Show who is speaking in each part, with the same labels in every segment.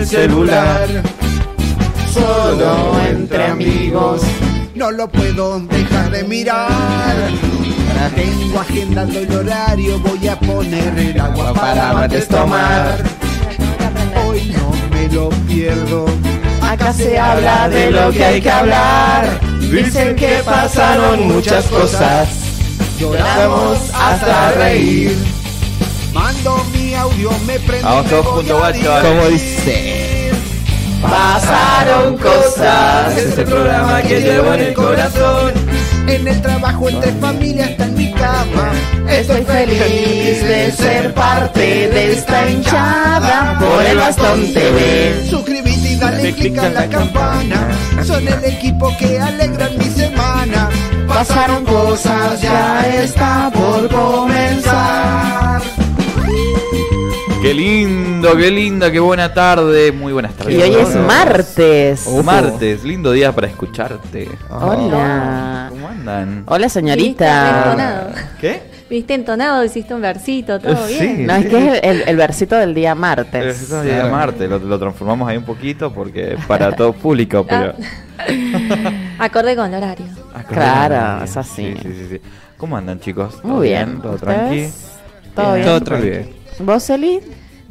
Speaker 1: este celular. Solo entre amigos, no lo puedo dejar de mirar. Tengo agendando el horario, voy a poner el agua para mates tomar. Hoy no me lo pierdo.
Speaker 2: Acá se habla de lo que hay que hablar. Dicen que pasaron muchas cosas.
Speaker 1: Lloramos hasta reír. Mando mi audio, me prendo.
Speaker 3: Vamos
Speaker 1: me
Speaker 3: todos
Speaker 1: voy
Speaker 3: juntos,
Speaker 1: a
Speaker 3: guacho, a ver.
Speaker 1: divertir.
Speaker 4: Como dice.
Speaker 2: Pasaron cosas.
Speaker 3: Es el programa que llevo en el corazón.
Speaker 1: En el trabajo, entre familia, hasta en mi cama.
Speaker 2: Estoy feliz de ser parte de esta hinchada por el Bastón TV.
Speaker 1: Suscribite y dale click a la campana. Son el equipo que alegran mi semana. Pasaron cosas, ya está por comenzar.
Speaker 3: Qué lindo, qué linda, qué buena tarde. Muy buenas tardes.
Speaker 2: Y hoy es
Speaker 3: Bueno,
Speaker 2: martes.
Speaker 3: es Martes, lindo día para escucharte.
Speaker 2: Ah. Hola.
Speaker 3: ¿Cómo andan?
Speaker 2: Hola,
Speaker 5: Viste
Speaker 2: señorita.
Speaker 5: entonado.
Speaker 3: ¿Qué?
Speaker 5: Viste entonado, hiciste un versito, todo
Speaker 3: Eh, Sí.
Speaker 5: bien.
Speaker 2: No, es que es el, el versito del día martes.
Speaker 3: Es día de martes, lo, lo transformamos ahí un poquito porque para todo público, pero.
Speaker 5: Acorde Ah. con el horario.
Speaker 2: Ah. Claro, es así.
Speaker 3: Ah, Sí, sí, sí, sí. ¿Cómo andan, chicos? ¿Todo
Speaker 2: Muy bien.
Speaker 3: ¿Todo tranqui?
Speaker 2: ¿Ustedes? ¿Todo bien?
Speaker 4: Todo tranqui.
Speaker 2: ¿Vos, Eli?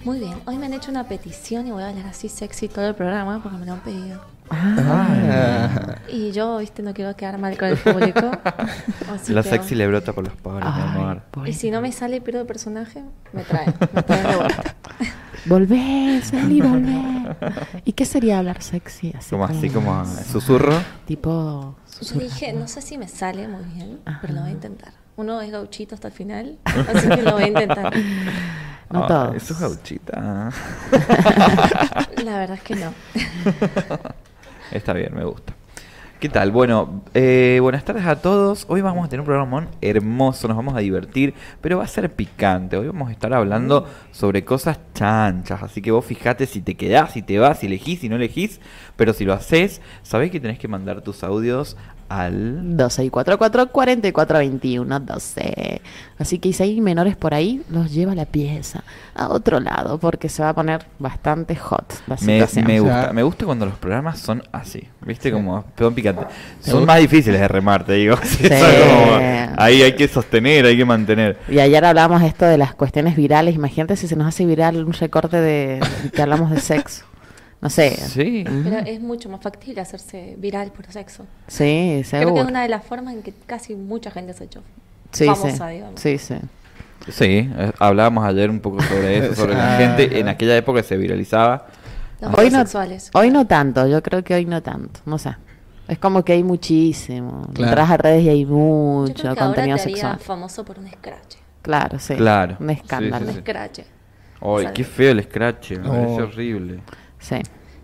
Speaker 5: Muy bien, hoy me han hecho una petición y voy a hablar así sexy todo el programa porque me lo han pedido.
Speaker 3: Ah.
Speaker 5: Y yo, viste, no quiero quedar mal con el público. así
Speaker 3: La
Speaker 5: que-
Speaker 3: sexy le brota por los pobres, mi amor.
Speaker 5: Y si no me sale y pierdo el personaje, me trae. Me trae de vuelta.
Speaker 2: Volvés, Eli, volvés. ¿Y qué sería hablar sexy? Así
Speaker 3: Como así, como susurro.
Speaker 2: Tipo...
Speaker 5: Yo
Speaker 2: susurrando.
Speaker 5: dije, no sé si me sale muy bien, pero lo
Speaker 2: Ajá.
Speaker 5: voy a intentar. Uno es gauchito hasta el final, así que lo voy a intentar.
Speaker 2: No
Speaker 3: Ah,
Speaker 2: todos.
Speaker 3: Eso es gauchita.
Speaker 5: La verdad es que no.
Speaker 3: Está bien, me gusta. ¿Qué tal? Bueno, eh, buenas tardes a todos. Hoy vamos a tener un programa hermoso, nos vamos a divertir, pero va a ser picante. Hoy vamos a estar hablando
Speaker 5: Mm.
Speaker 3: sobre cosas chanchas, así que vos fijate si te quedás, si te vas, si elegís, si no elegís, pero si lo haces, sabés que tenés que mandar tus audios al...
Speaker 2: 12 y 44, 44, 21, 12. Así que si hay menores por ahí, los lleva la pieza a otro lado porque se va a poner bastante hot la
Speaker 3: Me,
Speaker 2: situación.
Speaker 3: me gusta,
Speaker 4: Ya.
Speaker 3: me gusta cuando los programas son así, ¿viste? Como son picantes.
Speaker 4: gusta?
Speaker 3: Son más difíciles de remar, te digo.
Speaker 2: Sí.
Speaker 3: Son como- ahí hay que sostener, hay que mantener.
Speaker 2: Y ayer hablábamos esto de las cuestiones virales. Imagínate si se nos hace viral un recorte de que hablamos de sexo. No sé.
Speaker 3: Sí.
Speaker 5: Pero es mucho más factible hacerse viral por sexo.
Speaker 2: Sí,
Speaker 5: Creo que
Speaker 2: seguro.
Speaker 5: es una de las formas en que casi mucha gente se ha hecho
Speaker 2: Sí,
Speaker 5: famosa,
Speaker 2: sí.
Speaker 5: digamos.
Speaker 2: sí, sí.
Speaker 3: Sí, eh, hablábamos ayer un poco sobre eso, sobre la
Speaker 4: Ah.
Speaker 3: gente en aquella época se viralizaba.
Speaker 5: Los
Speaker 2: Hoy no,
Speaker 5: homosexuales.
Speaker 2: hoy no tanto, yo creo que hoy no tanto, no sé. Es como que hay muchísimo.
Speaker 4: Claro.
Speaker 2: Entras a redes y hay
Speaker 5: Yo creo
Speaker 2: mucho
Speaker 5: que ahora te
Speaker 2: contenido
Speaker 5: haría
Speaker 2: sexual.
Speaker 5: famoso por un scratch.
Speaker 2: Claro, sí.
Speaker 3: Claro.
Speaker 2: Un
Speaker 3: Sí,
Speaker 2: escándalo.
Speaker 3: sí,
Speaker 5: Un
Speaker 3: sí.
Speaker 5: scratch.
Speaker 3: Ay, qué feo el scratch, me
Speaker 4: Oh.
Speaker 3: parece horrible.
Speaker 2: Sí.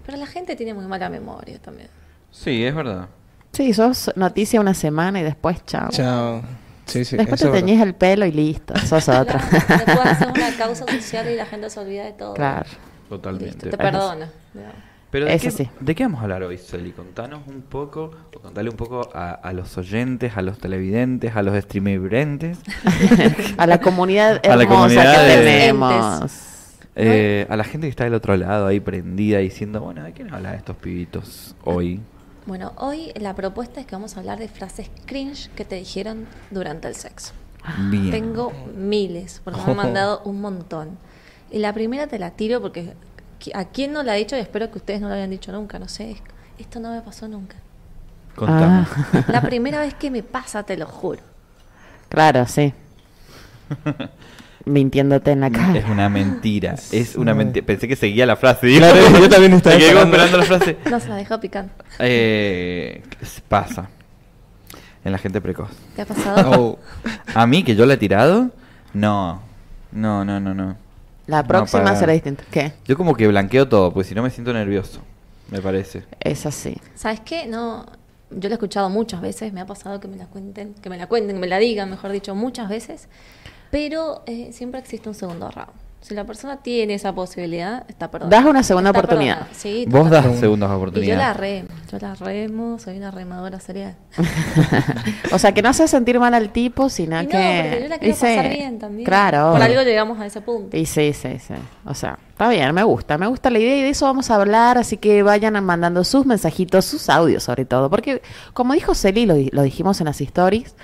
Speaker 5: Pero la gente tiene muy mala memoria también.
Speaker 3: Sí, es verdad.
Speaker 2: Sí, sos noticia una semana y después chao.
Speaker 4: Chao. Sí, sí.
Speaker 2: después
Speaker 4: eso
Speaker 2: te
Speaker 4: es
Speaker 2: teñís el pelo y listo, sos otra.
Speaker 5: Después haces una causa social y la gente se olvida de todo.
Speaker 2: claro.
Speaker 5: Listo,
Speaker 3: Totalmente.
Speaker 5: te perdona. digamos.
Speaker 3: Pero ¿de
Speaker 2: Eso
Speaker 3: qué,
Speaker 2: sí.
Speaker 3: ¿de qué vamos a hablar hoy, Celi? Contanos un poco, o contale un poco a, a los oyentes, a los televidentes, a los streamerentes,
Speaker 2: a la comunidad hermosa
Speaker 3: A la comunidad
Speaker 2: que
Speaker 3: de-
Speaker 2: tenemos.
Speaker 3: eh, a la gente que está del otro lado ahí prendida diciendo, bueno, ¿de qué nos hablan estos pibitos hoy?
Speaker 5: Bueno, hoy la propuesta es que vamos a hablar de frases cringe que te dijeron durante el sexo.
Speaker 3: Bien.
Speaker 5: Tengo miles, porque me han
Speaker 2: Oh.
Speaker 5: mandado un montón. Y la primera te la tiro porque qui- a quién no la ha dicho y espero que ustedes no la hayan dicho nunca, no sé. es- Esto no me pasó nunca.
Speaker 3: Contanos.
Speaker 2: Ah.
Speaker 5: La primera vez que me pasa, te lo juro.
Speaker 2: Claro, sí. Mintiéndote en la cara.
Speaker 3: Es una mentira, es una mentira. Pensé que seguía la frase.
Speaker 4: Claro,
Speaker 3: digo.
Speaker 4: yo también estaba
Speaker 3: Me quedé como
Speaker 4: esperando.
Speaker 3: esperando la frase.
Speaker 5: No se la deja picando.
Speaker 3: Eh, pasa en la gente precoz.
Speaker 5: ¿Te ha
Speaker 4: verdad.
Speaker 5: pasado?
Speaker 4: Oh.
Speaker 3: A mí que yo la he tirado, no, no, no, no, no.
Speaker 2: La
Speaker 3: No,
Speaker 2: próxima
Speaker 3: para-
Speaker 2: será distinta. ¿Qué?
Speaker 3: Yo como que blanqueo todo, pues si no me siento nervioso, me parece.
Speaker 2: Es así.
Speaker 5: ¿Sabes qué? No, yo la he escuchado muchas veces, me ha pasado que me la cuenten, que me la cuenten, que me la digan, mejor dicho, muchas veces. Pero eh, siempre existe un segundo round. Si la persona tiene esa posibilidad, está perdonada.
Speaker 2: Das una segunda
Speaker 5: Está
Speaker 2: oportunidad.
Speaker 5: perdonada. Sí,
Speaker 3: Vos
Speaker 5: total.
Speaker 3: das segundas
Speaker 5: Y yo la
Speaker 3: oportunidades.
Speaker 5: remo, yo la remo, soy una remadora serial.
Speaker 2: o sea, que no hace sentir mal al tipo, sino
Speaker 5: Y no,
Speaker 2: que.
Speaker 5: porque yo la quiero
Speaker 2: y sí.
Speaker 5: pasar bien también.
Speaker 2: Claro.
Speaker 5: Por algo llegamos a ese punto.
Speaker 2: Y sí, sí, sí. O sea, está bien, me gusta, me gusta la idea y de eso vamos a hablar, así que vayan mandando sus mensajitos, sus audios sobre todo, porque como dijo Celi, lo, di- lo dijimos en las stories,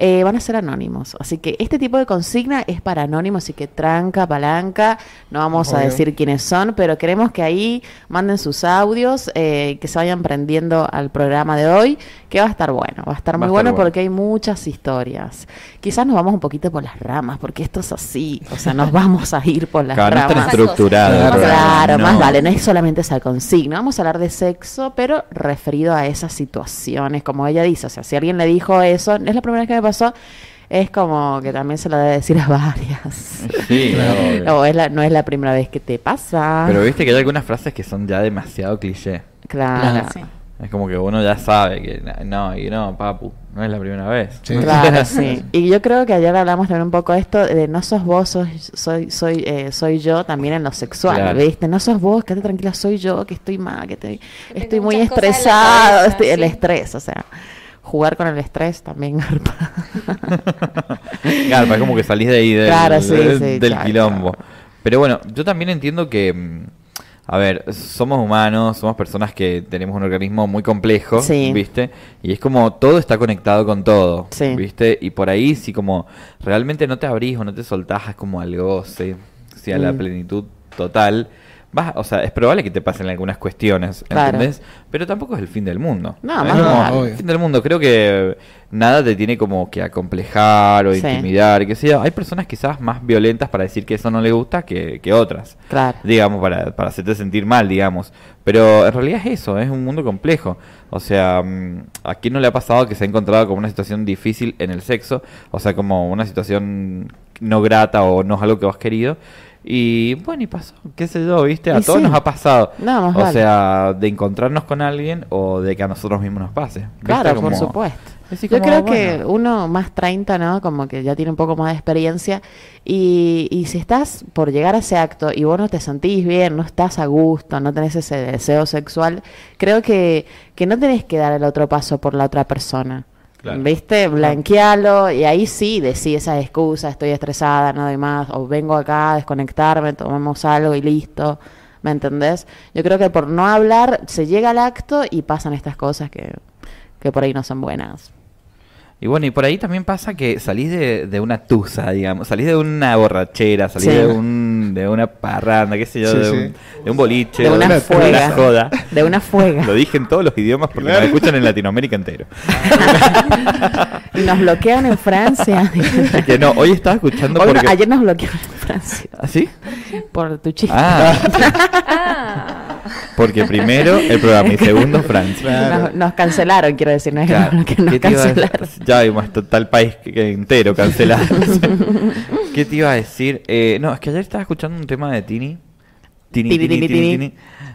Speaker 2: eh, van a ser anónimos, así que este tipo de consigna es para anónimos, así que tranca, palanca, no vamos a
Speaker 4: Obvio.
Speaker 2: decir quiénes son, pero queremos que ahí manden sus audios, eh, que se vayan prendiendo al programa de hoy, que va a estar bueno, va a estar
Speaker 3: Va a
Speaker 2: muy
Speaker 3: estar
Speaker 2: bueno
Speaker 3: bueno.
Speaker 2: porque hay muchas historias. Quizás nos vamos un poquito por las ramas, porque esto es así, o sea, nos vamos a ir por las
Speaker 3: Claro, no están
Speaker 2: ramas.
Speaker 5: estru-
Speaker 3: estructuradas.
Speaker 5: Claro,
Speaker 3: el programa,
Speaker 2: Claro, más
Speaker 3: no.
Speaker 2: vale, no es solamente esa consigna, vamos a hablar de sexo, pero referido a esas situaciones, como ella dice, o sea, si alguien le dijo eso, no es la primera vez que me pasó, es como que también se lo debe decir a varias.
Speaker 3: Sí, obvio.
Speaker 2: O es la- no es la primera vez que te pasa.
Speaker 3: Pero viste que hay algunas frases que son ya demasiado cliché. Ah.
Speaker 2: Claro.
Speaker 5: Sí.
Speaker 3: Es como que uno ya sabe que na- no, y no, papu, no es la primera vez.
Speaker 4: Sí.
Speaker 2: Claro, sí. Y yo creo que ayer hablamos también un poco de esto, de no sos vos, sos- soy, soy, eh, soy yo también en lo sexual,
Speaker 3: Claro.
Speaker 2: ¿viste? No sos vos, quédate tranquila, soy yo, que estoy mal, que te-
Speaker 5: tengo
Speaker 2: estoy muy
Speaker 5: muchas cosas en la
Speaker 2: estresado,
Speaker 5: cabeza,
Speaker 2: estoy- el
Speaker 5: sí.
Speaker 2: estrés, o sea, jugar con el estrés también garpa.
Speaker 3: Claro, es como que salís de ahí del,
Speaker 2: Claro, sí,
Speaker 3: del-
Speaker 2: sí,
Speaker 3: del
Speaker 2: claro.
Speaker 3: quilombo. Pero bueno, yo también entiendo que, mm, a ver, somos humanos, somos personas que tenemos un organismo muy complejo,
Speaker 2: Sí.
Speaker 3: ¿viste? Y es como todo está conectado con todo,
Speaker 2: Sí.
Speaker 3: ¿viste? Y por ahí, si como realmente no te abrís o no te soltás, es como al goce, si a la
Speaker 2: Mm.
Speaker 3: plenitud total. Vas, o sea, es probable que te pasen algunas cuestiones,
Speaker 2: Claro.
Speaker 3: ¿entendés? Pero tampoco es el fin del mundo.
Speaker 2: No,
Speaker 3: Es
Speaker 2: más
Speaker 3: como
Speaker 2: vale.
Speaker 3: el fin del mundo. Creo que nada te tiene como que acomplejar o
Speaker 2: Sí.
Speaker 3: intimidar, que sea. Hay personas quizás más violentas para decir que eso no le gusta que, que otras.
Speaker 2: Claro.
Speaker 3: Digamos, para, para hacerte sentir mal, digamos. Pero en realidad es eso, es un mundo complejo. O sea, mm, ¿a quién no le ha pasado que se ha encontrado como una situación difícil en el sexo? O sea, como una situación no grata o no es algo que vos has querido. Y bueno, y pasó, qué sé yo, ¿viste? A
Speaker 2: Y
Speaker 3: todos
Speaker 2: sí.
Speaker 3: nos ha pasado.
Speaker 2: No, más
Speaker 3: o
Speaker 2: vale.
Speaker 3: sea, de encontrarnos con alguien o de que a nosotros mismos nos pase. ¿viste?
Speaker 2: Claro, por
Speaker 3: Como-
Speaker 2: supuesto.
Speaker 3: Así
Speaker 2: Yo
Speaker 3: como,
Speaker 2: creo que
Speaker 3: bueno.
Speaker 2: uno más 30, ¿no? Como que ya tiene un poco más de experiencia. Y, y si estás por llegar a ese acto y vos no te sentís bien, no estás a gusto, no tenés ese deseo sexual, creo que, que no tenés que dar el otro paso por la otra persona.
Speaker 3: Claro.
Speaker 2: ¿Viste? Blanquealo y ahí sí decí esas excusas, estoy estresada, no doy más, o vengo acá a desconectarme, tomamos algo y listo. ¿Me entendés? Yo creo que por no hablar se llega al acto y pasan estas cosas que, que por ahí no son buenas.
Speaker 3: Y bueno, y por ahí también pasa que salís de, de una tusa, digamos, salís de una borrachera, salís
Speaker 2: Sí.
Speaker 3: de, un, de una parranda, qué sé yo,
Speaker 4: Sí,
Speaker 3: de,
Speaker 4: sí.
Speaker 3: Un, de un boliche,
Speaker 2: De una
Speaker 3: de
Speaker 2: fuega.
Speaker 3: una joda.
Speaker 2: De una fuega.
Speaker 3: Lo dije en todos los idiomas porque me escuchan en Latinoamérica entero.
Speaker 2: y nos bloquean en Francia.
Speaker 3: Así que no, hoy estaba escuchando
Speaker 2: Hoy no-
Speaker 3: porque...
Speaker 2: ayer nos bloquearon en Francia
Speaker 3: ¿Ah, sí?
Speaker 2: por tu chiste.
Speaker 3: Ah,
Speaker 5: Ah,
Speaker 3: porque primero el programa y segundo Francia.
Speaker 4: Claro.
Speaker 2: Nos, nos cancelaron, quiero decir, no es que
Speaker 3: Claro.
Speaker 2: nos bloquearon, nos
Speaker 3: ¿Qué te iba a-
Speaker 2: cancelaron.
Speaker 3: Ya vimos total país que- que entero cancelado. ¿Qué te iba a decir? Eh, no, es que ayer estaba escuchando un tema de Tini. Tini, Tini,
Speaker 2: Tini, Tini,
Speaker 3: Tini,
Speaker 2: Tini.
Speaker 3: Tini.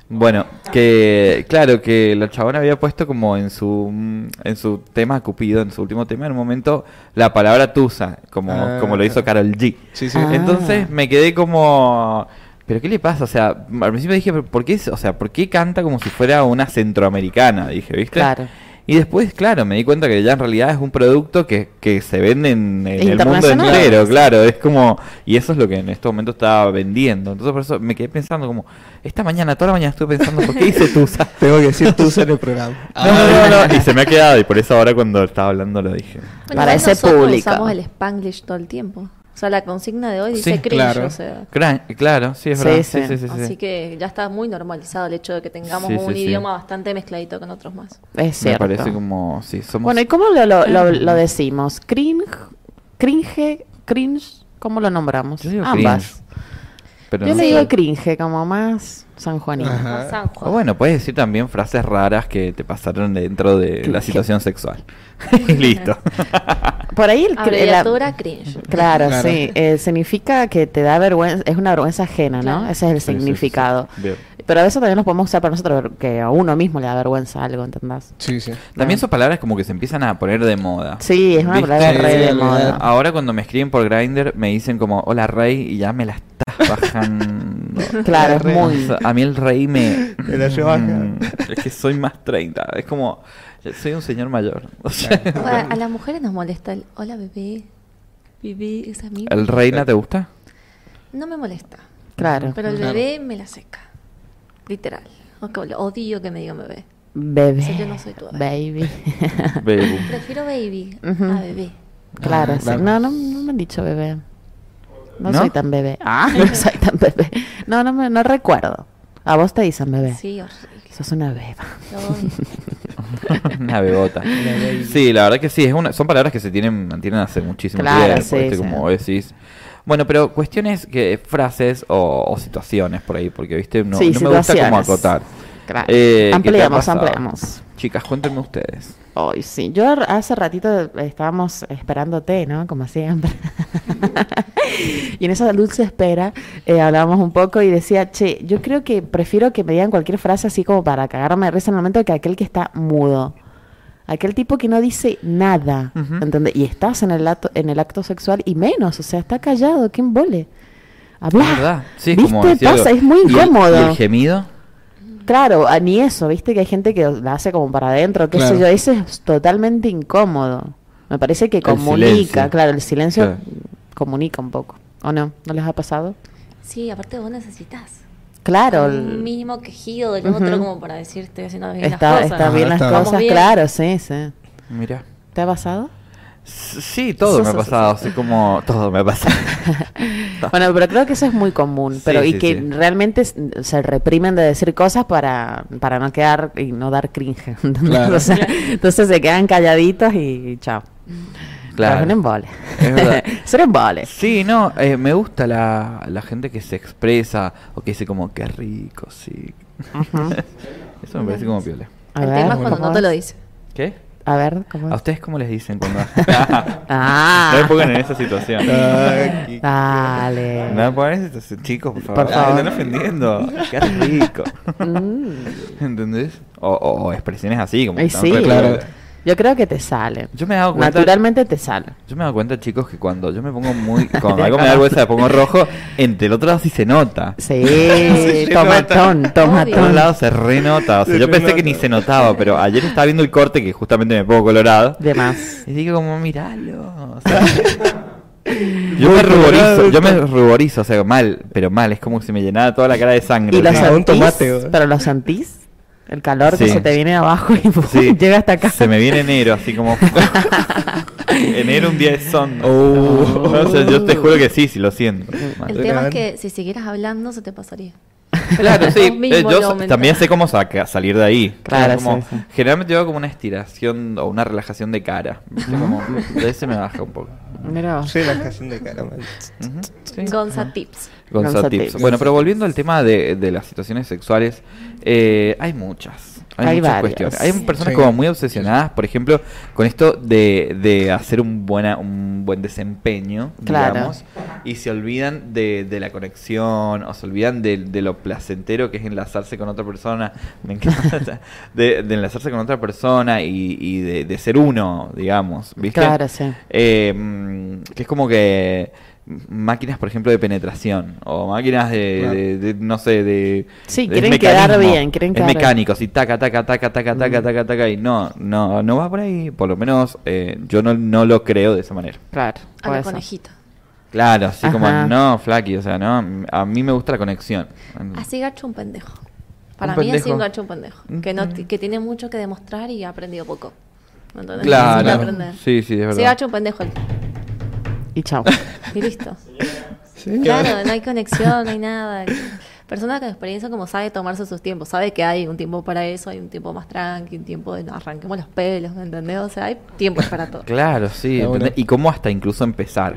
Speaker 3: Bueno, que claro, que la chabona había puesto como en su mm, en su tema Cupido, en su último tema, en un momento, la palabra tusa, como,
Speaker 4: Ah.
Speaker 3: como lo hizo Carol G.
Speaker 4: Sí, sí.
Speaker 2: Ah.
Speaker 3: Entonces me quedé como... ¿Pero qué le pasa? O sea, al principio dije, ¿pero ¿por qué, es- o sea, ¿por qué canta como si fuera una centroamericana? Dije, ¿viste?
Speaker 2: Claro.
Speaker 3: Y después, claro, me di cuenta que ya en realidad es un producto que, que se vende en, en el mundo
Speaker 2: Internacional.
Speaker 3: entero, claro. Es como, y eso es lo que en este momento está vendiendo. Entonces, por eso me quedé pensando, como, esta mañana, toda la mañana estuve pensando, ¿por qué hizo Tusa?
Speaker 4: Tengo que decir tú en el programa. Ah.
Speaker 3: No, no, no, no, y se me ha quedado, y por eso ahora cuando estaba hablando lo dije.
Speaker 5: bueno,
Speaker 2: Para
Speaker 5: igual
Speaker 2: ese
Speaker 5: nosotros
Speaker 2: público.
Speaker 5: Usamos el Spanglish todo el tiempo. O sea, la consigna de hoy dice
Speaker 3: Sí,
Speaker 5: cringe,
Speaker 4: claro.
Speaker 5: o sea.
Speaker 3: Cra- Claro, sí, es
Speaker 2: Sí,
Speaker 3: verdad.
Speaker 2: sí.
Speaker 3: Sí, sí, sí, sí,
Speaker 5: Así
Speaker 3: sí.
Speaker 5: que ya está muy normalizado el hecho de que tengamos
Speaker 3: Sí, sí,
Speaker 5: un
Speaker 3: sí.
Speaker 5: idioma bastante mezcladito con otros más.
Speaker 2: Es
Speaker 3: Me
Speaker 2: cierto.
Speaker 3: parece como, sí, somos...
Speaker 2: Bueno, ¿y cómo lo, lo, lo- lo decimos? ¿Cringe? ¿Cringe? ¿Cringe? ¿Cómo lo nombramos?
Speaker 3: Yo digo
Speaker 2: Ambas.
Speaker 3: cringe, pero
Speaker 2: Yo
Speaker 3: no
Speaker 2: le
Speaker 3: sé.
Speaker 2: digo cringe, como más sanjuanino.
Speaker 4: Ajá.
Speaker 5: Con San
Speaker 3: O
Speaker 5: Juan.
Speaker 3: Ah. bueno, puedes decir también frases raras que te pasaron dentro de la
Speaker 2: Cringe.
Speaker 3: situación sexual. Y Listo.
Speaker 2: Por ahí
Speaker 5: Ah,
Speaker 2: el cri- la-
Speaker 5: Abreviatura cringe.
Speaker 2: Claro,
Speaker 4: Claro.
Speaker 2: sí. Eh, significa que te da vergüenza, es una vergüenza ajena, ¿no?
Speaker 5: Claro.
Speaker 2: Ese es el
Speaker 3: Sí, sí, sí, sí.
Speaker 2: significado.
Speaker 3: Bien.
Speaker 2: Pero a veces también los podemos usar para nosotros, que a uno mismo le da vergüenza algo, ¿entendás?
Speaker 4: Sí, sí.
Speaker 3: También son palabras como que se empiezan a poner de moda.
Speaker 2: Ah. Sí, es una
Speaker 3: ¿Viste?
Speaker 2: palabra
Speaker 4: Sí,
Speaker 2: re de
Speaker 4: la verdad.
Speaker 2: moda. Ah.
Speaker 3: Ahora cuando me escriben por Grindr me dicen como, hola Rey, y ya me las estás bajando.
Speaker 2: Claro, es muy-
Speaker 3: O sea, A mí el rey me.
Speaker 4: Te la llevas,
Speaker 3: Mm, Es que soy más 30. Es como. Soy un señor mayor. O sea,
Speaker 5: A, a las mujeres nos molesta el hola bebé, bebé, es a mí.
Speaker 3: ¿El reina te gusta?
Speaker 5: No me molesta,
Speaker 2: Claro.
Speaker 5: pero el
Speaker 4: Claro.
Speaker 5: bebé me la seca. Literal. O que lo Odio que me digan bebé.
Speaker 2: Bebé.
Speaker 5: O sea, yo no soy tu
Speaker 2: baby.
Speaker 3: Bebé.
Speaker 5: Prefiero baby
Speaker 2: Ujú.
Speaker 5: a bebé.
Speaker 2: claro,
Speaker 4: Ah,
Speaker 2: sí.
Speaker 4: claro.
Speaker 2: No, no, no me han dicho bebé. No,
Speaker 3: ¿No?
Speaker 2: soy tan bebé. Ah, no soy tan bebé. No, no, me, no recuerdo. A vos te dicen bebé.
Speaker 5: Sí, horrible.
Speaker 2: Sos una beba.
Speaker 5: Lo odio.
Speaker 3: una bebota.
Speaker 4: baby.
Speaker 3: Sí, la verdad que sí, es una, son palabras que se tienen, mantienen hace muchísimo
Speaker 2: Claro,
Speaker 3: tiempo,
Speaker 2: sí,
Speaker 3: ¿viste?
Speaker 2: sí.
Speaker 3: como decís. Bueno, pero cuestiones que frases o, o situaciones por ahí, porque viste, no,
Speaker 2: Sí,
Speaker 3: no me gusta como
Speaker 2: situaciones.
Speaker 3: acotar.
Speaker 2: Claro.
Speaker 3: Eh, ¿qué te ha
Speaker 2: Ampliamos,
Speaker 3: pasado?
Speaker 2: ampliamos.
Speaker 3: Chicas, cuéntenme ustedes.
Speaker 2: Hoy sí. Yo ar- hace ratito estábamos esperándote, ¿no? Como siempre. y en esa dulce espera eh, hablábamos un poco y decía, che, yo creo que prefiero que me digan cualquier frase así como para cagarme de risa en el momento que aquel que está mudo. Aquel tipo que no dice nada,
Speaker 3: Ujú.
Speaker 2: ¿entendés? Y estás en el, acto, en el acto sexual y menos, o sea, está callado, ¿qué embole? Habla.
Speaker 3: Es ¿Verdad? Sí,
Speaker 2: ¿Viste?
Speaker 3: como decía
Speaker 2: Pasa,
Speaker 3: algo.
Speaker 2: es muy
Speaker 3: ¿Y el-
Speaker 2: incómodo.
Speaker 3: ¿Y el, gemido?
Speaker 2: Claro, ah, ni eso, viste que hay gente que la hace como para adentro, qué sé
Speaker 4: Claro.
Speaker 2: yo, ese es totalmente incómodo. Me parece que comunica,
Speaker 3: silencio.
Speaker 2: claro, el silencio
Speaker 3: Claro.
Speaker 2: comunica un poco, ¿o no? ¿No les ha pasado?
Speaker 5: Sí, aparte vos necesitas
Speaker 2: Claro, el-
Speaker 5: un mínimo quejido del
Speaker 2: Ujú.
Speaker 5: otro como para decir estoy haciendo bien
Speaker 2: está,
Speaker 5: las cosas.
Speaker 2: está
Speaker 4: Ajá,
Speaker 2: bien las
Speaker 4: está bien.
Speaker 2: cosas,
Speaker 5: Vamos bien.
Speaker 2: claro, sí, sí.
Speaker 3: Mira.
Speaker 2: ¿Te ha pasado?
Speaker 3: S- Sí, todo me ha pasado, así como todo me ha pasado.
Speaker 2: bueno, pero creo que eso es muy común,
Speaker 3: Sí,
Speaker 2: pero y
Speaker 3: sí,
Speaker 2: que
Speaker 3: sí.
Speaker 2: realmente s- se reprimen de decir cosas para, para no quedar y no dar cringe. ¿entendés?
Speaker 4: Claro.
Speaker 2: O sea, entonces se quedan calladitos y chao. Pero Es un embole.
Speaker 3: Es verdad.
Speaker 2: es un embole.
Speaker 3: Sí, no, eh, me gusta la, la gente que se expresa o que dice como, qué rico, sí.
Speaker 2: Ujú.
Speaker 3: Eso me parece como piola.
Speaker 2: A
Speaker 5: El
Speaker 2: ver,
Speaker 5: tema es cuando
Speaker 2: ¿cómo
Speaker 5: no te lo dice.
Speaker 3: ¿Qué?
Speaker 2: A ver, ¿cómo
Speaker 3: ¿A
Speaker 2: es?
Speaker 3: ustedes cómo les dicen cuando.?
Speaker 2: Ah.
Speaker 3: No me pongan en esa situación.
Speaker 4: Ay,
Speaker 2: Dale.
Speaker 3: No me pongan en esa situación, chicos, por favor.
Speaker 2: Por favor.
Speaker 3: Ah, me están ofendiendo. Qué rico.
Speaker 2: Mm.
Speaker 3: ¿Entendés? O, o- o expresiones así, como.
Speaker 2: Y
Speaker 3: que están
Speaker 2: sí,
Speaker 3: re-
Speaker 4: claro.
Speaker 2: Yo creo que te sale.
Speaker 3: Yo me he dado cuenta-
Speaker 2: Naturalmente te sale.
Speaker 3: Yo me doy cuenta, chicos, que cuando yo me pongo muy. Cuando algo me da vergüenza, me pongo rojo, entre el otro lado sí se nota.
Speaker 2: Sí,
Speaker 3: yo
Speaker 2: tomatón,
Speaker 3: noto.
Speaker 5: Sí.
Speaker 3: Por un
Speaker 2: tomatón.
Speaker 3: lado se renota, o sea,
Speaker 4: Se
Speaker 3: yo pensé
Speaker 4: renota.
Speaker 3: que ni se notaba, pero ayer estaba viendo el corte que justamente me pongo colorado.
Speaker 2: De más.
Speaker 3: Y digo como, miralo. o sea, yo me ruborizo, yo me ruborizo, o sea, mal, pero mal, es como si me llenara toda la cara de sangre.
Speaker 2: Y lo
Speaker 3: Sí.
Speaker 4: sa-
Speaker 2: sentís,
Speaker 4: un tomate, boludo.
Speaker 2: pero lo sentís. El calor que
Speaker 3: Sí.
Speaker 2: se te viene abajo y
Speaker 3: Sí.
Speaker 2: llega hasta acá.
Speaker 3: Se me viene enero, así como... enero un día de son.
Speaker 4: Oh.
Speaker 3: O sea, yo te juro que sí, sí, lo siento. Mal.
Speaker 5: El tema
Speaker 4: Gran.
Speaker 5: es que si siguieras hablando se te pasaría.
Speaker 3: Claro, sí.
Speaker 5: Vos mismo
Speaker 3: eh,
Speaker 5: lo
Speaker 3: yo sa-
Speaker 5: aumentás.
Speaker 3: también sé cómo saca- salir de ahí.
Speaker 2: Claro,
Speaker 3: Como-
Speaker 2: sí, sí.
Speaker 3: Generalmente yo hago como una estiración o una relajación de cara. ¿viste? Como, de ese me baja un poco.
Speaker 2: Mira vos.
Speaker 4: Relajación de cara, man.
Speaker 3: Ujú, sí.
Speaker 5: Gonza
Speaker 2: Ah.
Speaker 5: tips.
Speaker 3: Gonza
Speaker 2: Gonza
Speaker 3: tips.
Speaker 2: tips.
Speaker 3: Bueno, pero volviendo al tema de, de las situaciones sexuales, eh, hay muchas. Hay,
Speaker 2: Hay
Speaker 3: muchas
Speaker 2: varias.
Speaker 3: cuestiones. Hay personas
Speaker 4: Sí.
Speaker 3: como muy obsesionadas, por ejemplo, con esto de, de hacer un, buena, un buen desempeño,
Speaker 2: Claro.
Speaker 3: digamos, y se olvidan de, de la conexión o se olvidan de, de lo placentero que es enlazarse con otra persona. Me encanta. de, de enlazarse con otra persona y, y de, de ser uno, digamos, ¿viste?
Speaker 2: Claro, sí.
Speaker 3: Eh, mm, que es como que máquinas, por ejemplo, de penetración o máquinas de,
Speaker 4: Claro.
Speaker 3: de- de, no sé, de...
Speaker 2: Sí,
Speaker 3: de- es
Speaker 2: quieren quedar
Speaker 3: mecanismo,
Speaker 2: bien, quieren
Speaker 3: es
Speaker 2: quedar bien.
Speaker 3: mecánicos y taca, taca, taca, taca, taca, taca, taca y no, no, no va por ahí, por lo menos eh, yo no, no lo creo de esa manera.
Speaker 2: Claro.
Speaker 5: A
Speaker 2: puede
Speaker 5: la
Speaker 2: ser.
Speaker 5: conejita.
Speaker 3: Claro, así como,
Speaker 2: Ajá.
Speaker 3: no, flaqui, o sea, no, a mí me gusta la conexión.
Speaker 5: Así gacho un pendejo. Para
Speaker 3: Mm. Un
Speaker 5: mí así
Speaker 3: pendejo. Mm-hmm.
Speaker 5: un gacho un pendejo. Que, no, ti- que tiene mucho que demostrar y ha aprendido poco. ¿Me entendés?
Speaker 3: Claro.
Speaker 5: Necesita aprender.
Speaker 3: Sí, sí, es verdad.
Speaker 5: Si gacho un pendejo él.
Speaker 2: Y chao.
Speaker 5: y listo.
Speaker 4: Sí,
Speaker 5: Claro, no hay conexión, no hay nada. Persona con experiencia como sabe tomarse sus tiempos, sabe que hay un tiempo para eso, hay un tiempo más tranqui, un tiempo de no, arranquemos los pelos, ¿me entendés? O sea, hay tiempos para todo.
Speaker 3: Claro, sí,
Speaker 4: De una.
Speaker 3: ¿entendés? y cómo hasta incluso empezar.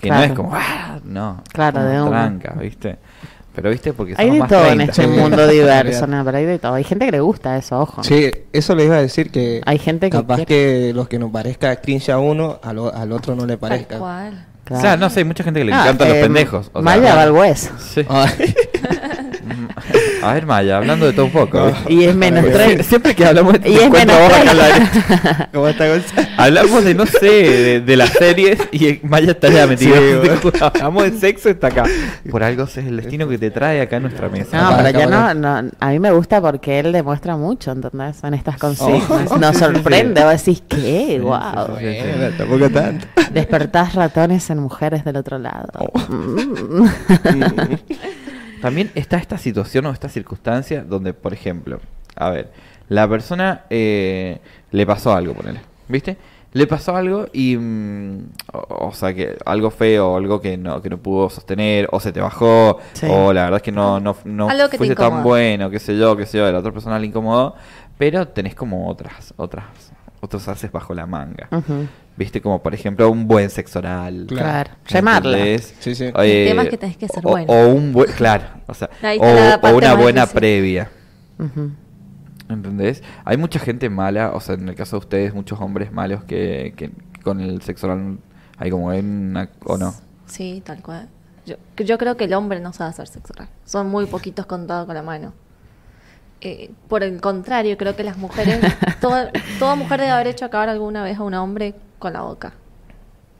Speaker 3: Que no es
Speaker 2: Claro.
Speaker 3: como, "Ah", no,
Speaker 2: Claro, de una.
Speaker 3: tranca, ¿viste? Pero viste, porque
Speaker 2: Hay
Speaker 3: somos
Speaker 2: de
Speaker 3: más
Speaker 2: todo en
Speaker 3: 30.
Speaker 2: este
Speaker 4: Sí.
Speaker 2: mundo diverso,
Speaker 4: Olvidate.
Speaker 2: ¿no? Pero hay de todo. Hay gente que le gusta eso, ojo.
Speaker 4: Sí, eso le iba a decir que
Speaker 2: Hay gente que
Speaker 4: capaz
Speaker 2: quiere-
Speaker 4: que lo que nos parezca cringe a uno, al, o- al otro no le
Speaker 5: Tal
Speaker 4: parezca.
Speaker 5: cual.
Speaker 3: O sea, no sé, hay mucha gente que le
Speaker 2: Ah,
Speaker 3: encantan los
Speaker 2: eh,
Speaker 3: pendejos. o sea,
Speaker 2: Maya va al hueso.
Speaker 3: Sí.
Speaker 4: Ay.
Speaker 3: A ver, Maya, hablando de todo un poco.
Speaker 2: Ah. Y es menos
Speaker 3: Sie-
Speaker 2: 3.
Speaker 3: Siempre que hablamos de
Speaker 2: Y es
Speaker 3: encuentro
Speaker 2: menos
Speaker 3: vos acá en la
Speaker 2: tres.
Speaker 3: derecha.
Speaker 4: ¿Cómo está Gonzalo?
Speaker 3: Hablamos de, no sé, de, de las series y Maya está ya metida.
Speaker 4: Sí, bueno.
Speaker 3: Hablamos de sexo está acá. Por algo ese es el destino que te trae acá a nuestra
Speaker 2: No,
Speaker 3: mesa.
Speaker 4: Para
Speaker 2: pero yo no,
Speaker 4: acabar.
Speaker 2: no- a mí me gusta porque él demuestra mucho, ¿entendés? En estas consignas.
Speaker 3: Oh. sí,
Speaker 2: Nos
Speaker 3: sí,
Speaker 2: sorprende,
Speaker 3: sí.
Speaker 2: vos decís, ¿qué?
Speaker 3: sí,
Speaker 2: Wow.
Speaker 3: sí, sí.
Speaker 4: Bueno, tampoco tanto.
Speaker 2: Despertás ratones en mujeres del otro lado.
Speaker 3: Oh.
Speaker 2: Mm.
Speaker 3: También está esta situación o esta circunstancia donde, por ejemplo, a ver, la persona eh, le pasó algo, ponele, ¿viste? Le pasó algo y, mm, o, o sea, que algo feo, algo que no, que no pudo sostener, o se te bajó,
Speaker 2: Sí.
Speaker 3: o la verdad es que no, no, no
Speaker 5: Algo que te
Speaker 3: fuiste tan
Speaker 5: incomoda.
Speaker 3: bueno, qué sé yo, qué sé yo, a la otra persona le incomodó, pero tenés como otras, otras, otros haces bajo la manga.
Speaker 2: Ujú,
Speaker 3: ¿Viste? Como por ejemplo un buen sexo oral.
Speaker 2: Claro.
Speaker 3: ¿entendés?
Speaker 2: Llamarla.
Speaker 4: Sí, sí.
Speaker 3: O, eh,
Speaker 5: El tema es que tenés que ser
Speaker 3: o-
Speaker 5: bueno.
Speaker 3: O un buen, claro, o sea,
Speaker 5: Ahí
Speaker 3: o,
Speaker 5: está la
Speaker 3: o
Speaker 5: parte
Speaker 3: una
Speaker 5: más
Speaker 3: buena
Speaker 5: difícil.
Speaker 3: previa.
Speaker 2: ujú.
Speaker 3: ¿Entendés? Hay mucha gente mala, o sea, en el caso de ustedes, muchos hombres malos que, que con el sexo oral hay como una, o no.
Speaker 5: Sí, tal cual. Yo, yo creo que el hombre no sabe hacer sexo oral. Son muy poquitos contados con la mano. Eh, por el contrario, creo que las mujeres, toda, toda mujer debe haber hecho acabar alguna vez a un hombre con la boca.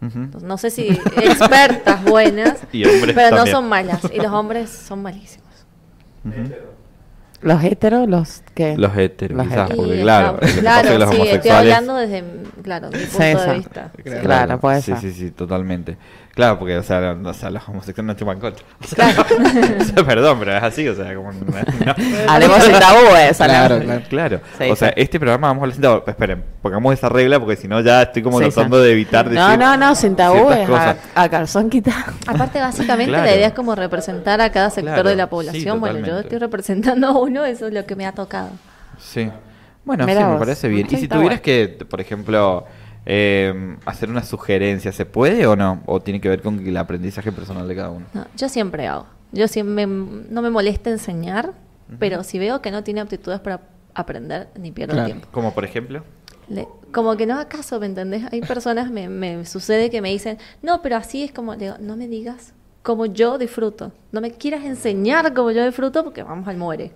Speaker 3: Ujú.
Speaker 5: Entonces, no sé si expertas buenas,
Speaker 3: Y hombres
Speaker 5: pero no
Speaker 3: también.
Speaker 5: son malas. Y los hombres son malísimos.
Speaker 3: Ujú.
Speaker 2: ¿Los heteros? ¿Los qué?
Speaker 3: Los heteros,
Speaker 2: Los
Speaker 3: quizás,
Speaker 2: heteros.
Speaker 3: porque
Speaker 5: Y,
Speaker 3: claro,
Speaker 5: ah,
Speaker 3: lo que pasa
Speaker 5: eh, claro,
Speaker 3: es que los
Speaker 5: sí, estoy
Speaker 3: homosexuales-
Speaker 5: hablando desde claro, mi punto
Speaker 2: Sí,
Speaker 5: de
Speaker 2: sí.
Speaker 5: vista.
Speaker 2: Claro, puede
Speaker 3: sí,
Speaker 2: ser.
Speaker 3: Sí, sí, totalmente. Claro, porque, o sea, no- o sea, los homosexuales no chupan contra. O sea, o sea, perdón, pero es así, o sea, como... no- no.
Speaker 2: Hablemos de tabúes.
Speaker 4: Claro,
Speaker 2: hablemos-
Speaker 4: claro.
Speaker 3: Claro.
Speaker 2: Sí,
Speaker 3: o sea,
Speaker 2: sí.
Speaker 3: este programa vamos a hablar sin tabú. Esperen, pongamos esa regla porque si no ya estoy como
Speaker 2: Sí,
Speaker 3: tratando
Speaker 2: sí.
Speaker 3: de evitar
Speaker 2: No,
Speaker 3: decir
Speaker 2: no, no, sin tabúes.
Speaker 3: ciertas
Speaker 2: A,
Speaker 3: cosas.
Speaker 2: a calzón quitado.
Speaker 5: Aparte, básicamente
Speaker 3: Claro.
Speaker 5: la idea es como representar a cada sector
Speaker 3: Claro,
Speaker 5: de la
Speaker 3: sí,
Speaker 5: población. bueno, yo
Speaker 3: totalmente.
Speaker 5: estoy representando a uno, eso es lo que me ha tocado.
Speaker 3: Sí. Bueno,
Speaker 2: Mirá
Speaker 3: sí, me
Speaker 2: vos.
Speaker 3: parece bien.
Speaker 2: Sí,
Speaker 3: y si
Speaker 2: está
Speaker 3: tuvieras
Speaker 2: bueno.
Speaker 3: que, por ejemplo, eh, hacer una sugerencia, ¿se puede o no? ¿O tiene que ver con el aprendizaje personal de cada uno?
Speaker 5: No, yo siempre hago. Yo siempre no me molesta enseñar, pero si veo que no tiene aptitudes para aprender, ni pierdo
Speaker 4: Claro.
Speaker 5: tiempo.
Speaker 3: Como por ejemplo.
Speaker 5: Le- como que no acaso, ¿me entendés? Hay personas, me, me sucede que me dicen, no, pero así es como, le digo, no me digas como yo disfruto. No me quieras enseñar como yo disfruto porque vamos al muere.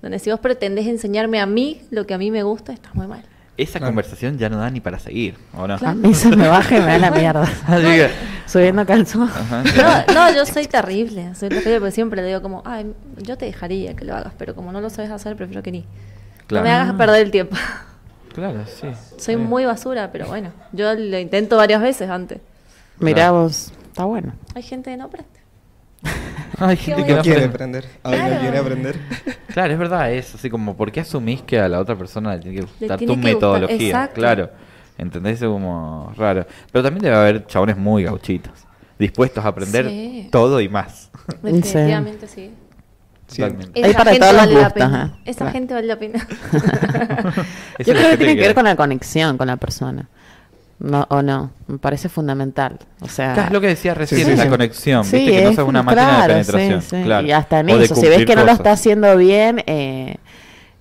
Speaker 5: Donde si vos pretendés enseñarme a mí lo que a mí me gusta, estás muy mal.
Speaker 3: Esa
Speaker 4: Claro.
Speaker 3: conversación ya no da ni para seguir, ¿o no?
Speaker 2: A mí se me baja y me da la mierda.
Speaker 3: Así que-
Speaker 2: Subiendo calzón.
Speaker 3: Ajá.
Speaker 5: No, no, yo soy terrible, soy terrible porque siempre le digo como, ay, yo te dejaría que lo hagas, pero como no lo sabes hacer, prefiero que ni.
Speaker 3: Claro.
Speaker 5: No me hagas perder el tiempo.
Speaker 3: Claro, sí.
Speaker 5: Soy
Speaker 3: Sí.
Speaker 5: muy basura, pero bueno, yo lo intento varias veces antes.
Speaker 2: Mirá vos. Está bueno.
Speaker 5: Hay gente que no aprende.
Speaker 3: Hay gente
Speaker 5: Qué
Speaker 3: que
Speaker 5: bueno.
Speaker 3: no
Speaker 4: No quiere
Speaker 3: aprende.
Speaker 4: aprender. Ahora
Speaker 5: Claro.
Speaker 4: no quiere aprender.
Speaker 3: Claro, es verdad, es así como, ¿por qué asumís que a la otra persona le tiene que gustar
Speaker 5: tiene
Speaker 3: tu
Speaker 5: que gustar,
Speaker 3: metodología?
Speaker 5: exacto.
Speaker 3: Claro, ¿entendés? Es como raro. Pero también debe haber chabones muy gauchitos, dispuestos a aprender
Speaker 5: Sí.
Speaker 3: todo y más.
Speaker 5: Definitivamente sí.
Speaker 4: Sí.
Speaker 3: Totalmente.
Speaker 2: Hay para
Speaker 5: gente
Speaker 2: todos los
Speaker 5: vale la
Speaker 2: gustos,
Speaker 5: pena.
Speaker 2: ¿eh?
Speaker 5: Esa
Speaker 2: Claro.
Speaker 5: gente vale la pena.
Speaker 3: Esa
Speaker 2: Yo
Speaker 3: es la
Speaker 2: creo que
Speaker 3: gente
Speaker 2: tiene que ver con la conexión con la persona. No, o no, me parece fundamental. O sea,
Speaker 3: Claro, Es lo que decía recién,
Speaker 4: sí,
Speaker 3: la
Speaker 4: sí.
Speaker 3: conexión,
Speaker 2: sí,
Speaker 3: ¿viste? que no
Speaker 2: es
Speaker 3: seas una
Speaker 2: como-
Speaker 3: máquina
Speaker 2: claro,
Speaker 3: de penetración.
Speaker 2: sí, sí.
Speaker 3: Claro.
Speaker 2: Y hasta en
Speaker 3: O de
Speaker 2: eso, si ves que
Speaker 3: cumplir
Speaker 2: no lo
Speaker 3: cosas.
Speaker 2: está haciendo bien, eh,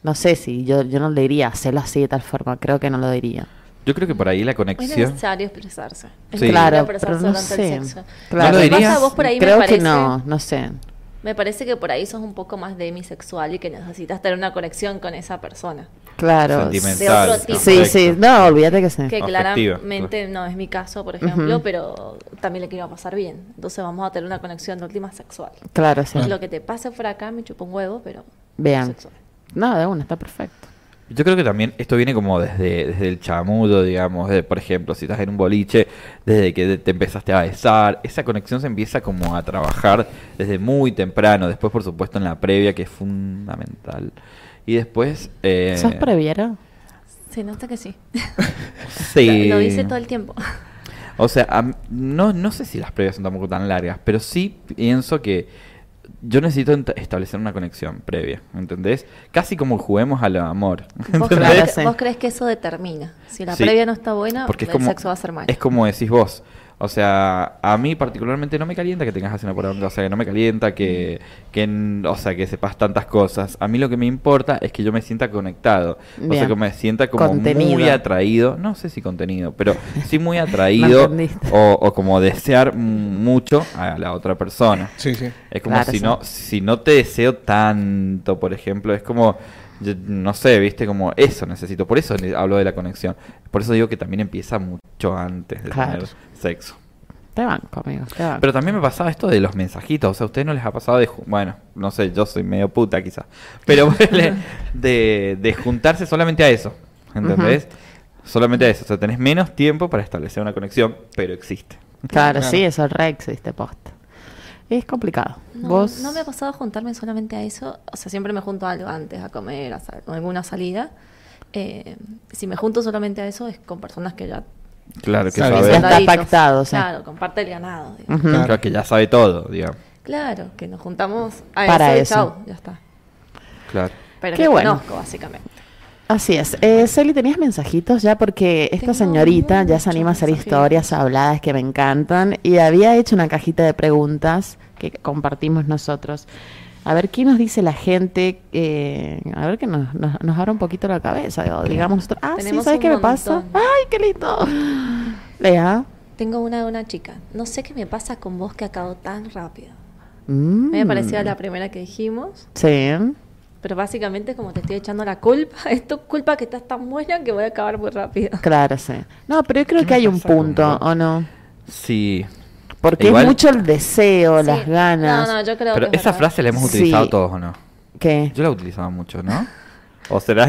Speaker 2: no sé si yo, yo no le diría hacerlo así de tal forma, creo que no lo diría.
Speaker 3: Yo creo que por ahí la
Speaker 5: Es
Speaker 3: conexión...
Speaker 5: necesario expresarse. Es
Speaker 3: Sí.
Speaker 5: necesario
Speaker 2: Claro,
Speaker 5: expresarse
Speaker 2: pero no
Speaker 5: durante el
Speaker 2: sé.
Speaker 5: sexo.
Speaker 2: Claro.
Speaker 3: ¿No lo
Speaker 5: Lo que pasa,
Speaker 3: dirías?
Speaker 5: vos por ahí me
Speaker 2: creo que
Speaker 5: parece-
Speaker 2: no, no sé.
Speaker 5: Me parece que por ahí sos un poco más demisexual y que necesitas tener una conexión con esa persona.
Speaker 2: Claro.
Speaker 3: Sentimental.
Speaker 5: De otro tipo.
Speaker 2: Sí, sí, no, olvídate que sí.
Speaker 5: Que
Speaker 3: Afectiva.
Speaker 5: claramente no es mi caso, por ejemplo, pero también le quiero pasar bien. Entonces vamos a tener una conexión de última sexual.
Speaker 2: Claro, sí.
Speaker 5: Lo que te pase por acá me chupa un huevo, pero
Speaker 2: Bien.
Speaker 5: sexual.
Speaker 2: No, de una, está perfecto.
Speaker 3: Yo creo que también esto viene como desde, desde el chamudo, digamos, de, por ejemplo, si estás en un boliche, desde que te empezaste a besar, esa conexión se empieza como a trabajar desde muy temprano, después por supuesto en la previa que es fundamental. Y después... Eh,
Speaker 2: ¿Sos previera?
Speaker 5: Se nota que sí.
Speaker 3: Sí.
Speaker 5: Lo dice todo el tiempo.
Speaker 3: O sea, a m- no, no sé si las previas son tampoco tan largas, pero sí pienso que yo necesito ent- establecer una conexión previa, ¿entendés? Casi como juguemos al amor.
Speaker 5: ¿Vos,
Speaker 3: ¿entendés?
Speaker 5: crees,
Speaker 2: sí.
Speaker 5: vos crees que eso determina? Si la
Speaker 3: Sí.
Speaker 5: previa no está buena,
Speaker 3: Porque es
Speaker 5: el
Speaker 3: como,
Speaker 5: sexo va a ser malo.
Speaker 3: Es como decís vos. O sea, a mí particularmente no me calienta que tengas acena por adentro, o sea, que no me calienta que, que, n- o sea, que sepas tantas cosas. A mí lo que me importa es que yo me sienta conectado, o sea,
Speaker 2: Bien.
Speaker 3: que me sienta como muy
Speaker 2: Contenido.
Speaker 3: atraído, no sé si contenido, pero sí muy atraído
Speaker 2: entendiste.
Speaker 3: o, o como desear m- mucho a la otra persona.
Speaker 4: Sí, sí.
Speaker 3: Es como
Speaker 2: Claro,
Speaker 3: si
Speaker 2: sí.
Speaker 3: no si no te deseo tanto, por ejemplo, es como yo no sé, viste como eso necesito, por eso le- hablo de la conexión. Por eso digo que también empieza mucho antes de
Speaker 2: Claro.
Speaker 3: tener sexo.
Speaker 2: Te banco, amigo, te banco.
Speaker 3: Pero también me pasaba esto de los mensajitos. O sea, a ustedes no les ha pasado de. ju- Bueno, no sé, yo soy medio puta quizás. Pero ponele, de, de juntarse solamente a eso. ¿Entendés? Solamente a eso. O sea, tenés menos tiempo para establecer una conexión, pero existe.
Speaker 2: Claro,
Speaker 4: Claro.
Speaker 2: sí, eso re existe post. Es complicado.
Speaker 5: No,
Speaker 2: Vos.
Speaker 5: no me ha pasado juntarme solamente a eso. O sea, siempre me junto a algo antes, a comer, a sal- a alguna salida. Eh, si me junto solamente a eso es con personas que ya...
Speaker 3: Claro que
Speaker 4: Claro.
Speaker 3: sabe.
Speaker 2: Ya está
Speaker 5: soldaditos.
Speaker 2: pactado, sí.
Speaker 5: Claro, comparte el ganado. digo.
Speaker 2: Ujú.
Speaker 4: Claro.
Speaker 3: Claro que ya sabe todo, digamos.
Speaker 5: Claro, que nos juntamos a
Speaker 2: Para
Speaker 5: eso, y
Speaker 2: eso.
Speaker 5: chau, ya está.
Speaker 3: Claro.
Speaker 5: Pero
Speaker 2: Qué
Speaker 5: que
Speaker 2: bueno.
Speaker 5: conozco, básicamente.
Speaker 2: Así es. Eh, Celi, ¿tenías mensajitos ya? Porque esta
Speaker 5: Tengo
Speaker 2: señorita ya se
Speaker 5: muchos
Speaker 2: anima a hacer
Speaker 5: mensajitos.
Speaker 2: historias habladas que me encantan y había hecho una cajita de preguntas que compartimos nosotros. A ver, ¿qué nos dice la gente? Eh, a ver, que nos, nos, nos abra un poquito la cabeza. digo, digamos nosotros, ah, sí,
Speaker 5: Tenemos
Speaker 2: ¿sabes
Speaker 5: un
Speaker 2: qué me pasa?
Speaker 5: montón.
Speaker 2: ¡Ay, qué lindo! Lea.
Speaker 5: Tengo una de una chica. No sé qué me pasa con vos que acabo tan rápido.
Speaker 2: Mm,
Speaker 5: Me parecía la primera que dijimos,
Speaker 2: Sí.
Speaker 5: pero básicamente es como te estoy echando la culpa. Es tu culpa que estás tan buena que voy a acabar muy rápido.
Speaker 2: Claro, sí. No, pero yo
Speaker 3: ¿Qué
Speaker 2: creo que
Speaker 3: me
Speaker 2: hay un
Speaker 3: pasa con
Speaker 2: punto,
Speaker 3: vos?
Speaker 2: ¿o no?
Speaker 3: Sí. E
Speaker 2: Porque
Speaker 3: Igual-
Speaker 2: es mucho el deseo, las
Speaker 5: Sí.
Speaker 2: ganas.
Speaker 5: No, no, yo creo
Speaker 3: Pero
Speaker 5: que es
Speaker 3: esa
Speaker 5: verdad.
Speaker 3: frase la hemos
Speaker 2: Sí.
Speaker 3: utilizado todos, ¿o no?
Speaker 2: ¿Qué?
Speaker 3: Yo la utilizaba mucho, ¿no? O será,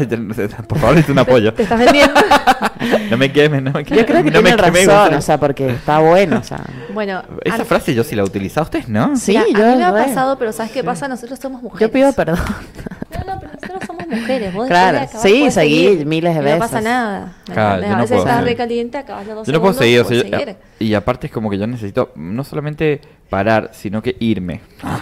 Speaker 3: por favor, es un apoyo.
Speaker 5: Te estás vendiendo.
Speaker 3: No me quemes, no me quemes.
Speaker 2: Yo creo que
Speaker 3: no me
Speaker 2: tienen
Speaker 3: quemes,
Speaker 2: razón,
Speaker 3: Gonzalo.
Speaker 2: o sea, porque está bueno, o sea.
Speaker 5: Bueno,
Speaker 3: Esa
Speaker 5: a-
Speaker 3: frase yo sí la utilizaba. ¿Ustedes no?
Speaker 2: Sí,
Speaker 5: mira,
Speaker 2: yo
Speaker 5: a mí me ha
Speaker 2: re.
Speaker 5: pasado, pero ¿sabes qué pasa? Nosotros somos mujeres.
Speaker 2: Yo pido perdón.
Speaker 5: No, no, pero nosotros somos mujeres. Vos después
Speaker 2: Claro,
Speaker 5: de acabar
Speaker 2: sí,
Speaker 5: podés
Speaker 2: seguí
Speaker 5: seguir,
Speaker 2: miles de
Speaker 5: y No pasa
Speaker 2: veces.
Speaker 5: nada. ¿me
Speaker 3: Claro,
Speaker 5: entendés?
Speaker 3: yo
Speaker 5: a
Speaker 3: no
Speaker 5: veces
Speaker 3: puedo
Speaker 5: estás
Speaker 3: seguir.
Speaker 5: recaliente, acabas los dos
Speaker 3: Yo no puedo seguir, o
Speaker 5: segundos,
Speaker 3: sea,
Speaker 5: podés
Speaker 3: yo-
Speaker 5: seguir.
Speaker 3: y aparte es como que yo necesito no solamente parar, sino que irme.
Speaker 5: Ah,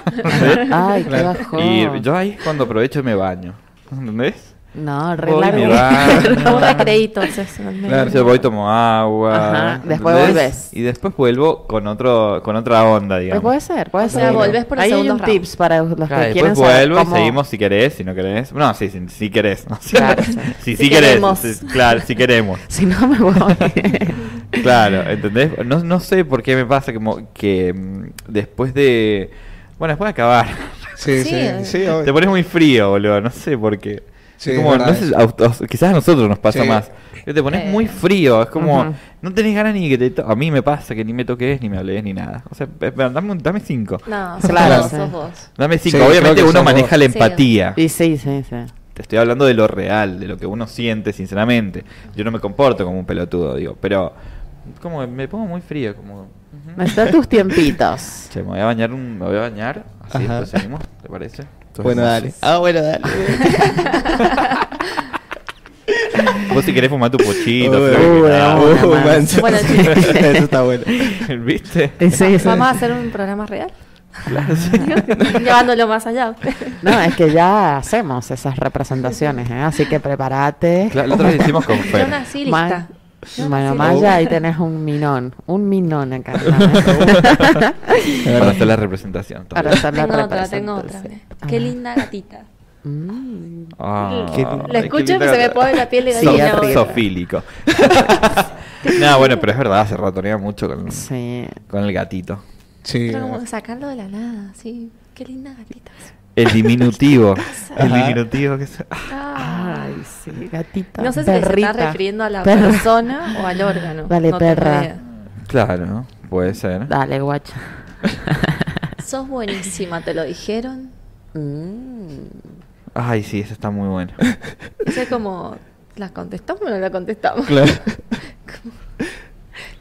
Speaker 2: Ay, qué
Speaker 4: Claro.
Speaker 2: bajón.
Speaker 3: Y yo ahí es cuando aprovecho y me baño. ¿Entendés?
Speaker 2: No, re
Speaker 3: Voy,
Speaker 2: largo.
Speaker 3: me baño.
Speaker 5: No me creí, entonces.
Speaker 4: Claro.
Speaker 3: Yo voy, tomo agua.
Speaker 2: Ajá, después
Speaker 3: ¿entendés?
Speaker 2: volvés.
Speaker 3: Y después vuelvo con otro con otra onda,
Speaker 2: Pero
Speaker 3: digamos.
Speaker 2: Pues puede ser, puede
Speaker 5: O
Speaker 2: ser.
Speaker 5: sea, volvés por el
Speaker 2: Ahí hay
Speaker 5: segundo
Speaker 2: un
Speaker 5: round.
Speaker 2: tips para los
Speaker 3: Claro,
Speaker 2: que
Speaker 3: después
Speaker 2: quieren saber
Speaker 3: vuelvo
Speaker 2: cómo-
Speaker 3: y seguimos si querés, si no querés. No, sí, si, si querés. ¿no?
Speaker 2: Claro, sí.
Speaker 3: si,
Speaker 5: Si
Speaker 3: si querés.
Speaker 5: queremos.
Speaker 3: si- claro, si queremos.
Speaker 2: Si no, me voy.
Speaker 3: Claro, ¿entendés? No, no sé por qué me pasa como que mm, después de... Bueno, después de acabar.
Speaker 4: Sí,
Speaker 5: Sí,
Speaker 4: sí,
Speaker 5: eh.
Speaker 4: sí.
Speaker 3: Te
Speaker 4: obvio.
Speaker 3: pones muy frío, boludo. No sé por qué.
Speaker 4: Sí,
Speaker 3: Es
Speaker 4: es
Speaker 3: como,
Speaker 4: verdad
Speaker 3: no sé,
Speaker 4: eso.
Speaker 3: a ut- os- quizás a nosotros nos pasa
Speaker 4: Sí.
Speaker 3: más. Que Te pones
Speaker 5: Eh.
Speaker 3: muy frío. Es como...
Speaker 2: Ujú.
Speaker 3: No tenés ganas ni que te... to- A mí me pasa que ni me toques, ni me hables, ni nada. O sea, pe- pe- dame, un- dame cinco.
Speaker 5: No,
Speaker 2: Claro,
Speaker 5: claro,
Speaker 2: sí.
Speaker 5: sos vos.
Speaker 3: Dame cinco.
Speaker 4: Sí, creo
Speaker 3: Obviamente
Speaker 4: que
Speaker 3: uno
Speaker 4: somos-
Speaker 3: maneja la
Speaker 5: Sí.
Speaker 3: empatía.
Speaker 2: Y sí, sí, sí.
Speaker 3: Te estoy hablando de lo real, de lo que uno siente, sinceramente. Yo no me comporto como un pelotudo, digo, pero como que me pongo muy frío, como... ujú.
Speaker 2: Necesitas tus tiempitos.
Speaker 3: Che, me voy a bañar, un- me voy a bañar, así
Speaker 4: Ajá.
Speaker 3: después seguimos, ¿te parece?
Speaker 4: Bueno, dale. Ah, bueno, dale.
Speaker 3: Vos si querés fumar tu pochito,
Speaker 4: Uy,
Speaker 3: Flor, que nada.
Speaker 4: uy,
Speaker 2: Una más.
Speaker 4: manso.
Speaker 5: Bueno, sí.
Speaker 4: Eso está bueno.
Speaker 3: ¿viste?
Speaker 2: Sí, sí, sí.
Speaker 5: Vamos a hacer un programa real.
Speaker 3: Claro, sí.
Speaker 5: Llevándolo más allá.
Speaker 2: No, es que ya hacemos esas representaciones, ¿eh? así que prepárate.
Speaker 3: Claro, la otra vez hicimos con
Speaker 5: Yo
Speaker 3: Fer.
Speaker 5: nací
Speaker 2: Ma-
Speaker 5: lista.
Speaker 2: Bueno,
Speaker 5: sí.
Speaker 2: Maya, ahí tenés un minón. Un minón acá. ¿sabes?
Speaker 3: Para hacer la representación. tal
Speaker 2: Para
Speaker 3: vez.
Speaker 2: hacer la
Speaker 5: Tengo otra, tengo otra.
Speaker 2: representación.
Speaker 5: Qué linda gatita.
Speaker 2: Mm.
Speaker 3: Ah,
Speaker 4: Qué-
Speaker 3: ay,
Speaker 4: La
Speaker 3: qué
Speaker 5: escucho
Speaker 3: linda
Speaker 5: que se me
Speaker 3: gata.
Speaker 5: pone la piel de
Speaker 3: So-
Speaker 2: gallina ahora.
Speaker 3: Sofílico. no, bueno, pero es verdad, se ratoneaba mucho con,
Speaker 2: Sí.
Speaker 3: con el gatito.
Speaker 4: Sí.
Speaker 5: Pero como sacarlo de la nada, sí. Qué linda gatita.
Speaker 3: El diminutivo. el
Speaker 4: Ajá.
Speaker 3: diminutivo que se-
Speaker 5: Ah.
Speaker 2: Ay, sí, gatita.
Speaker 5: No sé si se
Speaker 2: perrita.
Speaker 5: está refiriendo a la
Speaker 2: Perra.
Speaker 5: persona o al órgano.
Speaker 2: Dale,
Speaker 5: no tengo
Speaker 2: perra.
Speaker 5: idea.
Speaker 3: Claro, puede ser.
Speaker 2: Dale, guacha.
Speaker 5: Sos buenísima, te lo dijeron.
Speaker 2: Mm.
Speaker 3: Ay, sí, esa está muy buena.
Speaker 5: No sé cómo. ¿La contestamos o no la contestamos?
Speaker 4: Claro.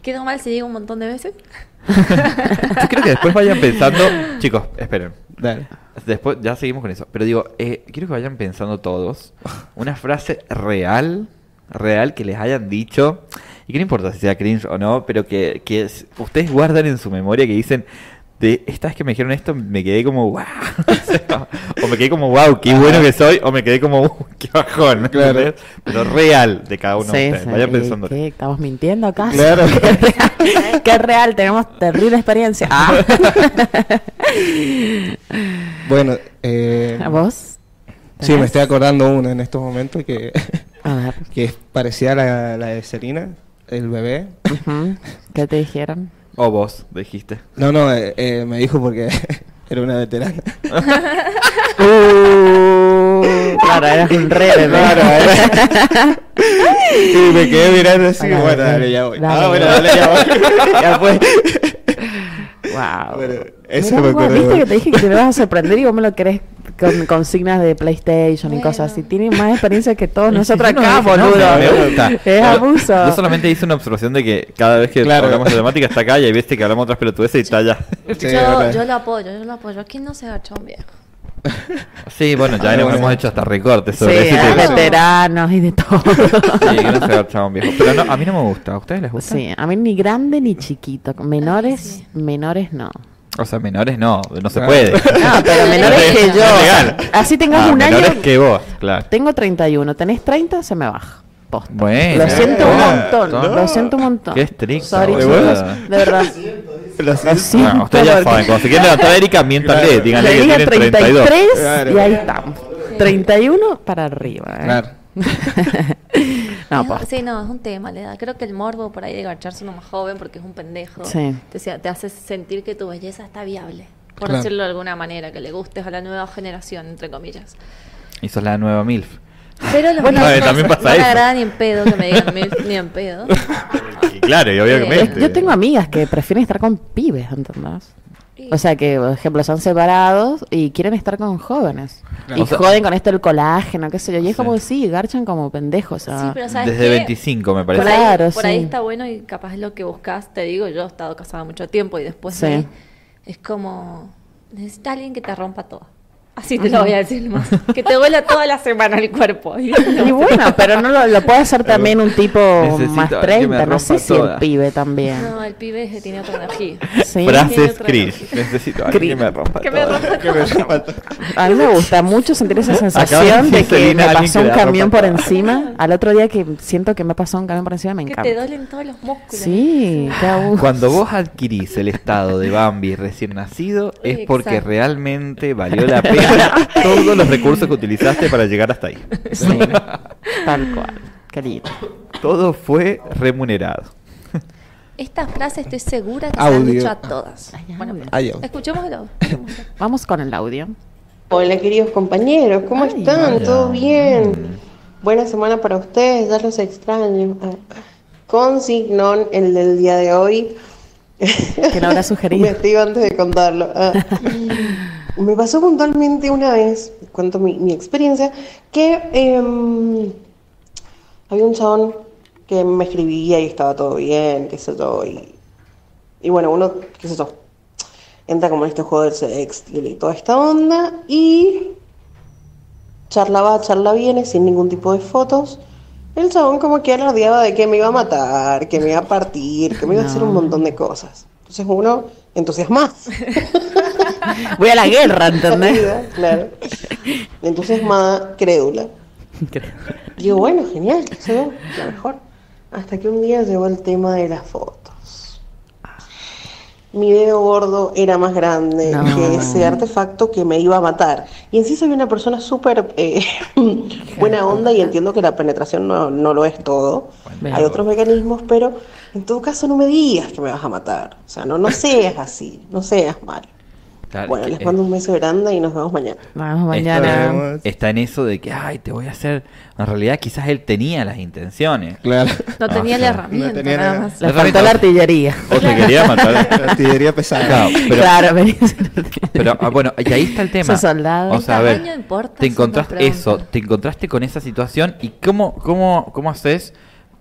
Speaker 5: Quedó mal si digo un montón de veces.
Speaker 3: Yo creo que después vayan pensando. Chicos, esperen.
Speaker 4: Dale.
Speaker 3: Después ya seguimos con eso. Pero digo, eh, quiero que vayan pensando todos una frase real, real que les hayan dicho. Y que no importa si sea cringe o no, pero que, que s- ustedes guardan en su memoria que dicen. de esta vez que me dijeron esto, me quedé como wow. o me quedé como wow, qué bueno que soy, o me quedé como "Uh, qué bajón.
Speaker 4: Claro.
Speaker 3: ¿entendés? Pero real de cada uno de
Speaker 2: Sí,
Speaker 3: ustedes.
Speaker 2: sí.
Speaker 3: Vayan
Speaker 2: Eh,
Speaker 3: pensando.
Speaker 2: ¿qué? ¿Estamos mintiendo acá?
Speaker 4: Claro.
Speaker 2: Qué real, qué real, tenemos terrible experiencia. Ah.
Speaker 4: Bueno, eh,
Speaker 2: ¿A vos?
Speaker 4: sí, me estoy acordando una en estos momentos que,
Speaker 2: A ver.
Speaker 4: que es parecida a la, la de Selena, el bebé.
Speaker 2: ujú, ¿Qué te dijeron?
Speaker 3: O vos dijiste.
Speaker 4: No, no, eh, eh, me dijo porque era una veterana.
Speaker 2: Uh, claro, eras un re bebé.
Speaker 4: Claro, ¿eh? era- Y me quedé mirando así,
Speaker 2: Hola,
Speaker 4: bueno,
Speaker 2: bebé.
Speaker 4: dale, ya voy.
Speaker 2: Dale,
Speaker 4: ah, bueno,
Speaker 2: bebé.
Speaker 4: dale, ya voy. ya fue.
Speaker 2: Wow.
Speaker 4: Bueno, eso me acuerdo.
Speaker 2: ¿Viste que te dije que te lo vas a sorprender y vos me lo querés con consignas de PlayStation y
Speaker 5: Bueno.
Speaker 2: cosas así? Tiene más experiencia que todos nosotros
Speaker 3: Yo no
Speaker 2: acá,
Speaker 3: dije nada,
Speaker 2: boludo.
Speaker 3: me gusta.
Speaker 2: Es
Speaker 3: Yo-
Speaker 2: abuso.
Speaker 3: Yo solamente hice una observación de que cada vez que
Speaker 4: Claro.
Speaker 3: hablamos de temática está acá y hay veces que hablamos otras pelotudeces y está allá.
Speaker 4: Sí,
Speaker 5: yo,
Speaker 4: ahora-
Speaker 5: yo lo apoyo, yo lo apoyo. Aquí no se agachó un viejo.
Speaker 3: Sí, bueno, ya
Speaker 4: Ah,
Speaker 3: hemos,
Speaker 4: bueno.
Speaker 3: hemos hecho hasta recortes
Speaker 2: Sí, ah,
Speaker 3: sobre ese
Speaker 2: hay
Speaker 3: tema.
Speaker 5: eso.
Speaker 2: veteranos y de todo.
Speaker 3: Sí, que no se haga chabón viejo. Pero no, a mí no me gusta. ¿A ustedes les gusta?
Speaker 2: Sí, a mí ni grande ni chiquito. Menores,
Speaker 5: sí.
Speaker 2: menores no.
Speaker 3: O sea, menores no, no se
Speaker 4: Ah.
Speaker 3: puede.
Speaker 2: No, pero
Speaker 5: No
Speaker 2: menores
Speaker 5: es
Speaker 2: que
Speaker 5: legal.
Speaker 2: yo.
Speaker 3: No es legal.
Speaker 2: Así tengas
Speaker 3: Ah,
Speaker 2: un año.
Speaker 3: menores que vos, claro.
Speaker 2: Tengo 31, tenés 30, se me baja. Posta.
Speaker 3: Bueno.
Speaker 2: Lo siento un
Speaker 4: Ah,
Speaker 2: montón,
Speaker 3: no.
Speaker 2: lo siento un montón.
Speaker 3: Qué estricta,
Speaker 2: Sorry,
Speaker 3: boluda.
Speaker 2: chicos, de verdad.
Speaker 4: Lo siento.
Speaker 2: Lo siento.
Speaker 3: Bueno, Ah, ustedes ya
Speaker 2: porque-
Speaker 3: saben, cuando se quieren levantar a Erika, miéntanle,
Speaker 4: Claro.
Speaker 3: díganle
Speaker 2: Le
Speaker 3: que
Speaker 2: dije
Speaker 3: tienen 32.
Speaker 2: 33
Speaker 4: Claro.
Speaker 2: y ahí estamos. 31 para arriba. ¿eh?
Speaker 4: Claro.
Speaker 2: no,
Speaker 3: Ah,
Speaker 5: Es-
Speaker 2: posta.
Speaker 5: sí, no, es un tema, le da. Creo que el morbo por ahí de agacharse uno más joven porque es un pendejo.
Speaker 2: Sí.
Speaker 5: Te, sea- te hace sentir que tu belleza está viable, por
Speaker 4: Claro.
Speaker 5: decirlo de alguna manera, que le gustes a la nueva generación, entre comillas.
Speaker 3: Y sos la nueva MILF.
Speaker 5: Pero los
Speaker 3: Bueno,
Speaker 5: viejos
Speaker 3: eh, también pasa
Speaker 5: no me
Speaker 3: eso.
Speaker 5: agrada ni en pedo que me digan mil- ni en pedo. Eh,
Speaker 3: Y claro, y obviamente.
Speaker 2: Yo tengo amigas que prefieren estar con pibes, ¿entendés? O sea que, por ejemplo, son separados y quieren estar con jóvenes.
Speaker 4: Claro.
Speaker 2: Y
Speaker 3: O sea-
Speaker 2: joden con esto el colágeno, qué sé yo. Y
Speaker 3: Sí.
Speaker 2: es como, sí, garchan como pendejos. o sea,
Speaker 5: Sí, pero ¿sabes
Speaker 3: Desde
Speaker 5: qué?
Speaker 3: 25, me
Speaker 5: Por,
Speaker 3: parece.
Speaker 5: ahí,
Speaker 2: Claro,
Speaker 5: por ahí
Speaker 2: sí.
Speaker 5: está bueno y capaz es lo que buscas. Te digo, yo he estado casada mucho tiempo y después
Speaker 2: Sí.
Speaker 5: de ahí es como. Necesitas alguien que te rompa todo. Así te lo voy a decir más. que te duela toda la semana el cuerpo.
Speaker 2: Y bueno, pero no lo, lo puede hacer también un tipo
Speaker 3: Necesito
Speaker 2: más
Speaker 3: a alguien que me
Speaker 2: 30, no sé
Speaker 3: rompa
Speaker 2: si el
Speaker 3: toda.
Speaker 2: pibe también.
Speaker 5: No, el pibe es que tiene otra energía.
Speaker 2: Sí.
Speaker 5: Tiene
Speaker 3: Frases
Speaker 5: otra
Speaker 3: cringe.
Speaker 5: cosa.
Speaker 3: Necesito a alguien que
Speaker 2: Cringe.
Speaker 3: me rompa
Speaker 5: Que me
Speaker 3: todo.
Speaker 5: rompa
Speaker 4: Que me rompa todo.
Speaker 2: A mí me gusta mucho sentir esa sensación
Speaker 3: Acaban de
Speaker 2: de que
Speaker 3: Selena,
Speaker 2: me
Speaker 3: alguien que
Speaker 2: pasó un
Speaker 3: la rompa
Speaker 2: camión por
Speaker 3: toda.
Speaker 2: encima. Al otro día que siento que me pasó un camión por encima, me
Speaker 5: Que te
Speaker 2: encanta.
Speaker 5: duelen todos los músculos.
Speaker 2: Sí, qué abuso.
Speaker 3: Cuando vos adquirís el estado de Bambi recién nacido es porque
Speaker 5: Exacto.
Speaker 3: realmente valió la pena todos los recursos que utilizaste para llegar hasta ahí.
Speaker 2: Sí, tal cual. Qué lindo.
Speaker 3: Todo fue remunerado.
Speaker 5: Esta frase estoy segura que se
Speaker 4: Audio.
Speaker 5: han dicho a todas.
Speaker 2: Ay,
Speaker 5: Bueno,
Speaker 2: audio.
Speaker 4: Ay, yo.
Speaker 5: escuchémoslo.
Speaker 2: pues, Vamos con el audio.
Speaker 6: Hola queridos compañeros, ¿cómo
Speaker 2: Ay,
Speaker 6: están?
Speaker 3: hola.
Speaker 6: Ah, ¿Todo bien?
Speaker 3: Mm.
Speaker 6: Buena semana para ustedes, ya los extraño. Ah, Con Signón, el del día de hoy.
Speaker 2: Que lo habrá sugerido.
Speaker 6: Me digo antes de contarlo. Ah. Me pasó puntualmente una vez, cuento mi, mi experiencia, que em, había un chabón que me escribía y estaba todo bien, qué sé yo, y, y bueno, uno, qué sé yo, entra como en este juego del sextil y toda esta onda, y charla va, charla viene, sin ningún tipo de fotos. El chabón como que alardeaba de que me iba a matar, que me iba a partir, que me iba a hacer un
Speaker 2: No.
Speaker 6: montón de cosas. Entonces uno entusiasma.
Speaker 2: Voy a la guerra, ¿entendés?
Speaker 6: Claro. Entusiasmada, crédula. Digo, bueno, genial, qué sé yo, lo mejor. Hasta que un día llegó el tema de las fotos. Mi dedo gordo era más grande
Speaker 2: No.
Speaker 6: que ese artefacto que me iba a matar. Y en sí soy una persona súper eh, buena onda y entiendo que la penetración no, no lo es todo.
Speaker 2: Bueno.
Speaker 6: Hay otros mecanismos, pero en todo caso no me digas que me vas a matar. O sea, no, no seas así, no seas malo.
Speaker 3: Claro,
Speaker 6: Bueno,
Speaker 3: que,
Speaker 6: les
Speaker 3: eh,
Speaker 6: mando un beso grande y nos vemos mañana.
Speaker 2: Vamos
Speaker 3: está-
Speaker 2: mañana.
Speaker 4: Vemos.
Speaker 3: Está en eso de que, ay, te voy a hacer. En realidad, quizás él tenía las intenciones.
Speaker 4: Claro.
Speaker 5: No
Speaker 3: Ah,
Speaker 5: tenía la
Speaker 3: claro.
Speaker 5: herramienta,
Speaker 4: No tenía
Speaker 5: nada
Speaker 4: nada.
Speaker 5: más.
Speaker 2: Le faltó la artillería.
Speaker 3: O te quería
Speaker 4: La
Speaker 3: matar.
Speaker 4: artillería pesada.
Speaker 3: Claro, pero,
Speaker 2: claro,
Speaker 3: pero, ah, bueno, y ahí está el tema.
Speaker 2: Sos soldado.
Speaker 3: O sea, a ver,
Speaker 5: Tamaño importa,
Speaker 3: te
Speaker 5: es una
Speaker 3: encontraste
Speaker 5: pregunta.
Speaker 3: eso, te encontraste con esa situación y cómo, cómo, cómo haces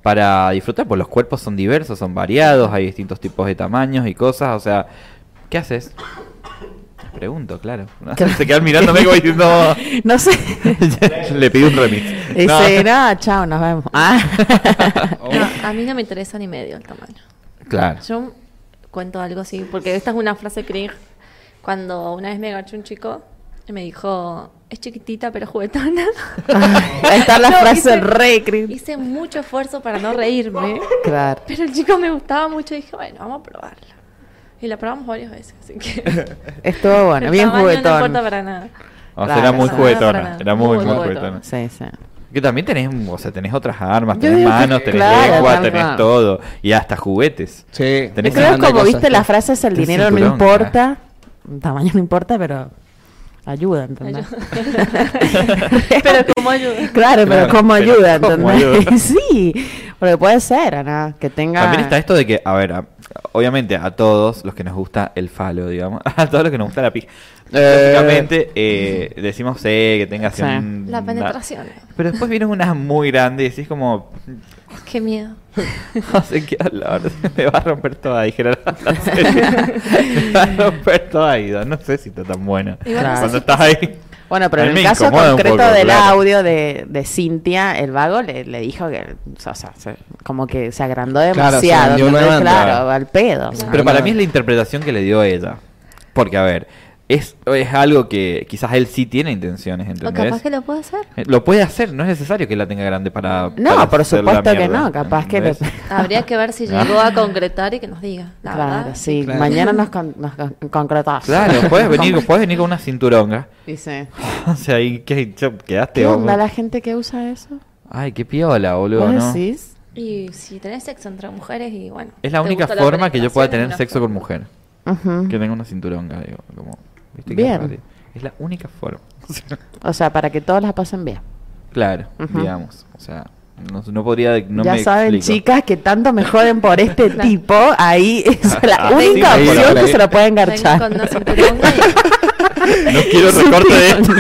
Speaker 3: para disfrutar, pues los cuerpos son diversos, son variados, hay distintos tipos de tamaños y cosas, o sea, ¿qué haces? Pregunto, claro. Se quedan mirándome como diciendo,
Speaker 2: No sé.
Speaker 3: le pido un remix. No.
Speaker 2: Dice, no, chao, nos vemos. Ah.
Speaker 5: ah. No, a mí no me interesa ni medio el tamaño.
Speaker 3: Claro.
Speaker 5: Yo, cuento algo así, porque esta es una frase cringe. Cuando una vez me agachó un chico, me dijo, es chiquitita pero juguetona.
Speaker 2: Ahí está la
Speaker 5: No,
Speaker 2: frase
Speaker 5: hice-
Speaker 2: re cringe.
Speaker 5: Hice mucho esfuerzo para no reírme,
Speaker 2: Claro.
Speaker 5: pero el chico me gustaba mucho y dije, bueno, vamos a probarla. Y la probamos varias veces, así que...
Speaker 2: Estuvo bueno,
Speaker 5: el
Speaker 2: bien
Speaker 5: tamaño No
Speaker 2: juguetón.
Speaker 5: importa para nada.
Speaker 3: O sea,
Speaker 2: Claro,
Speaker 3: era muy
Speaker 5: claro,
Speaker 3: juguetona.
Speaker 5: claro.
Speaker 3: Era muy,
Speaker 5: Muy
Speaker 3: muy
Speaker 5: juguetona.
Speaker 3: juguetona.
Speaker 2: Sí, sí.
Speaker 3: Que también tenés, o sea, tenés otras armas,
Speaker 2: Yo
Speaker 3: tenés
Speaker 2: digo que-
Speaker 3: manos, tenés
Speaker 2: claro,
Speaker 3: lengua,
Speaker 2: también.
Speaker 3: tenés todo. Y hasta juguetes.
Speaker 4: Sí.
Speaker 3: Tenés
Speaker 2: Yo
Speaker 3: un
Speaker 2: creo
Speaker 4: montón
Speaker 2: como
Speaker 4: de cosas,
Speaker 2: viste
Speaker 4: sí.
Speaker 2: la frase es el
Speaker 3: Tenés
Speaker 2: dinero no
Speaker 3: cinturón, Ah.
Speaker 2: importa, tamaño no importa, pero ayuda, ¿entendés?
Speaker 5: Pero cómo ayuda.
Speaker 2: Claro, pero
Speaker 3: Claro,
Speaker 2: cómo
Speaker 3: pero
Speaker 2: ayuda,
Speaker 3: ¿cómo ayuda?
Speaker 2: ¿entendés? sí, porque puede ser, ¿no? Que tenga...
Speaker 3: También está esto de que, a ver, a- obviamente a todos los que nos gusta el falo, digamos, a todos los que nos gusta la pija, lógicamente eh, decimos eh, que tengas
Speaker 2: Sí.
Speaker 5: La
Speaker 2: Mm,
Speaker 5: penetración.
Speaker 3: Pero después vienen unas muy grandes y decís como,
Speaker 5: Qué miedo.
Speaker 3: no sé qué hablar, me va a romper toda, dijeron la serie. Me va a romper toda, Ido, no sé si está tan buena.
Speaker 5: Igual
Speaker 2: no sé
Speaker 3: Cuando
Speaker 2: si-
Speaker 3: estás ahí.
Speaker 2: Bueno, pero
Speaker 3: A mí
Speaker 2: en
Speaker 3: me
Speaker 2: el caso
Speaker 3: incomoda un
Speaker 2: concreto
Speaker 3: poco,
Speaker 2: del
Speaker 3: claro.
Speaker 2: audio de, de Cintia, el vago le, le dijo que, o sea, se- como que se agrandó
Speaker 4: se
Speaker 2: demasiado.
Speaker 4: vendió una
Speaker 2: entonces,
Speaker 4: banda.
Speaker 2: claro, al pedo. o sea.
Speaker 3: Pero para mí es la interpretación que le dio ella. Porque, a ver, es, es algo que quizás él sí tiene intenciones,
Speaker 5: O
Speaker 3: ¿entendés?
Speaker 5: capaz que lo puedo hacer.
Speaker 3: Eh, Lo puede hacer, no es necesario que la tenga grande para. para
Speaker 2: No, por
Speaker 3: hacer la
Speaker 2: supuesto que
Speaker 3: mierda,
Speaker 2: no, capaz que...
Speaker 3: ¿entendés?
Speaker 2: le-
Speaker 5: Habría que ver si llegó a concretar y que nos diga. La
Speaker 2: Claro,
Speaker 5: verdad.
Speaker 2: sí.
Speaker 4: Claro.
Speaker 2: Mañana nos, con, nos con- concretás.
Speaker 3: Claro, puedes venir, puedes venir con una cinturonga.
Speaker 2: Dice.
Speaker 3: o sea, ahí que, yo- quedaste.
Speaker 2: ¿Qué
Speaker 3: vos-
Speaker 2: onda la gente que usa eso?
Speaker 3: Ay, qué piola, boludo,
Speaker 2: ¿Vos
Speaker 3: ¿no?
Speaker 2: decís?
Speaker 5: Y si tenés sexo entre mujeres y bueno.
Speaker 3: Es la
Speaker 5: te
Speaker 3: única
Speaker 5: gusta la
Speaker 3: forma que yo pueda
Speaker 5: penetración,
Speaker 3: tener
Speaker 5: es
Speaker 3: sexo
Speaker 5: una
Speaker 3: con mujer.
Speaker 2: Ujú.
Speaker 3: Que tenga una cinturonga, digo. Como, ¿viste qué
Speaker 2: Bien.
Speaker 3: raro? Es la única forma. O sea,
Speaker 2: O sea, para que todos la pasen bien.
Speaker 3: claro,
Speaker 2: Ujú.
Speaker 3: digamos. O sea, no, no podría. No
Speaker 2: ya
Speaker 3: me
Speaker 2: saben,
Speaker 3: explico.
Speaker 2: chicas, que tanto me joden por este tipo. Ahí es la
Speaker 3: Ah, sí,
Speaker 2: única
Speaker 3: ahí,
Speaker 2: opción
Speaker 4: ahí.
Speaker 2: que se lo pueden
Speaker 5: forma. Venga
Speaker 2: engarchar.
Speaker 5: con una cinturonga
Speaker 3: No quiero recorte de esto.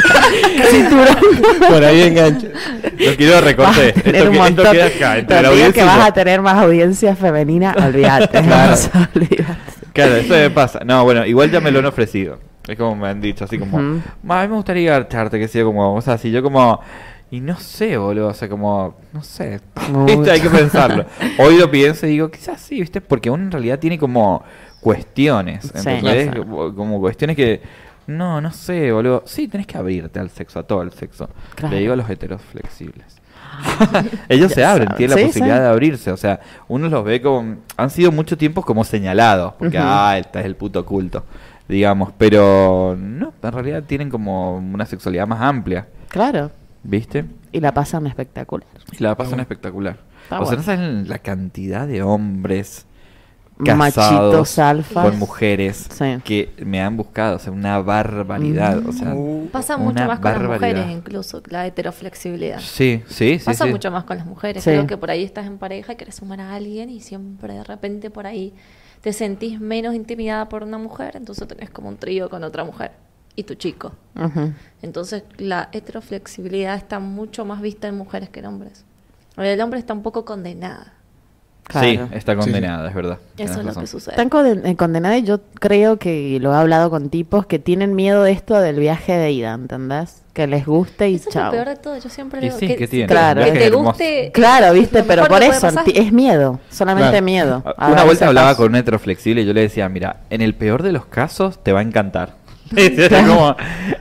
Speaker 4: Por ahí engancho.
Speaker 3: No quiero recorte de esto.
Speaker 2: Vas a tener
Speaker 3: que-
Speaker 2: un
Speaker 3: esto
Speaker 2: montón.
Speaker 3: queda acá, entre
Speaker 2: Te
Speaker 3: la
Speaker 2: digo
Speaker 3: audiencia
Speaker 2: que
Speaker 3: y yo.
Speaker 2: vas a tener más audiencia femenina, olvídate.
Speaker 4: Claro.
Speaker 2: o sea, olvídate.
Speaker 3: Claro, eso me pasa. No, bueno, igual ya me lo han ofrecido. Es como me han dicho, así como,
Speaker 2: Ujú.
Speaker 3: "Ma, a mí me gustaría agacharte, que sea como, o sea, así yo como, y no sé, boludo, o sea, como, no sé,
Speaker 2: Mucho.
Speaker 3: ¿Viste? hay que pensarlo. Hoy lo pienso y digo, quizás sí, ¿viste? Porque uno en realidad tiene como cuestiones,
Speaker 2: Sí,
Speaker 3: ¿entendés?
Speaker 2: claro.
Speaker 3: Como- Como cuestiones que, no, no sé, boludo, sí, tenés que abrirte al sexo, a todo el sexo.
Speaker 2: Claro.
Speaker 3: Le digo a los heteros flexibles. Ellos se
Speaker 2: Ya
Speaker 3: abren,
Speaker 2: saben.
Speaker 3: tienen
Speaker 2: Sí,
Speaker 3: la posibilidad
Speaker 2: sí.
Speaker 3: de abrirse. O sea, uno los ve como. Han sido mucho tiempo como señalados. Porque,
Speaker 2: Ujú.
Speaker 3: ah, este es el puto culto. Digamos. Pero no, en realidad tienen como una sexualidad más amplia.
Speaker 2: Claro.
Speaker 3: ¿Viste?
Speaker 2: Y la pasan espectacular.
Speaker 3: Y la pasan espectacular.
Speaker 2: Está
Speaker 3: o sea,
Speaker 2: bueno.
Speaker 3: no saben la cantidad de hombres.
Speaker 2: Machitos
Speaker 3: Casados
Speaker 2: alfas.
Speaker 3: con mujeres
Speaker 2: Sí.
Speaker 3: que me han buscado, o sea, una barbaridad. O sea,
Speaker 2: Mm.
Speaker 4: Uh,
Speaker 5: Pasa mucho
Speaker 3: una
Speaker 5: más con las
Speaker 3: barbaridad.
Speaker 5: mujeres, incluso la heteroflexibilidad.
Speaker 3: Sí, sí, sí.
Speaker 5: Pasa
Speaker 3: sí.
Speaker 5: mucho más con las mujeres.
Speaker 2: Sí.
Speaker 5: Creo que por ahí estás en pareja y querés sumar a alguien y siempre de repente por ahí te sentís menos intimidada por una mujer, entonces tenés como un trío con otra mujer y tu chico.
Speaker 2: Ujú.
Speaker 5: Entonces la heteroflexibilidad está mucho más vista en mujeres que en hombres. El hombre está un poco condenada.
Speaker 3: Sí,
Speaker 2: Claro.
Speaker 3: está
Speaker 4: Sí.
Speaker 3: condenada, es verdad. Tenés
Speaker 5: Eso es lo
Speaker 3: razón.
Speaker 5: que sucede.
Speaker 2: Están conden- eh, condenadas y yo creo que y lo he hablado con tipos que tienen miedo de esto del viaje de ida, ¿entendés? Que les guste y
Speaker 5: Eso es lo
Speaker 2: chao.
Speaker 5: peor de todo. Yo siempre
Speaker 3: Y
Speaker 5: digo
Speaker 3: sí, ¿qué tiene?
Speaker 2: Claro.
Speaker 5: que te
Speaker 3: Viajes
Speaker 5: guste.
Speaker 2: Claro,
Speaker 5: es
Speaker 2: viste,
Speaker 5: lo
Speaker 2: pero
Speaker 5: mejor
Speaker 2: por
Speaker 5: que puede
Speaker 2: eso
Speaker 5: pasar.
Speaker 2: ti- es miedo, solamente
Speaker 4: Claro.
Speaker 2: miedo. A
Speaker 3: Ah, Una
Speaker 2: ver,
Speaker 3: vuelta
Speaker 2: capaz.
Speaker 3: hablaba con un hetero flexible y yo le decía, mira, en el peor de los casos te va a encantar. Era como,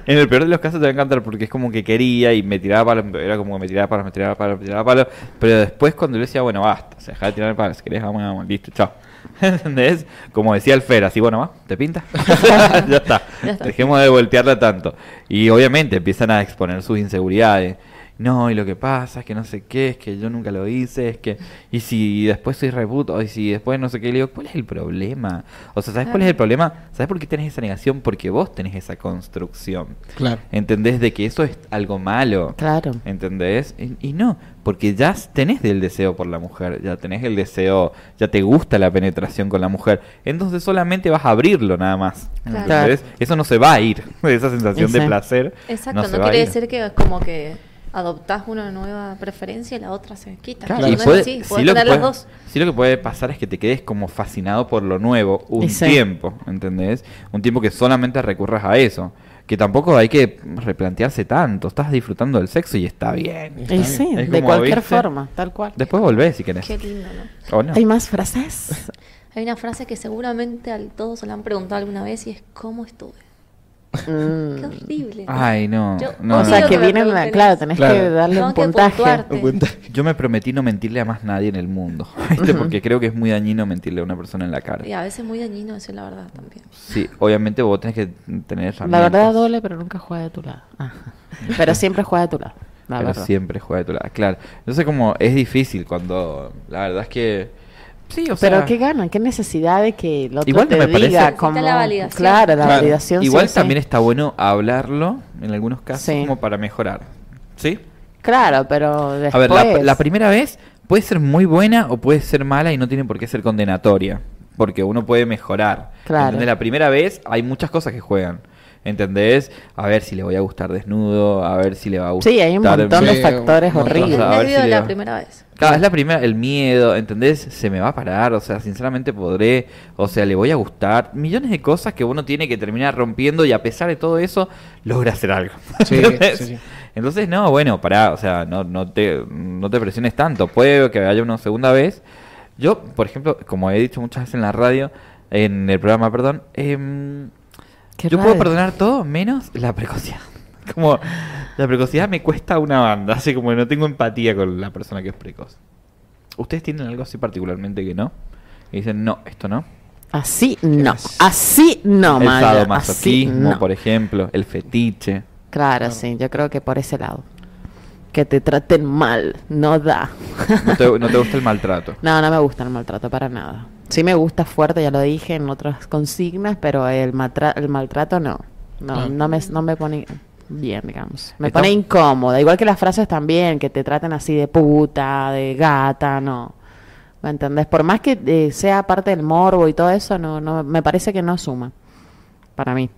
Speaker 3: en el peor de los casos te va a encantar porque es como que quería y me tiraba palos, era como que me tiraba palos, me tiraba palos, me tiraba palos, pero después cuando yo decía, bueno, basta, se deja de tirar palos, si querés, vamos, vamos, listo, chao. ¿Entendés? Como decía el Fer, así, bueno, va, ¿te pinta? ya, está.
Speaker 5: Ya está.
Speaker 3: dejemos de voltearla tanto. Y obviamente empiezan a exponer sus inseguridades. No, y lo que pasa es que no sé qué, es que yo nunca lo hice, es que... Y si después soy reputo, y si después no sé qué, le digo, ¿cuál es el problema? O sea, ¿sabes cuál es el problema? ¿Sabes por qué tenés esa negación? Porque vos tenés esa construcción.
Speaker 4: Claro.
Speaker 3: ¿Entendés de que eso es algo malo?
Speaker 2: Claro.
Speaker 3: ¿Entendés? Y, y no, porque ya s- tenés el deseo por la mujer, ya tenés el deseo, ya te gusta la penetración con la mujer, entonces solamente vas a abrirlo nada más.
Speaker 5: Claro.
Speaker 3: ¿entendés? Eso no se va a ir, esa sensación de
Speaker 2: Sí.
Speaker 3: placer.
Speaker 5: Exacto, no,
Speaker 3: se va a
Speaker 5: quiere
Speaker 3: ir.
Speaker 5: decir que como que adoptás una nueva preferencia y la otra se quita.
Speaker 3: Claro,
Speaker 5: No
Speaker 3: y
Speaker 5: es
Speaker 3: puede-
Speaker 5: así,
Speaker 3: sí
Speaker 5: puedes
Speaker 3: lo que
Speaker 5: tener las
Speaker 3: puede-
Speaker 5: dos.
Speaker 3: sí lo que puede pasar es que te quedes como fascinado por lo nuevo un
Speaker 2: Y sí.
Speaker 3: tiempo, ¿entendés? Un tiempo que solamente recurras a eso. Que tampoco hay que replantearse tanto. Estás disfrutando del sexo y está bien.
Speaker 2: Y sí,
Speaker 3: Es
Speaker 2: de
Speaker 3: como,
Speaker 2: cualquier
Speaker 3: ¿viste?
Speaker 2: forma, tal cual.
Speaker 3: Después volvés si querés.
Speaker 5: Qué lindo, ¿no?
Speaker 3: ¿O no?
Speaker 2: ¿Hay más frases?
Speaker 5: Hay una frase que seguramente a todos se la han preguntado alguna vez y es ¿cómo estuve? Qué horrible.
Speaker 3: Ay, no.
Speaker 5: Yo
Speaker 3: no,
Speaker 2: Mm. o
Speaker 3: no.
Speaker 5: odio que
Speaker 2: sea, que
Speaker 5: me
Speaker 2: vienen,
Speaker 5: pregunten
Speaker 2: claro,
Speaker 5: eso.
Speaker 2: tenés
Speaker 4: Claro.
Speaker 2: que darle
Speaker 5: Tengo
Speaker 2: un
Speaker 5: que
Speaker 2: puntaje.
Speaker 5: puntuar.
Speaker 4: Un puntaje.
Speaker 3: Yo me prometí no mentirle a más nadie en el mundo, ¿viste? porque creo que es muy dañino mentirle a una persona en la cara.
Speaker 5: Y a veces muy dañino eso, la verdad, también.
Speaker 3: Sí, obviamente vos tenés que tener
Speaker 2: La
Speaker 3: herramientas.
Speaker 2: verdad doble, pero nunca juega de tu lado. Ah. Pero siempre juega de tu lado. La
Speaker 3: pero
Speaker 2: verdad.
Speaker 3: siempre juega de tu lado, claro. Entonces como es difícil cuando la verdad es que sí, o
Speaker 2: Pero
Speaker 3: sea,
Speaker 2: qué ganan, qué necesidad de que el otro
Speaker 3: Igual
Speaker 2: te
Speaker 3: me parece-
Speaker 2: diga
Speaker 3: Necesita
Speaker 2: como
Speaker 5: la validación.
Speaker 2: claro, la
Speaker 4: Claro.
Speaker 2: validación sí
Speaker 3: igual
Speaker 2: o sí.
Speaker 3: también está bueno hablarlo en algunos casos
Speaker 2: Sí.
Speaker 3: como para mejorar. ¿Sí?
Speaker 2: Claro, pero después
Speaker 3: A ver, la, la primera vez puede ser muy buena o puede ser mala y no tiene por qué ser condenatoria, porque uno puede mejorar.
Speaker 2: Claro.
Speaker 3: ¿Entendés? La primera vez hay muchas cosas que juegan. ¿Entendés? A ver si le voy a gustar desnudo, a ver si le va a gustar.
Speaker 2: Sí, hay un montón de
Speaker 4: Sí,
Speaker 2: factores
Speaker 4: un montón.
Speaker 2: horribles.
Speaker 3: a
Speaker 5: El
Speaker 3: ver
Speaker 5: nervio
Speaker 3: si
Speaker 5: de
Speaker 3: le
Speaker 5: la
Speaker 3: va.
Speaker 5: primera vez.
Speaker 3: Claro, es la primera, el miedo, ¿entendés? Se me va a parar, o sea, sinceramente podré, o sea, le voy a gustar. Millones de cosas que uno tiene que terminar rompiendo y a pesar de todo eso, logra hacer algo.
Speaker 4: Sí,
Speaker 3: ¿Entendés?
Speaker 4: sí, sí.
Speaker 3: Entonces, no, bueno, pará, o sea, no, no, te, no te presiones tanto. Puede que haya una segunda vez. Yo, por ejemplo, como he dicho muchas veces en la radio, en el programa, perdón, em,
Speaker 2: Qué
Speaker 3: yo puedo
Speaker 2: raro.
Speaker 3: perdonar todo menos la precocidad. Como la precocidad me cuesta una banda, así como que no tengo empatía con la persona que es precoz. ¿Ustedes tienen algo así particularmente que no? Y dicen, no, esto no.
Speaker 2: Así no, así no,
Speaker 3: el
Speaker 2: Maya, así
Speaker 3: sadomasoquismo,
Speaker 2: no.
Speaker 3: por ejemplo, el fetiche.
Speaker 2: Claro, sí, yo creo que por ese lado. Que te traten mal, no da.
Speaker 3: No te, no te gusta el maltrato.
Speaker 2: No, no me gusta el maltrato para nada. Sí me gusta fuerte, ya lo dije en otras consignas, pero el, matra- el maltrato no. No,
Speaker 4: Ah.
Speaker 2: no, me, no me pone bien, digamos. Me
Speaker 3: Está-
Speaker 2: pone incómoda. Igual que las frases también, que te traten así de puta, de gata, no. ¿Me entendés? Por más que eh, sea parte del morbo y todo eso, no, no, me parece que no suma. Para mí.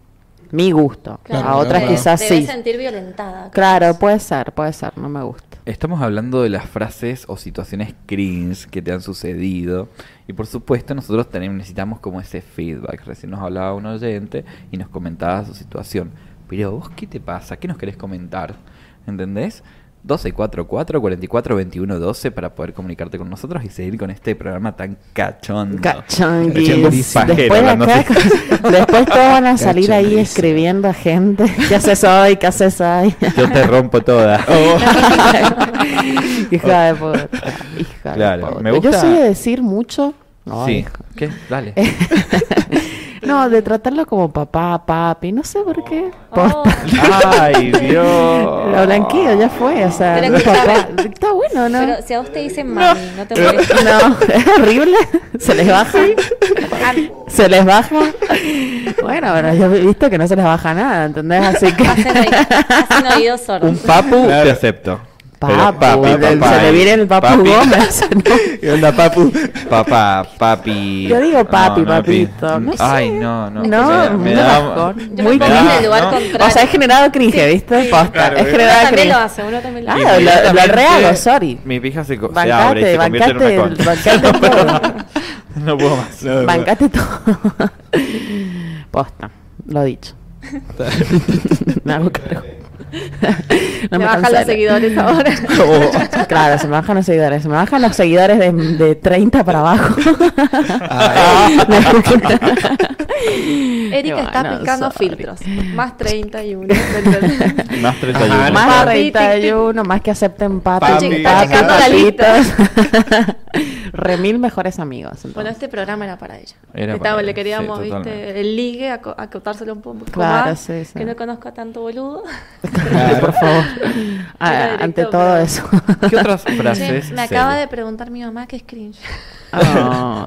Speaker 2: Mi gusto.
Speaker 5: Claro,
Speaker 2: A
Speaker 4: Claro,
Speaker 2: otras
Speaker 4: claro.
Speaker 2: quizás
Speaker 5: Te debes
Speaker 2: sí.
Speaker 5: sentir violentada.
Speaker 2: Claro, puede ser, puede ser, no me gusta.
Speaker 3: Estamos hablando de las frases o situaciones cringe que te han sucedido. Y por supuesto, nosotros tenemos, necesitamos como ese feedback. Recién nos hablaba un oyente y nos comentaba su situación. Pero vos, ¿qué te pasa? ¿Qué nos querés comentar? ¿Entendés? 1244 44 21 12 para poder comunicarte con nosotros y seguir con este programa tan cachondo. Echando un
Speaker 2: Cachonguis.
Speaker 3: pajero
Speaker 2: Después, de
Speaker 3: hablando
Speaker 2: acá,
Speaker 3: así.
Speaker 2: después todos van a salir ahí
Speaker 4: Cachonguísimo.
Speaker 2: escribiendo a gente. ¿Qué haces hoy? ¿Qué haces hoy?
Speaker 3: Yo Oh. te rompo toda.
Speaker 2: Oh. Hija de puta. Hija
Speaker 3: Claro,
Speaker 2: de puta.
Speaker 3: me gusta-
Speaker 2: Yo soy de decir mucho. No,
Speaker 3: sí.
Speaker 2: hija.
Speaker 3: ¿Qué? Dale.
Speaker 2: no, de tratarlo como papá, papi. No sé por qué.
Speaker 5: Oh.
Speaker 2: Posta.
Speaker 3: Ay, Dios.
Speaker 2: Lo blanqueo, ya fue. O sea,
Speaker 5: Pero
Speaker 2: no,
Speaker 5: que
Speaker 2: papá.
Speaker 5: sabe-
Speaker 2: Está bueno, ¿no?
Speaker 5: Pero si a vos te dicen mami, no, te molesta.
Speaker 2: No, es horrible. Se les baja. Se les baja. Bueno, pero yo he visto que no se les baja nada, ¿entendés? Así que.
Speaker 5: Hacen oí- hacen oídos sordos.
Speaker 3: Un papu
Speaker 4: Claro.
Speaker 3: te acepto.
Speaker 2: Papu,
Speaker 3: Pero papi,
Speaker 2: del-
Speaker 3: papá, eh,
Speaker 2: se le viene el papu
Speaker 3: papi.
Speaker 2: Gómez. ¿no?
Speaker 4: ¿Qué onda, papu?
Speaker 3: Papá, papi.
Speaker 2: Yo digo papi, papito,
Speaker 3: pi-
Speaker 2: no sé.
Speaker 3: Ay, no, no. me,
Speaker 2: No,
Speaker 3: me
Speaker 2: muy
Speaker 3: da-
Speaker 2: bajón.
Speaker 5: Yo
Speaker 2: Muy
Speaker 5: me pongo en el
Speaker 2: triste.
Speaker 5: lugar
Speaker 3: ¿no?
Speaker 5: contrario.
Speaker 2: O sea, es generado cringe, ¿viste? Posta.
Speaker 3: claro,
Speaker 2: es
Speaker 3: eh.
Speaker 5: Uno
Speaker 2: generado
Speaker 5: también
Speaker 2: cringe.
Speaker 5: lo hace, uno también lo
Speaker 2: Ah,
Speaker 5: hace.
Speaker 2: lo- lo, lo
Speaker 3: Inmediatamente-
Speaker 2: rehago, sorry.
Speaker 3: Mi pija se, co- se
Speaker 2: Bancate,
Speaker 3: abre y se convierte en
Speaker 2: bancate
Speaker 3: una
Speaker 2: el-
Speaker 3: concha.
Speaker 2: bancate el
Speaker 3: No puedo más.
Speaker 4: No, no.
Speaker 2: Bancate todo. Posta, lo dicho. me hago cargo.
Speaker 5: Me bajan los
Speaker 2: cancelen.
Speaker 5: seguidores ahora.
Speaker 2: Oh, Claro, se me bajan los seguidores. Se me bajan los seguidores de, de 30 para abajo.
Speaker 4: Ay.
Speaker 5: Ah. Erika está
Speaker 2: Bueno,
Speaker 5: aplicando
Speaker 2: sorry.
Speaker 5: filtros. Más 31. ¿entendés?
Speaker 3: Más 31.
Speaker 4: Ajá,
Speaker 2: Más
Speaker 5: Papi, tic, tic.
Speaker 2: 31, más que acepten papi,
Speaker 4: Papi,
Speaker 2: chicas,
Speaker 4: está llegando
Speaker 5: la
Speaker 2: papitos. Remil mejores amigos. entonces.
Speaker 5: Bueno, este programa era para ella.
Speaker 3: Era
Speaker 5: Estaba-
Speaker 3: para
Speaker 5: le
Speaker 3: ella,
Speaker 5: queríamos,
Speaker 3: sí, totalmente.
Speaker 5: viste, el ligue, aco- acotárselo un poco
Speaker 2: Claro,
Speaker 5: más.
Speaker 2: sí, sí.
Speaker 5: Que no conozco a tanto boludo. este-
Speaker 4: Claro.
Speaker 2: Por favor. Ah,
Speaker 5: Era directo,
Speaker 2: ante
Speaker 5: pero-
Speaker 2: todo eso.
Speaker 3: ¿Qué otras
Speaker 5: Che,
Speaker 3: frases?
Speaker 5: me acaba de preguntar mi mamá que es cringe.
Speaker 2: Oh.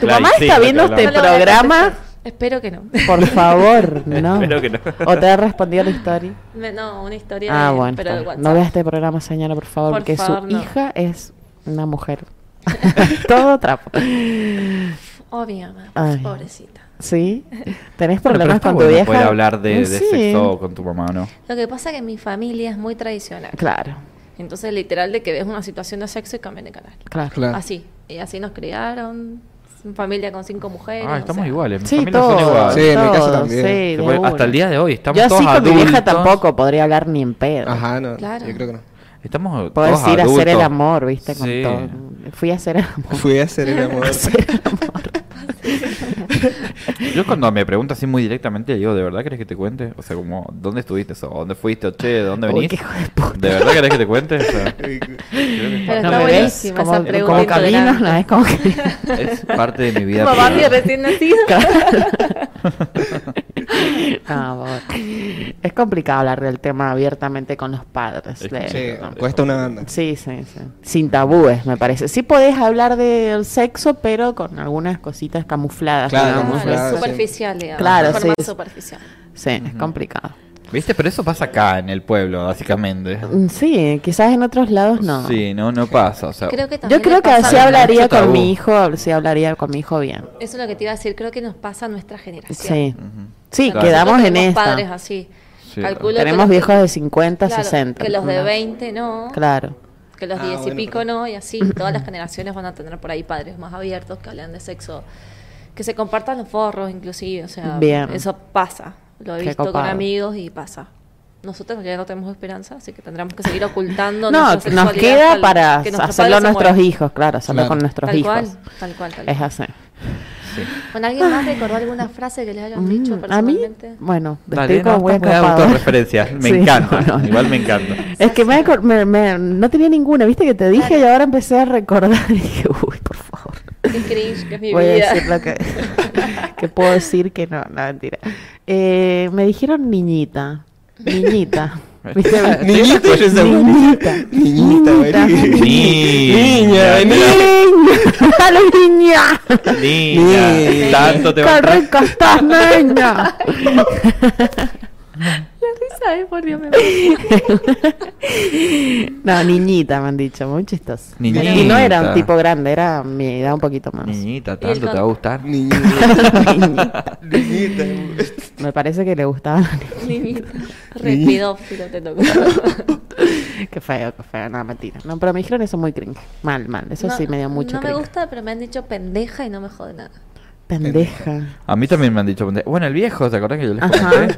Speaker 2: ¿Tu
Speaker 3: Claro,
Speaker 2: mamá
Speaker 3: sí,
Speaker 2: está
Speaker 3: lo que
Speaker 2: viendo
Speaker 3: hablamos.
Speaker 2: este
Speaker 5: No le voy a
Speaker 2: programa?
Speaker 5: contestar. Espero que no.
Speaker 2: Por favor, no.
Speaker 3: Espero que no.
Speaker 2: ¿O te ha respondido la historia?
Speaker 5: Me- No, una historia
Speaker 2: ah,
Speaker 5: de,
Speaker 2: bueno.
Speaker 5: pero de
Speaker 2: está bien.
Speaker 5: WhatsApp.
Speaker 2: No vea este programa, señora, por favor,
Speaker 5: Por
Speaker 2: porque su
Speaker 5: favor, no.
Speaker 2: hija es una mujer. todo trapo.
Speaker 5: Oh, mi mamá,
Speaker 2: Ay.
Speaker 5: pobrecita.
Speaker 2: ¿Sí?
Speaker 3: Bueno, pero
Speaker 2: ¿Tenés problemas
Speaker 3: está
Speaker 2: con tu
Speaker 3: bueno
Speaker 2: vieja? Mm,
Speaker 3: poder hablar de, de
Speaker 2: Sí.
Speaker 3: sexo con tu mamá, ¿no?
Speaker 5: Lo que pasa es que mi familia es muy tradicional.
Speaker 2: Claro,
Speaker 5: Entonces, literal, de que ves una situación de sexo y cambian de canal.
Speaker 2: claro.
Speaker 4: Claro.
Speaker 5: Así. Y así nos criaron. en Familia con cinco mujeres.
Speaker 3: Ah,
Speaker 5: o
Speaker 3: estamos
Speaker 5: sea,
Speaker 3: iguales. mi
Speaker 2: Sí,
Speaker 3: familia son
Speaker 2: todo.
Speaker 3: iguales.
Speaker 4: Sí, en mi casa
Speaker 2: todo,
Speaker 4: también.
Speaker 2: sí,
Speaker 4: Se
Speaker 2: de
Speaker 3: Bueno,
Speaker 2: una.
Speaker 3: hasta el día de hoy estamos
Speaker 2: Yo
Speaker 3: todos
Speaker 2: sí, con mi vieja
Speaker 3: adultos.
Speaker 2: tampoco podría hablar ni en pedo.
Speaker 4: Ajá, no.
Speaker 5: Claro.
Speaker 4: Yo creo que no.
Speaker 3: Estamos
Speaker 2: Podés
Speaker 3: todos
Speaker 2: ir a hacer el
Speaker 3: adultos.
Speaker 2: amor, ¿viste? Con
Speaker 3: Sí.
Speaker 2: todo. Fui a hacer el amor.
Speaker 4: Fui a hacer el amor.
Speaker 2: Hacer el amor.
Speaker 3: Yo cuando me pregunto así muy directamente, le digo, ¿de verdad querés que te cuente? O sea, como, ¿dónde estuviste? O ¿dónde fuiste? O, che, ¿de dónde
Speaker 2: Uy,
Speaker 3: venís?
Speaker 2: qué hijo de puta.
Speaker 3: verdad querés que te cuente? O sea,
Speaker 5: Pero
Speaker 2: No
Speaker 5: está
Speaker 2: me ves
Speaker 5: buenísima
Speaker 2: como,
Speaker 5: esa pregunta
Speaker 2: como camino,
Speaker 5: intolerante.
Speaker 2: no es como que...
Speaker 3: es parte de mi vida.
Speaker 5: Como Bambi
Speaker 3: privada.
Speaker 5: recién nacido.
Speaker 2: No, por favor. Es complicado hablar del tema abiertamente con los padres.
Speaker 3: Es
Speaker 2: de-
Speaker 4: Sí,
Speaker 3: no.
Speaker 4: cuesta una banda.
Speaker 2: Sí, sí, sí. Sin tabúes, me parece. Sí podés hablar del sexo, pero con algunas cositas camufladas.
Speaker 4: Claro,
Speaker 2: digamos.
Speaker 5: Claro,
Speaker 4: camufladas.
Speaker 5: es
Speaker 4: sí.
Speaker 5: superficial, digamos.
Speaker 2: Claro,
Speaker 5: de forma
Speaker 2: sí.
Speaker 5: superficial.
Speaker 2: Sí, es complicado.
Speaker 3: ¿Viste? Pero eso pasa acá, en el pueblo, básicamente.
Speaker 2: Mm, Sí, quizás en otros lados no.
Speaker 3: Sí, no, no pasa. O sea,
Speaker 5: Creo que también
Speaker 2: Yo creo
Speaker 5: nos
Speaker 2: que
Speaker 5: pasa-
Speaker 2: así hablaría
Speaker 3: mucho
Speaker 2: con
Speaker 3: tabú.
Speaker 2: mi hijo, sí hablaría con mi hijo bien.
Speaker 5: Eso es lo que te iba a decir. Creo que nos pasa a nuestra generación.
Speaker 2: Sí,
Speaker 3: Ujú.
Speaker 2: sí,
Speaker 3: Claro.
Speaker 2: quedamos
Speaker 5: Nosotros
Speaker 2: en
Speaker 5: tenemos
Speaker 2: esta.
Speaker 5: padres así.
Speaker 3: Sí.
Speaker 5: Calculo que
Speaker 2: Tenemos
Speaker 5: los-
Speaker 2: viejos de 50,
Speaker 5: claro,
Speaker 2: 60.
Speaker 5: Que los de
Speaker 2: ¿no?
Speaker 5: 20 no.
Speaker 2: Claro.
Speaker 5: Que los
Speaker 4: Ah,
Speaker 5: 10
Speaker 4: bueno,
Speaker 5: y pico
Speaker 4: pero-
Speaker 5: no. Y así todas las generaciones van a tener por ahí padres más abiertos que hablan de sexo. Que se compartan los forros, inclusive. O sea,
Speaker 2: Bien.
Speaker 5: eso pasa. Lo he
Speaker 2: Qué
Speaker 5: visto con
Speaker 2: copado.
Speaker 5: amigos y pasa. Nosotros ya no tenemos esperanza, así que tendremos que seguir ocultando.
Speaker 2: No,
Speaker 5: nuestra
Speaker 2: nos
Speaker 5: sexualidad
Speaker 2: queda
Speaker 5: hasta
Speaker 2: para
Speaker 5: que
Speaker 2: hacerlo a
Speaker 5: padres se
Speaker 2: nuestros
Speaker 5: mueran.
Speaker 2: hijos, claro, hacerlo
Speaker 4: Claro.
Speaker 2: con nuestros
Speaker 5: Tal
Speaker 2: hijos.
Speaker 5: cual, tal cual, tal
Speaker 2: Es
Speaker 5: cual.
Speaker 2: así.
Speaker 5: Bueno, ¿alguien más recordó alguna frase que les hayan
Speaker 2: Mm,
Speaker 5: dicho
Speaker 2: a mí,
Speaker 5: personalmente?
Speaker 2: bueno,
Speaker 3: Dale,
Speaker 2: estoy como
Speaker 3: no,
Speaker 2: muy
Speaker 3: estás muy
Speaker 2: atrapada.
Speaker 3: autorreferencial, me
Speaker 2: Sí,
Speaker 3: encanta,
Speaker 2: no, no.
Speaker 3: igual me encanta.
Speaker 2: Es que me, acor- me- me- no tenía ninguna, viste que te dije y ahora empecé a recordar y dije, uy, por favor.
Speaker 5: Qué cringe, que es mi
Speaker 2: Voy
Speaker 5: vida.
Speaker 2: a decir lo que, que puedo decir que no, no, mentira. Eh, me dijeron niñita, niñita. ¿Viste?
Speaker 4: Niñita, yo sé,
Speaker 2: niñita,
Speaker 4: niñita,
Speaker 2: niñita,
Speaker 4: vení.
Speaker 3: Niña,
Speaker 4: Niña,
Speaker 2: niña, la niña.
Speaker 3: Niña,
Speaker 4: Sí.
Speaker 3: tanto te va
Speaker 2: ¡Qué rica estás, niña!
Speaker 5: La risa
Speaker 3: eh,
Speaker 5: es, por Dios, me mata.
Speaker 2: no, niñita me han dicho, muy chistoso.
Speaker 3: Niñita.
Speaker 2: Y no era un tipo grande, era mi edad un poquito más.
Speaker 3: Niñita,
Speaker 5: Y el
Speaker 3: tanto te va a
Speaker 5: con-
Speaker 3: gustar.
Speaker 4: Niñita,
Speaker 2: Niñita.
Speaker 4: niñita.
Speaker 2: Me parece que le gustaba la niña.
Speaker 5: Niñita. Respiro, pero te tocó.
Speaker 2: Qué feo, qué feo, no, mentira. No, pero me dijeron eso muy cringe. Mal, mal, eso sí me dio mucho
Speaker 5: No me
Speaker 2: cringe.
Speaker 5: gusta, pero me han dicho pendeja y no me jode nada.
Speaker 2: Pendeja.
Speaker 3: A mí también me han dicho, pendejo. bueno, el viejo, ¿te acordás que yo les
Speaker 2: Ajá.
Speaker 3: comenté?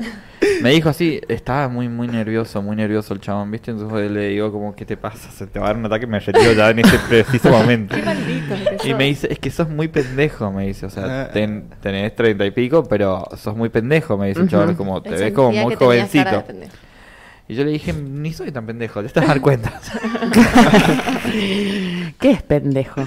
Speaker 3: Me dijo así, estaba muy, muy nervioso, muy nervioso el chabón, ¿viste? Entonces le digo como, ¿qué te pasa? Se te va a dar un ataque, me retiro ya en ese preciso momento.
Speaker 5: maldito que
Speaker 3: Y
Speaker 5: sos.
Speaker 3: me dice, es que sos muy pendejo, me dice, o sea,
Speaker 4: Ah.
Speaker 3: ten- tenés treinta y pico, pero sos muy pendejo, me dice el chabón, como, te ves
Speaker 5: Sentía
Speaker 3: como
Speaker 5: que
Speaker 3: muy
Speaker 5: tenías cara de
Speaker 3: jovencito.
Speaker 5: pendeja.
Speaker 3: Y yo le dije, ni soy tan pendejo, ya te vas a dar cuenta.
Speaker 2: ¿Qué es pendejo?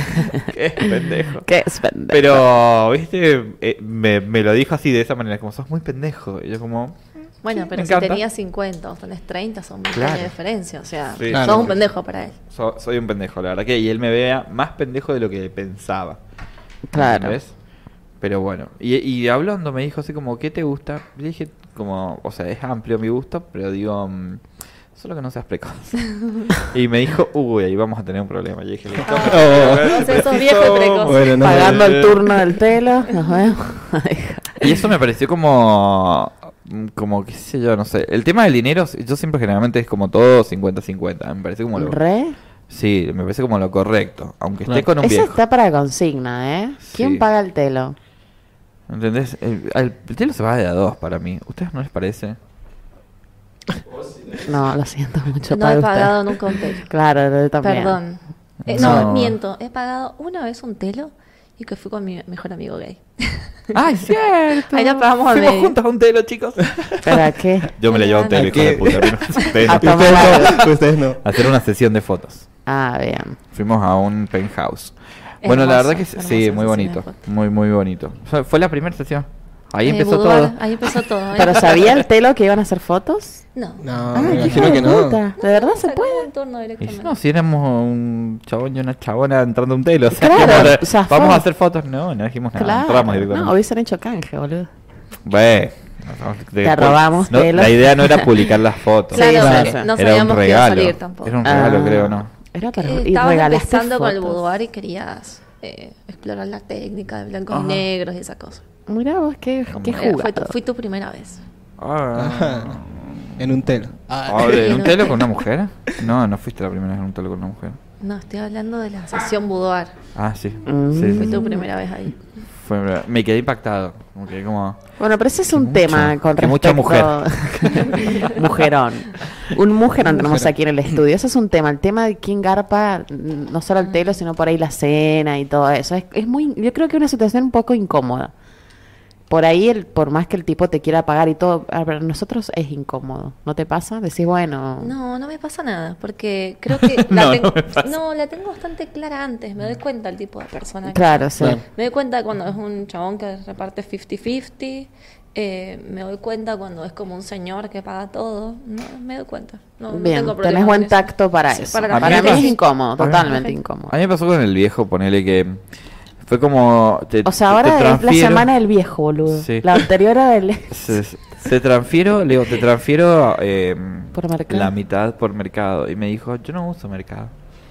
Speaker 3: ¿Qué es pendejo?
Speaker 2: ¿Qué es pendejo?
Speaker 3: Pero, viste, Eh, me, me lo dijo así de esa manera, como sos muy pendejo. Y yo como,
Speaker 5: Bueno,
Speaker 3: Sí,
Speaker 5: pero
Speaker 3: me
Speaker 5: si
Speaker 3: encanta.
Speaker 5: tenías 50, vos tenés 30, son mil
Speaker 3: Claro.
Speaker 5: años de diferencia. O sea,
Speaker 3: Sí.
Speaker 5: sos
Speaker 4: Claro.
Speaker 5: un pendejo para él.
Speaker 3: "So- soy un pendejo, la verdad que, y él me vea más pendejo de lo que pensaba.
Speaker 2: Claro.
Speaker 3: ¿Entendés? Pero bueno, y, y hablando me dijo así como, ¿qué te gusta? Le dije, como, o sea, es amplio mi gusto, pero digo, mm, solo que no seas precoz. y me dijo, uy, ahí vamos a tener un problema. Y dije, listo.
Speaker 2: Oh.
Speaker 5: no sé, sos viejo y precoz.
Speaker 4: Bueno, no,
Speaker 2: Pagando
Speaker 3: eh.
Speaker 2: el turno del pelo, nos vemos.
Speaker 3: Y eso me pareció como. Como, qué sé yo, no sé. El tema del dinero, yo siempre generalmente es como todo 50-50. Me parece como lo.
Speaker 2: ¿Re?
Speaker 3: Sí, me parece como lo correcto. Aunque esté
Speaker 4: Claro.
Speaker 3: con un
Speaker 2: Eso
Speaker 3: viejo.
Speaker 2: está para consigna, ¿eh? ¿Quién
Speaker 3: Sí.
Speaker 2: paga el telo?
Speaker 3: ¿Entendés? El, al- el telo se va de a dos para mí. ¿Ustedes no les parece?
Speaker 2: No, lo siento mucho.
Speaker 5: No
Speaker 2: para
Speaker 5: he
Speaker 2: usted.
Speaker 5: pagado nunca un telo.
Speaker 2: Claro, yo también.
Speaker 5: Perdón. Eh, no,
Speaker 3: No.
Speaker 5: miento. He pagado una vez un telo y que fui con mi mejor amigo gay.
Speaker 3: ¡Ay, cierto!
Speaker 5: Ahí la pagamos al
Speaker 3: Fuimos
Speaker 5: medio.
Speaker 3: juntos a un telo, chicos.
Speaker 2: ¿Para qué?
Speaker 3: Yo me le llevo a un telo, hijo de
Speaker 4: Aquí.
Speaker 3: puta. pero ustedes
Speaker 2: A
Speaker 3: no.
Speaker 2: tomar
Speaker 4: Ustedes no, ustedes no.
Speaker 3: Hacer una sesión de fotos.
Speaker 2: Ah, bien.
Speaker 3: Fuimos a un penthouse. bueno, la
Speaker 5: Hermoso,
Speaker 3: verdad que sí, sí,
Speaker 5: hermoso
Speaker 3: muy
Speaker 5: ese
Speaker 3: bonito.
Speaker 5: cine de fotos.
Speaker 3: Muy, muy bonito. O sea, fue la primera sesión. Ahí
Speaker 5: Eh,
Speaker 3: empezó
Speaker 5: Boudoir,
Speaker 3: todo.
Speaker 5: Ahí empezó todo.
Speaker 2: ¿Pero sabía el telo que iban a hacer fotos?
Speaker 5: No.
Speaker 4: No,
Speaker 2: Ah,
Speaker 4: me
Speaker 2: qué
Speaker 4: imagino
Speaker 2: hijo
Speaker 4: que
Speaker 2: de
Speaker 4: no.
Speaker 2: puta. ¿De verdad se
Speaker 5: Sacamos
Speaker 2: puede?
Speaker 5: un turno
Speaker 3: Y
Speaker 5: directamente.
Speaker 3: yo, no, si éramos un chabón y una chabona entrando a un telo. o sea,
Speaker 2: Claro,
Speaker 3: como de,
Speaker 2: o sea,
Speaker 3: vamos
Speaker 2: fue-
Speaker 3: a hacer fotos. No, no dijimos nada. Entramos
Speaker 2: Claro.
Speaker 3: directamente.
Speaker 2: No, hubiesen hecho canje, boludo.
Speaker 3: Ve, no, después-
Speaker 2: robamos
Speaker 3: no,
Speaker 2: telo.
Speaker 3: La idea no era publicar las fotos.
Speaker 5: Claro,
Speaker 2: Sí,
Speaker 5: porque
Speaker 2: claro.
Speaker 3: era
Speaker 5: no
Speaker 3: un
Speaker 5: sabíamos que iba a
Speaker 3: regalo.
Speaker 5: salir tampoco.
Speaker 3: Era un regalo,
Speaker 2: Ah.
Speaker 3: creo, ¿no?
Speaker 2: Era para
Speaker 5: Eh,
Speaker 2: y
Speaker 5: estabas
Speaker 2: regalaste
Speaker 5: empezando con el
Speaker 2: fotos.
Speaker 5: boudoir y querías eh, explorar la técnica de blancos y negros y esa cosa.
Speaker 2: Mirá vos, qué, qué
Speaker 5: Eh, fue, tu,
Speaker 2: jugado.
Speaker 5: fue tu primera vez.
Speaker 3: Ah.
Speaker 4: Ajá. En un telo.
Speaker 3: Ah, ¿En un telo con una mujer? No, no fuiste la primera vez en un telo con una mujer.
Speaker 5: No, estoy hablando de la sesión boudoir.
Speaker 3: Ah, sí.
Speaker 2: Mm.
Speaker 3: sí, sí,
Speaker 5: Fue
Speaker 3: sí.
Speaker 5: tu primera vez ahí.
Speaker 3: Fue- me quedé impactado. Me quedé como.
Speaker 2: Bueno, pero ese es
Speaker 3: Que
Speaker 2: un
Speaker 3: mucho,
Speaker 2: tema con
Speaker 3: que
Speaker 2: respecto...
Speaker 3: mucha
Speaker 2: Mujerón. Un mujer no tenemos aquí en el estudio. Eso es un tema. El tema de quién garpa, mm, no solo el telo, sino por ahí la cena y todo eso. Es, es muy, yo creo que es una situación un poco incómoda. Por ahí, el, por más que el tipo te quiera pagar y todo, a- para nosotros es incómodo. ¿No te pasa? Decís, bueno.
Speaker 5: No, no me pasa nada, porque creo que la,
Speaker 3: No,
Speaker 5: ten-
Speaker 3: no me pasa.
Speaker 5: no, la tengo bastante clara antes, me doy cuenta el tipo de persona. que-
Speaker 2: Claro, sí.
Speaker 4: Claro.
Speaker 5: Me doy cuenta cuando es un chabón que reparte 50-50, eh, me doy cuenta cuando es como un señor que paga todo, no, me doy cuenta. No, no
Speaker 2: Bien,
Speaker 5: tengo problema
Speaker 2: tenés
Speaker 5: con
Speaker 2: buen
Speaker 5: eso.
Speaker 2: tacto para
Speaker 5: Sí,
Speaker 2: eso.
Speaker 5: para
Speaker 2: Para,
Speaker 5: la
Speaker 3: mí
Speaker 2: mí
Speaker 5: gente.
Speaker 2: es incómodo,
Speaker 3: Para mí-
Speaker 2: totalmente
Speaker 5: Perfecto.
Speaker 2: incómodo.
Speaker 3: A mí me pasó con el viejo, ponele que fue como... te-
Speaker 2: O sea,
Speaker 3: te
Speaker 2: ahora es la
Speaker 3: transfiero-
Speaker 2: semana del viejo, boludo.
Speaker 3: Sí.
Speaker 2: La anterior era del...
Speaker 3: Se- se- Te transfiero, le digo, te transfiero eh,
Speaker 2: Por mercado.
Speaker 3: la mitad por mercado. Y me dijo, yo no uso mercado.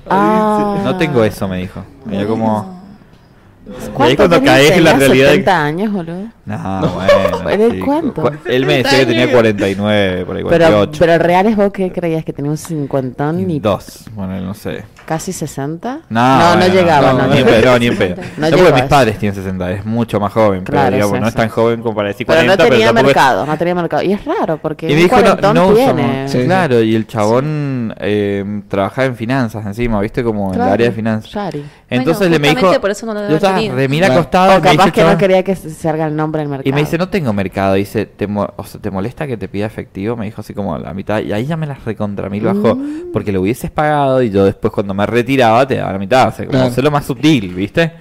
Speaker 2: Ah.
Speaker 3: No tengo eso, me dijo. Y yo como,
Speaker 2: ¿Cuánto
Speaker 7: ahí cuando
Speaker 2: tenés?
Speaker 7: caes en la
Speaker 2: Tenías
Speaker 7: realidad de-
Speaker 2: 70 años, boludo.
Speaker 3: no, bueno.
Speaker 2: ¿Pero
Speaker 3: chico".
Speaker 2: cuánto?
Speaker 3: Cu- Él me decía que tenía 49, por ahí
Speaker 2: Pero,
Speaker 3: 48.
Speaker 2: pero reales vos que creías que tenía un cincuentón y
Speaker 3: Dos, bueno, no sé.
Speaker 2: casi 60?
Speaker 3: No,
Speaker 2: no,
Speaker 3: bueno,
Speaker 2: llegaba. No,
Speaker 3: ni en pedo, no, ni en pedo.
Speaker 2: No
Speaker 3: No, porque
Speaker 2: llegó a
Speaker 3: mis
Speaker 2: eso.
Speaker 3: padres tienen 60, es mucho más joven,
Speaker 2: Claro,
Speaker 3: pero digamos,
Speaker 2: sí,
Speaker 3: no es
Speaker 2: sí.
Speaker 3: tan joven como para decir
Speaker 2: Pero
Speaker 3: 40,
Speaker 2: no
Speaker 3: pero,
Speaker 2: tenía
Speaker 3: tampoco es-
Speaker 2: mercado, no tenía mercado. Y es raro, porque
Speaker 3: Y
Speaker 2: un
Speaker 3: me dijo, no,
Speaker 2: cuarentón
Speaker 3: no
Speaker 2: tiene.
Speaker 3: usamos.
Speaker 4: Sí, sí.
Speaker 3: Claro, y el chabón eh, trabajaba en finanzas encima, ¿viste? Como en
Speaker 2: Claro,
Speaker 3: el área de finanzas.
Speaker 2: Yari.
Speaker 3: Entonces
Speaker 5: Bueno,
Speaker 3: le me dijo,
Speaker 5: justamente por eso no lo debe
Speaker 3: yo
Speaker 5: haber
Speaker 3: estaba
Speaker 5: tenido.
Speaker 3: remil
Speaker 4: Claro.
Speaker 3: acostado y
Speaker 2: O
Speaker 3: me dice
Speaker 2: capaz
Speaker 3: el
Speaker 2: que no
Speaker 3: chabón-
Speaker 2: quería que se salga el nombre del mercado.
Speaker 3: y me dice, no tengo mercado. Dice, ¿te, mo- o sea, ¿te molesta que te pida efectivo? Me dijo así como la mitad. Y ahí ya me las recontra mil bajó.
Speaker 2: Mm.
Speaker 3: Porque lo hubieses pagado y yo después cuando me retiraba te daba la mitad. O sea, como
Speaker 4: Claro.
Speaker 3: hacerlo más sutil, ¿viste?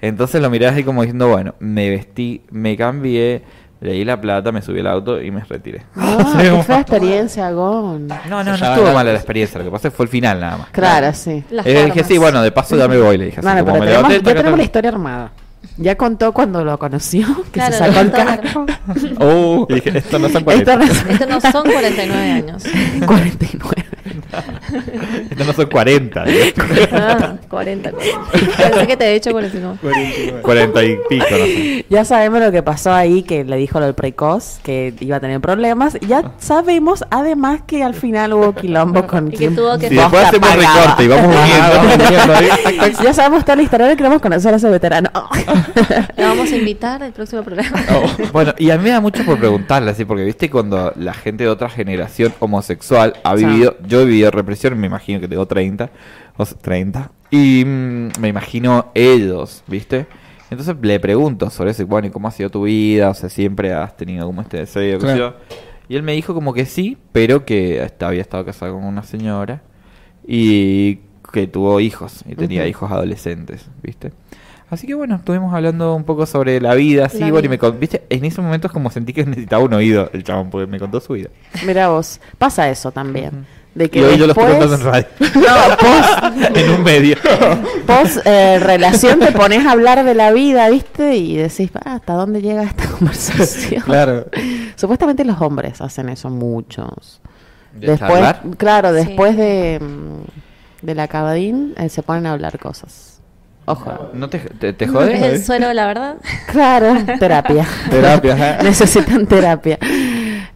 Speaker 3: Entonces lo miré así como diciendo, bueno, me vestí, me cambié, leí la plata, me subí al auto y me retiré.
Speaker 2: No, Ah, qué fea experiencia, Gon.
Speaker 3: No, no, no
Speaker 4: Ya
Speaker 3: estuvo
Speaker 4: era-
Speaker 3: mala la experiencia. Lo que pasa es que fue el final nada más.
Speaker 2: Claro, sí.
Speaker 5: Las
Speaker 3: Y le dije,
Speaker 5: formas.
Speaker 3: sí, bueno, de paso ya me voy. Le dije, así
Speaker 2: No, no,
Speaker 3: como
Speaker 2: pero
Speaker 3: me
Speaker 2: tenemos-
Speaker 3: levanté,
Speaker 2: ya
Speaker 3: taca,
Speaker 2: tenemos
Speaker 3: taca.
Speaker 2: la historia armada. Ya contó cuando lo conoció, que
Speaker 5: Claro,
Speaker 2: se sacó el
Speaker 5: contó.
Speaker 2: casco.
Speaker 3: Oh, y dije, esto no son 40.
Speaker 2: Esto no es-
Speaker 5: Estos no son 49 años.
Speaker 2: 49.
Speaker 3: Estos no son 40, digo.
Speaker 5: Ah, 40, 40. Pensé que te he dicho 49.
Speaker 3: 40 y pico, no sé.
Speaker 2: Ya sabemos lo que pasó ahí, que le dijo lo del precoz, que iba a tener problemas.
Speaker 3: Ah.
Speaker 2: Ya sabemos, además, que al final hubo quilombo con
Speaker 5: Y que
Speaker 2: quien
Speaker 5: tuvo que-
Speaker 3: Si
Speaker 5: Vos
Speaker 3: después
Speaker 2: Bosta
Speaker 3: hacemos
Speaker 2: pagaba.
Speaker 3: recorte y vamos uniendo. ¿eh? ahí.
Speaker 2: ya sabemos toda la historia, ahora queremos conocer a ese veterano.
Speaker 5: Le vamos a invitar al próximo programa.
Speaker 3: Bueno, y a mí me da mucho por preguntarle, así, porque viste cuando la gente de otra generación homosexual ha
Speaker 2: Sí.
Speaker 3: vivido, yo he vivido represión, me imagino que tengo 30, o sea, 30, y mm, me imagino ellos, viste. Entonces le pregunto sobre eso, y bueno, ¿y cómo ha sido tu vida? O sea, siempre has tenido como este deseo, qué sé
Speaker 4: Claro.
Speaker 3: yo. Y él me dijo como que sí, pero que hasta había estado casado con una señora y que tuvo hijos, y tenía
Speaker 2: Ujú.
Speaker 3: hijos adolescentes, ¿viste? Así que bueno, estuvimos hablando un poco sobre la vida, sí, bueno, y me con- viste, en esos momentos como sentí que necesitaba un oído el chabón, porque me contó su vida.
Speaker 2: Mira vos, pasa eso también. De que
Speaker 3: Y hoy yo lo estoy
Speaker 2: después-
Speaker 3: contando en radio.
Speaker 2: No, post,
Speaker 3: en un medio.
Speaker 2: Pos eh, relación te pones a hablar de la vida, ¿viste? Y decís, "Ah, ¿hasta dónde llega esta conversación?
Speaker 4: Claro.
Speaker 2: Supuestamente los hombres hacen eso muchos.
Speaker 3: ¿De
Speaker 2: después,
Speaker 3: charlar?
Speaker 2: claro,
Speaker 5: Sí.
Speaker 2: después de mm, de la cabadín eh, se ponen a hablar cosas. Ojo.
Speaker 3: ¿No te, te, te
Speaker 5: Es el
Speaker 3: jode?
Speaker 5: suelo, de la verdad.
Speaker 2: Claro, terapia.
Speaker 4: Terapia, ajá.
Speaker 2: Necesitan terapia.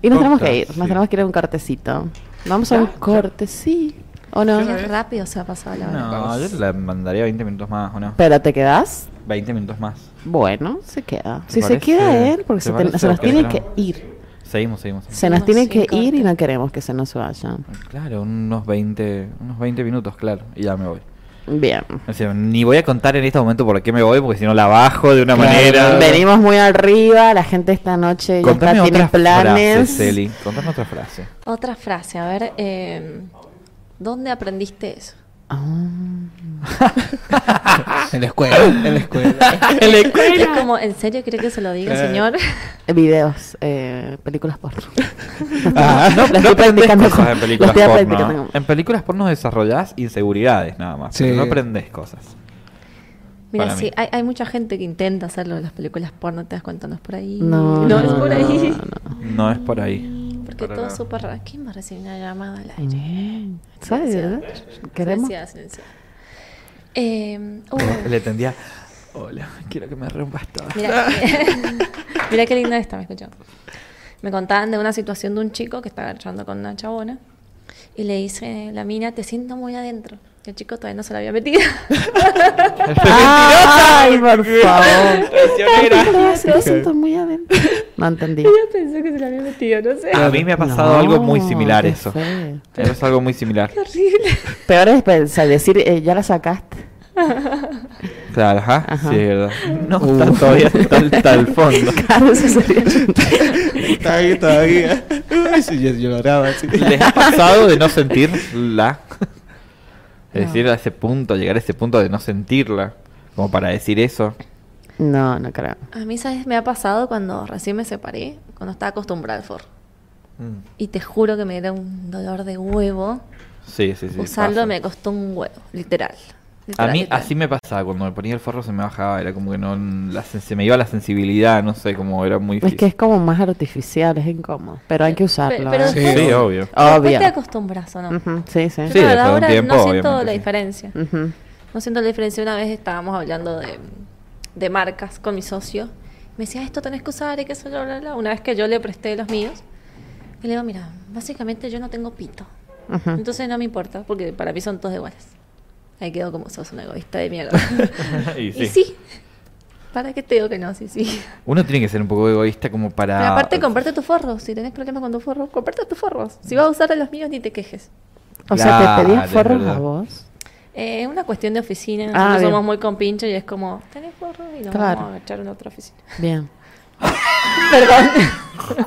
Speaker 2: Y nos tenemos que ir, nos
Speaker 3: ¿eh? sí.
Speaker 2: tenemos que ir a un cortecito. Vamos a un corte, sí. ¿O no?
Speaker 5: Qué rápido se ha pasado la verdad.
Speaker 3: No, yo la mandaría 20 minutos más, ¿o no?
Speaker 2: ¿Pero te quedás?
Speaker 3: 20 minutos más.
Speaker 2: Bueno, se queda. Si se
Speaker 3: parece?
Speaker 2: queda él, porque
Speaker 3: ¿Te
Speaker 2: se, te-
Speaker 3: parece?
Speaker 2: se nos
Speaker 3: ¿Qué
Speaker 2: tiene que
Speaker 3: tenemos?
Speaker 2: ir.
Speaker 3: Seguimos, seguimos.
Speaker 2: Se nos
Speaker 5: Seguimos
Speaker 2: tiene
Speaker 5: sin
Speaker 2: que ir y
Speaker 5: corte.
Speaker 2: no queremos que se nos vaya.
Speaker 3: Claro, unos 20, unos 20 minutos, claro, y ya me voy.
Speaker 2: Bien.
Speaker 3: O sea, ni voy a contar en este momento por qué me voy, porque si no la bajo de una
Speaker 4: Claro.
Speaker 3: manera.
Speaker 2: Venimos muy arriba, la gente esta noche ya
Speaker 3: Contame
Speaker 2: está, tiene
Speaker 3: otra
Speaker 2: planes.
Speaker 3: frase, Celi. Contame otra frase.
Speaker 5: Otra frase, a ver, eh, ¿dónde aprendiste eso?
Speaker 2: Ah.
Speaker 4: En la escuela. En la escuela.
Speaker 2: Ah,
Speaker 5: Es como, ¿en serio cree que se lo diga, señor?
Speaker 2: Videos, eh, películas porno.
Speaker 3: Ah,
Speaker 2: Las estoy
Speaker 3: aprendes
Speaker 2: practicando
Speaker 3: cosas
Speaker 2: con-
Speaker 3: en películas
Speaker 2: las estoy
Speaker 3: porno.
Speaker 2: practicando.
Speaker 3: En películas porno desarrollás inseguridades nada más.
Speaker 4: Sí.
Speaker 3: pero No aprendes cosas.
Speaker 5: Mira,
Speaker 3: Para
Speaker 5: sí,
Speaker 3: mí.
Speaker 5: hay, hay mucha gente que intenta hacerlo en las películas porno, te das cuenta, no es por ahí.
Speaker 2: No,
Speaker 5: es
Speaker 2: no,
Speaker 5: por
Speaker 2: no,
Speaker 5: ahí.
Speaker 3: No es por ahí.
Speaker 5: Porque todo es súper raro. ¿Quién va a recibir una llamada al aire?
Speaker 2: Mm. ¿Sabes?
Speaker 5: Silenciada.
Speaker 2: verdad? Queremos.
Speaker 5: Silenciada, silenciada. Eh, uh,
Speaker 3: Le tendía. Hola, quiero que me rompas todo.
Speaker 5: Mira, mira qué linda esta, me escuchó. Me contaban de una situación de un chico que está agarrando con una chabona y le dice la mina, te siento muy adentro. El chico todavía no se la había metido.
Speaker 2: Ay, por favor.
Speaker 3: Traicionera.
Speaker 2: Lo siento muy adentro. No entendí.
Speaker 5: Ella pensó que se la había metido, no sé.
Speaker 3: A mí me ha pasado algo muy
Speaker 2: No,
Speaker 3: similar
Speaker 2: qué
Speaker 3: eso.
Speaker 2: feo.
Speaker 3: Me pasó algo muy similar.
Speaker 5: Horrible.
Speaker 2: Peor es pensar, decir, eh, ya la sacaste.
Speaker 3: Claro, ajá.
Speaker 2: Ajá.
Speaker 3: Sí, es verdad. No,
Speaker 4: Uh.
Speaker 3: está todavía está al- está al fondo.
Speaker 2: Claro, eso sería-
Speaker 4: Está ahí todavía. Uy, sí, yo lloraba así.
Speaker 3: ¿Les ha pasado de no sentirla? Es decir, a ese punto, llegar a ese punto de no sentirla. Como para decir eso.
Speaker 2: No, no creo.
Speaker 5: A mí, ¿sabes? Me ha pasado cuando recién me separé, cuando estaba acostumbrada al Ford.
Speaker 2: Mm.
Speaker 5: Y te juro que me era un dolor de huevo.
Speaker 3: Sí, sí, sí.
Speaker 5: Usarlo
Speaker 3: pasa.
Speaker 5: me costó un huevo, literal.
Speaker 3: A
Speaker 5: Literal,
Speaker 3: mí
Speaker 5: literal.
Speaker 3: así me pasaba, cuando me ponía el forro se me bajaba, era como que no, la, sen- se me iba la sensibilidad, no sé, como era muy
Speaker 2: Es que
Speaker 3: difícil.
Speaker 2: es como más artificial, es incómodo. Pero hay que usarlo.
Speaker 5: pero-
Speaker 2: ¿eh?
Speaker 5: Sí.
Speaker 3: Sí, obvio.
Speaker 5: Después
Speaker 2: Obvio.
Speaker 5: te acostumbras, ¿o no?
Speaker 2: Ujú, Sí, sí.
Speaker 5: Yo,
Speaker 3: Sí, después de
Speaker 5: la verdad,
Speaker 3: un
Speaker 5: ahora
Speaker 3: tiempo,
Speaker 5: no siento
Speaker 3: obviamente,
Speaker 5: la
Speaker 3: sí.
Speaker 5: diferencia.
Speaker 2: Ujú.
Speaker 5: No siento la diferencia. Una vez estábamos hablando de, de marcas con mi socio. Me decía, esto tenés que usar, y que eso, bla, bla, bla. Una vez que yo le presté los míos, y le digo, mira, básicamente yo no tengo pito.
Speaker 2: Ujú.
Speaker 5: Entonces no me importa, porque para mí son todos iguales. Ahí quedó como, sos un egoísta de mierda.
Speaker 3: Y
Speaker 5: y,
Speaker 3: sí.
Speaker 5: sí. ¿Para qué te digo que no? Sí, sí.
Speaker 3: Uno tiene que ser un poco egoísta como para...
Speaker 5: Pero aparte, comparte tus forros. Si tenés problemas con tus forros, comparte tus forros. Si vas a usar a los míos, ni te quejes.
Speaker 2: O sea, ¿te
Speaker 3: Claro,
Speaker 2: pedían
Speaker 3: es
Speaker 2: forros
Speaker 3: verdad.
Speaker 2: a vos?
Speaker 5: Eh, Es una cuestión de oficina.
Speaker 2: Ah,
Speaker 5: nosotros
Speaker 2: bien.
Speaker 5: somos muy compinches y es como, tenés forro y nos
Speaker 2: Claro.
Speaker 5: vamos a echar en otra oficina.
Speaker 2: Bien.
Speaker 5: Perdón.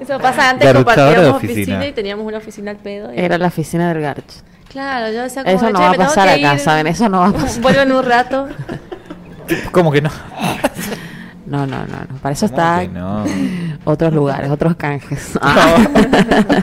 Speaker 5: Eso pasa antes,
Speaker 3: Garruchadora de
Speaker 5: compartíamos
Speaker 3: oficina.
Speaker 5: oficina. y teníamos una oficina al pedo. y-
Speaker 2: Era la oficina del Garch.
Speaker 5: Claro, yo decía como,
Speaker 2: Eso no
Speaker 5: "Che,
Speaker 2: va a
Speaker 5: me tengo
Speaker 2: pasar
Speaker 5: que
Speaker 2: acá,
Speaker 5: ir,
Speaker 2: ¿saben? Eso no va a pasar.
Speaker 5: Vuelvo en un rato.
Speaker 3: Como que no.
Speaker 2: No, no, no, no. Para eso
Speaker 3: ¿Cómo
Speaker 2: está
Speaker 3: que no?
Speaker 2: otros lugares, otros canjes. Ah.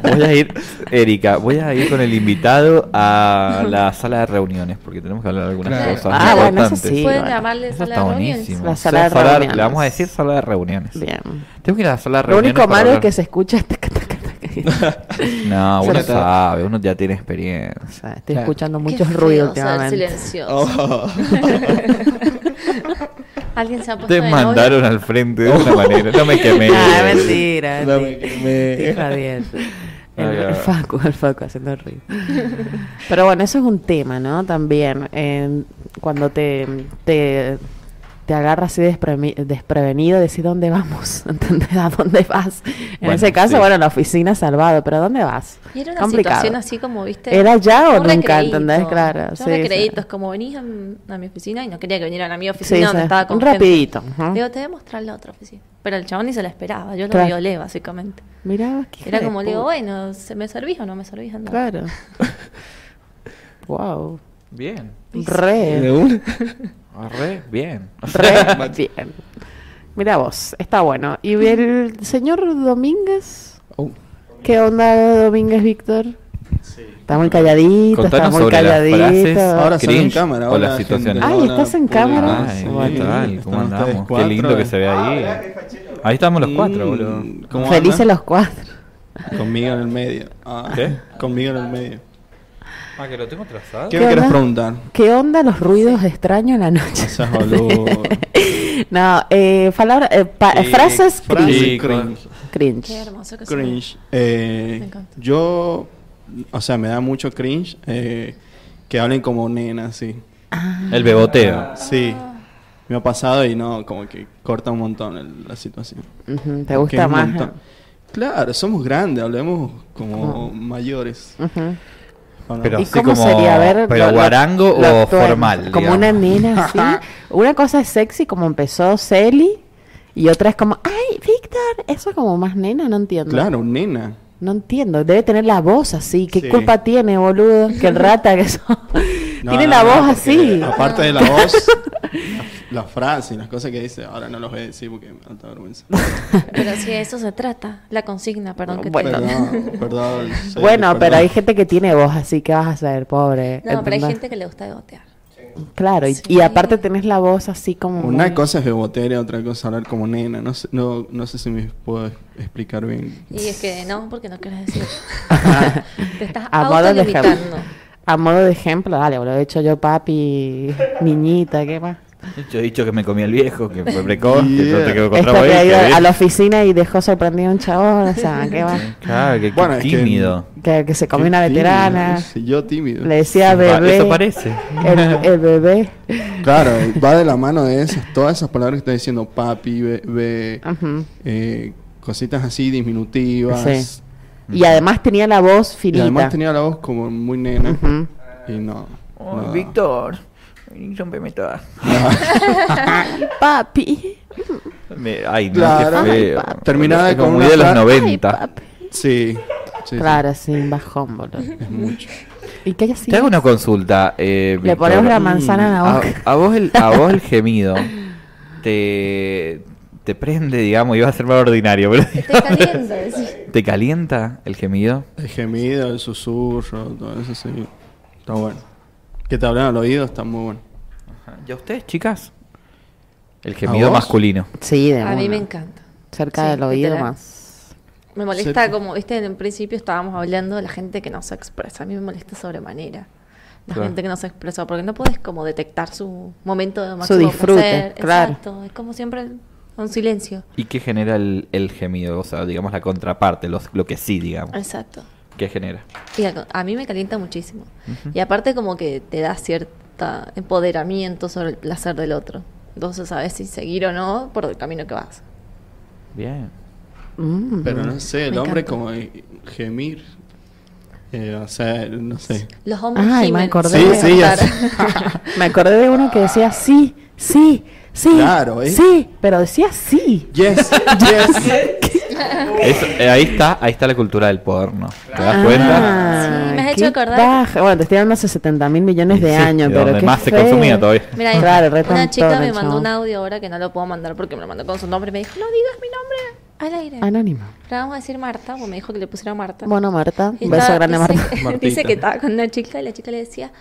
Speaker 3: No. Voy a ir, Erika, voy a ir con el invitado a la sala de reuniones porque tenemos que hablar de algunas
Speaker 4: Claro.
Speaker 3: cosas
Speaker 2: Ah, bueno, eso
Speaker 3: importantes.
Speaker 2: sí.
Speaker 5: Pueden
Speaker 2: bueno.
Speaker 5: llamarle
Speaker 3: Eso
Speaker 5: sala
Speaker 3: está
Speaker 5: de reuniones.
Speaker 3: buenísimo.
Speaker 2: La sala de reuniones.
Speaker 3: Le vamos a decir sala de reuniones.
Speaker 2: Bien.
Speaker 3: Tengo que ir a la sala de
Speaker 2: Lo
Speaker 3: reuniones.
Speaker 2: único
Speaker 3: para
Speaker 2: malo es
Speaker 3: hablar.
Speaker 2: que se escucha. taca, taca, taca.
Speaker 3: No,
Speaker 2: Se
Speaker 3: uno
Speaker 2: nota.
Speaker 3: sabe, uno ya tiene experiencia.
Speaker 2: O sea, estoy
Speaker 4: Claro.
Speaker 2: escuchando
Speaker 5: Qué
Speaker 2: muchos
Speaker 5: feo
Speaker 2: ruidos
Speaker 5: ser
Speaker 2: últimamente.
Speaker 5: silencioso.
Speaker 4: Oh.
Speaker 5: Alguien se ha puesto
Speaker 3: Te
Speaker 5: de
Speaker 3: mandaron al frente de una manera. No me quemé.
Speaker 2: Ah, mentira.
Speaker 4: No,
Speaker 2: sí.
Speaker 4: me- me-
Speaker 2: Estoy jodiendo. El,
Speaker 3: Ay,
Speaker 2: el
Speaker 3: ay.
Speaker 2: Facu, el Facu haciendo ruido. Pero bueno, eso es un tema, ¿no? También, eh, cuando te, te, te agarras así despremi- desprevenido, decís dónde vamos, ¿entendés? ¿A dónde vas? En
Speaker 3: Bueno,
Speaker 2: ese caso,
Speaker 3: sí.
Speaker 2: bueno, la oficina salvado, pero ¿a dónde vas?
Speaker 5: novio. Y era una
Speaker 2: Complicado.
Speaker 5: situación así como, viste.
Speaker 2: ¿Era ya o
Speaker 5: un
Speaker 2: nunca?
Speaker 5: recreíto.
Speaker 2: ¿Entendés? Claro,
Speaker 5: Yo
Speaker 2: sí,
Speaker 5: recreítos,
Speaker 2: sí.
Speaker 5: como venís a, m- a mi oficina y no quería que vinieran a mi
Speaker 2: Sí,
Speaker 5: oficina
Speaker 2: sí.
Speaker 5: donde estaba con
Speaker 2: Un
Speaker 5: gente.
Speaker 2: rapidito. ajá.
Speaker 5: Digo, te voy a mostrar la otra oficina. Pero el chabón ni se la esperaba, yo lo
Speaker 2: Claro.
Speaker 5: violé básicamente.
Speaker 2: Mirá, qué hija
Speaker 5: Era
Speaker 2: de
Speaker 5: como, le digo,
Speaker 2: puta.
Speaker 5: bueno, ¿se me servís o no me servís? Anda.
Speaker 2: Claro. wow.
Speaker 3: Bien.
Speaker 4: De
Speaker 2: Re.
Speaker 4: una.
Speaker 3: Arre, bien.
Speaker 2: Re bien. Mira vos, está bueno. ¿Y el señor Domínguez?
Speaker 4: Oh.
Speaker 2: ¿Qué onda Domínguez Víctor? Está muy calladito, está
Speaker 3: Contanos
Speaker 2: muy
Speaker 3: sobre las frases.
Speaker 2: calladito.
Speaker 3: Ahora-
Speaker 4: Ahora sale en
Speaker 3: Cringe
Speaker 4: cámara.
Speaker 3: o
Speaker 4: Ahora
Speaker 3: las situaciones.
Speaker 2: Ay, ¿estás en cámara?
Speaker 3: Ay,
Speaker 2: Sí,
Speaker 3: ¿qué tal? Ah, ¿Cómo andamos? Qué lindo que se ve
Speaker 2: Ah,
Speaker 3: ahí. Ahí estamos los cuatro, boludo.
Speaker 2: Felices los cuatro.
Speaker 4: Conmigo en el medio. Ah,
Speaker 3: ¿Qué?
Speaker 4: Conmigo en el medio.
Speaker 3: Ah, que lo tengo trazado.
Speaker 4: ¿Qué,
Speaker 2: ¿Qué
Speaker 4: me querés
Speaker 2: onda?
Speaker 4: preguntar?
Speaker 2: ¿Qué onda los ruidos extraños en la noche?
Speaker 4: Esas boludo.
Speaker 2: no, eh, palabra- eh, pa-
Speaker 4: Eh,
Speaker 2: frases
Speaker 4: frases
Speaker 2: cringe.
Speaker 4: cringe.
Speaker 2: Cringe.
Speaker 5: Qué hermoso que son.
Speaker 4: Cringe. Eh,
Speaker 5: Me encanta.
Speaker 4: yo, o sea, me da mucho cringe eh, que hablen como nena, sí.
Speaker 3: El
Speaker 2: Ah.
Speaker 3: beboteo.
Speaker 4: Sí. Me ha pasado y no, como que corta un montón el- la situación.
Speaker 2: Ujú, ¿Te
Speaker 4: Que es
Speaker 2: gusta
Speaker 4: un
Speaker 2: más?
Speaker 4: montón. Claro, somos grandes, hablemos como
Speaker 2: Ujú.
Speaker 4: mayores.
Speaker 2: Ujú.
Speaker 4: ¿o no?
Speaker 3: Pero-
Speaker 2: Mm. ¿Y
Speaker 3: así
Speaker 2: cómo
Speaker 3: como-
Speaker 2: sería? A ver,
Speaker 3: pero guarango o
Speaker 2: actual,
Speaker 3: formal,
Speaker 2: Como
Speaker 3: digamos.
Speaker 2: una nena así. una cosa es sexy, como empezó Celi, y otra es como, ¡ay, Víctor! Eso es como más nena, no entiendo.
Speaker 4: Claro, nena.
Speaker 2: No entiendo. Debe tener la voz así. ¿Qué
Speaker 4: Sí.
Speaker 2: culpa tiene, boludo? Que el rata que son.
Speaker 4: No,
Speaker 2: tiene
Speaker 4: no,
Speaker 2: la
Speaker 4: no,
Speaker 2: voz
Speaker 4: porque
Speaker 2: así.
Speaker 4: Aparte de la voz, la- las frases y las cosas que dice, ahora no los voy a decir porque me da tanta vergüenza.
Speaker 5: Pero si de eso se trata, la consigna, perdón. Que
Speaker 2: Bueno.
Speaker 5: te...
Speaker 4: Perdón, perdón. sí,
Speaker 2: bueno, pero
Speaker 4: perdón.
Speaker 2: hay gente que tiene voz así. ¿Qué vas a hacer, pobre?
Speaker 5: No, pero hay
Speaker 2: ¿Entendés?
Speaker 5: gente que le gusta gotear.
Speaker 2: Claro, y,
Speaker 5: Sí.
Speaker 2: y aparte tenés la voz así como. muy-
Speaker 4: Una cosa es bebotera, otra cosa hablar como nena. No sé, no, no sé si me puedo explicar bien.
Speaker 5: Y es que no, porque no querés decir. te estás
Speaker 2: a modo de
Speaker 5: autolimitando.
Speaker 2: ejemplo. A modo de ejemplo, dale, lo he hecho yo, papi, niñita, ¿qué más?
Speaker 3: Yo he dicho que me comí el viejo, que fue precoz, que yo te quedo con
Speaker 2: Esta
Speaker 3: trabajo
Speaker 2: que ha
Speaker 3: ahí,
Speaker 2: ido
Speaker 3: que-
Speaker 2: a la oficina y dejó sorprendido a un chabón, o sea, que va.
Speaker 3: Claro, que, que
Speaker 4: Bueno, es que-
Speaker 3: tímido.
Speaker 2: Que, que se comió
Speaker 4: Qué
Speaker 2: una
Speaker 4: tímido,
Speaker 2: veterana.
Speaker 4: sí, yo tímido.
Speaker 2: Le decía
Speaker 3: Pa-
Speaker 2: bebé.
Speaker 3: Eso parece.
Speaker 2: El, el bebé.
Speaker 4: Claro, va de la mano de esas, todas esas palabras que está diciendo papi, be- be,
Speaker 2: Ujú.
Speaker 4: eh, cositas así diminutivas.
Speaker 2: Sí. Y además tenía la voz
Speaker 4: Y
Speaker 2: finita.
Speaker 4: además tenía la voz como muy nena.
Speaker 2: Ujú.
Speaker 4: Y no. no.
Speaker 3: Víctor, rompeme todas.
Speaker 2: Papi.
Speaker 3: Ay, no,
Speaker 4: Claro.
Speaker 3: qué feo.
Speaker 2: Ay, papi.
Speaker 4: Terminaba
Speaker 3: Es como
Speaker 4: con
Speaker 3: muy
Speaker 4: una
Speaker 3: de los
Speaker 4: fra-
Speaker 2: Ay,
Speaker 3: 90.
Speaker 2: papi.
Speaker 4: Sí. sí,
Speaker 2: Claro, sí, bajón, boludo.
Speaker 4: sí, es mucho.
Speaker 2: ¿Y qué hay así?
Speaker 3: Te hago una consulta, eh,
Speaker 2: Le
Speaker 3: Víctor.
Speaker 2: ponemos la manzana a la
Speaker 3: a,
Speaker 2: boca.
Speaker 3: a vos el, a vos el gemido te, te prende, digamos, iba a ser más ordinario, pero
Speaker 5: Te calientas.
Speaker 3: ¿Te calienta el gemido?
Speaker 4: El gemido, el susurro, todo eso sí. Está bueno. Que te hablan al oído está muy bueno.
Speaker 3: ¿Y a ustedes, chicas? El gemido
Speaker 4: vos?
Speaker 3: masculino.
Speaker 2: Sí, de
Speaker 5: A mí
Speaker 2: una.
Speaker 5: me encanta.
Speaker 2: Cerca
Speaker 5: Sí,
Speaker 2: del oído
Speaker 5: literal.
Speaker 2: más.
Speaker 5: Me molesta,
Speaker 4: Sí.
Speaker 5: como viste, en el principio estábamos hablando de la gente que no se expresa. A mí me molesta sobremanera. La
Speaker 3: Claro.
Speaker 5: gente que no se expresa, porque no puedes como detectar su momento de máximo
Speaker 2: disfrute,
Speaker 5: placer.
Speaker 2: claro.
Speaker 5: Exacto, es como siempre un silencio.
Speaker 3: ¿Y qué genera el, el gemido? O sea, digamos la contraparte, los- lo que sí, digamos.
Speaker 5: Exacto.
Speaker 3: ¿Qué genera?
Speaker 5: Y a, a mí me calienta muchísimo. Y aparte como que te da cierta empoderamiento sobre el placer del otro. Entonces sabes si seguir o no por el camino que vas.
Speaker 3: Bien.
Speaker 2: Mm.
Speaker 4: Pero no sé, el
Speaker 5: Me
Speaker 4: hombre
Speaker 5: encanta.
Speaker 4: como eh, gemir. Eh, o sea, no sé.
Speaker 5: Los hombres
Speaker 2: Ay, me
Speaker 5: gimen.
Speaker 2: acordé.
Speaker 4: Sí,
Speaker 5: Voy a
Speaker 4: sí, ya
Speaker 5: contar.
Speaker 2: Me acordé de uno que decía sí, sí, sí.
Speaker 4: Claro, ¿eh?
Speaker 2: Sí, pero decía sí.
Speaker 4: Yes, yes.
Speaker 3: Eso, eh, ahí está, ahí está la cultura del porno. ¿Te das
Speaker 2: Ah,
Speaker 3: cuenta?
Speaker 5: Sí, me has
Speaker 2: qué
Speaker 5: hecho acordar.
Speaker 2: baja. Bueno, te estoy hablando hace 70 mil millones de
Speaker 3: Sí,
Speaker 2: años,
Speaker 3: de
Speaker 2: pero
Speaker 3: donde
Speaker 2: qué
Speaker 3: más se
Speaker 2: feo.
Speaker 3: consumía todavía.
Speaker 5: Mira,
Speaker 2: Claro, re
Speaker 5: una chica
Speaker 2: tontona,
Speaker 5: me mandó
Speaker 2: chabón.
Speaker 5: un audio ahora que no lo puedo mandar porque me lo mandó con su nombre y me dijo, no digas mi nombre al aire.
Speaker 2: Anónimo.
Speaker 5: Le vamos a decir Marta, porque me dijo que le pusiera Marta.
Speaker 2: Ah, Bueno, Marta,
Speaker 5: Y
Speaker 2: un beso
Speaker 5: estaba-
Speaker 2: grande,
Speaker 5: dice-
Speaker 2: Marta.
Speaker 5: Dice
Speaker 4: Martita.
Speaker 5: que estaba con una chica y la chica le decía,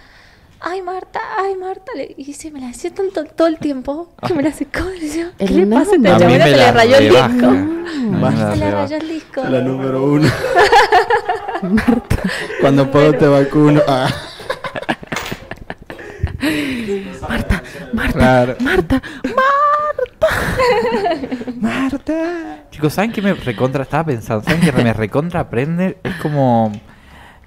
Speaker 5: ay Marta, ay Marta. Le- y dice, me la decía tanto todo el tiempo que me la secó. Y decía, ¿qué
Speaker 2: El
Speaker 5: le pasa a
Speaker 2: nombre.
Speaker 5: esta
Speaker 2: A mí
Speaker 5: chabona?
Speaker 2: me
Speaker 5: Se le rayó el
Speaker 3: rebaja.
Speaker 5: disco.
Speaker 3: A mí me
Speaker 4: Basta.
Speaker 3: la
Speaker 5: Se le
Speaker 3: rebaja.
Speaker 5: rayó el disco.
Speaker 4: La número uno. Cuando puedo te vacuno. Ah, claro.
Speaker 2: Marta,
Speaker 3: Chicos, ¿saben qué me recontra estaba pensando? ¿Saben qué me recontra prende? Es como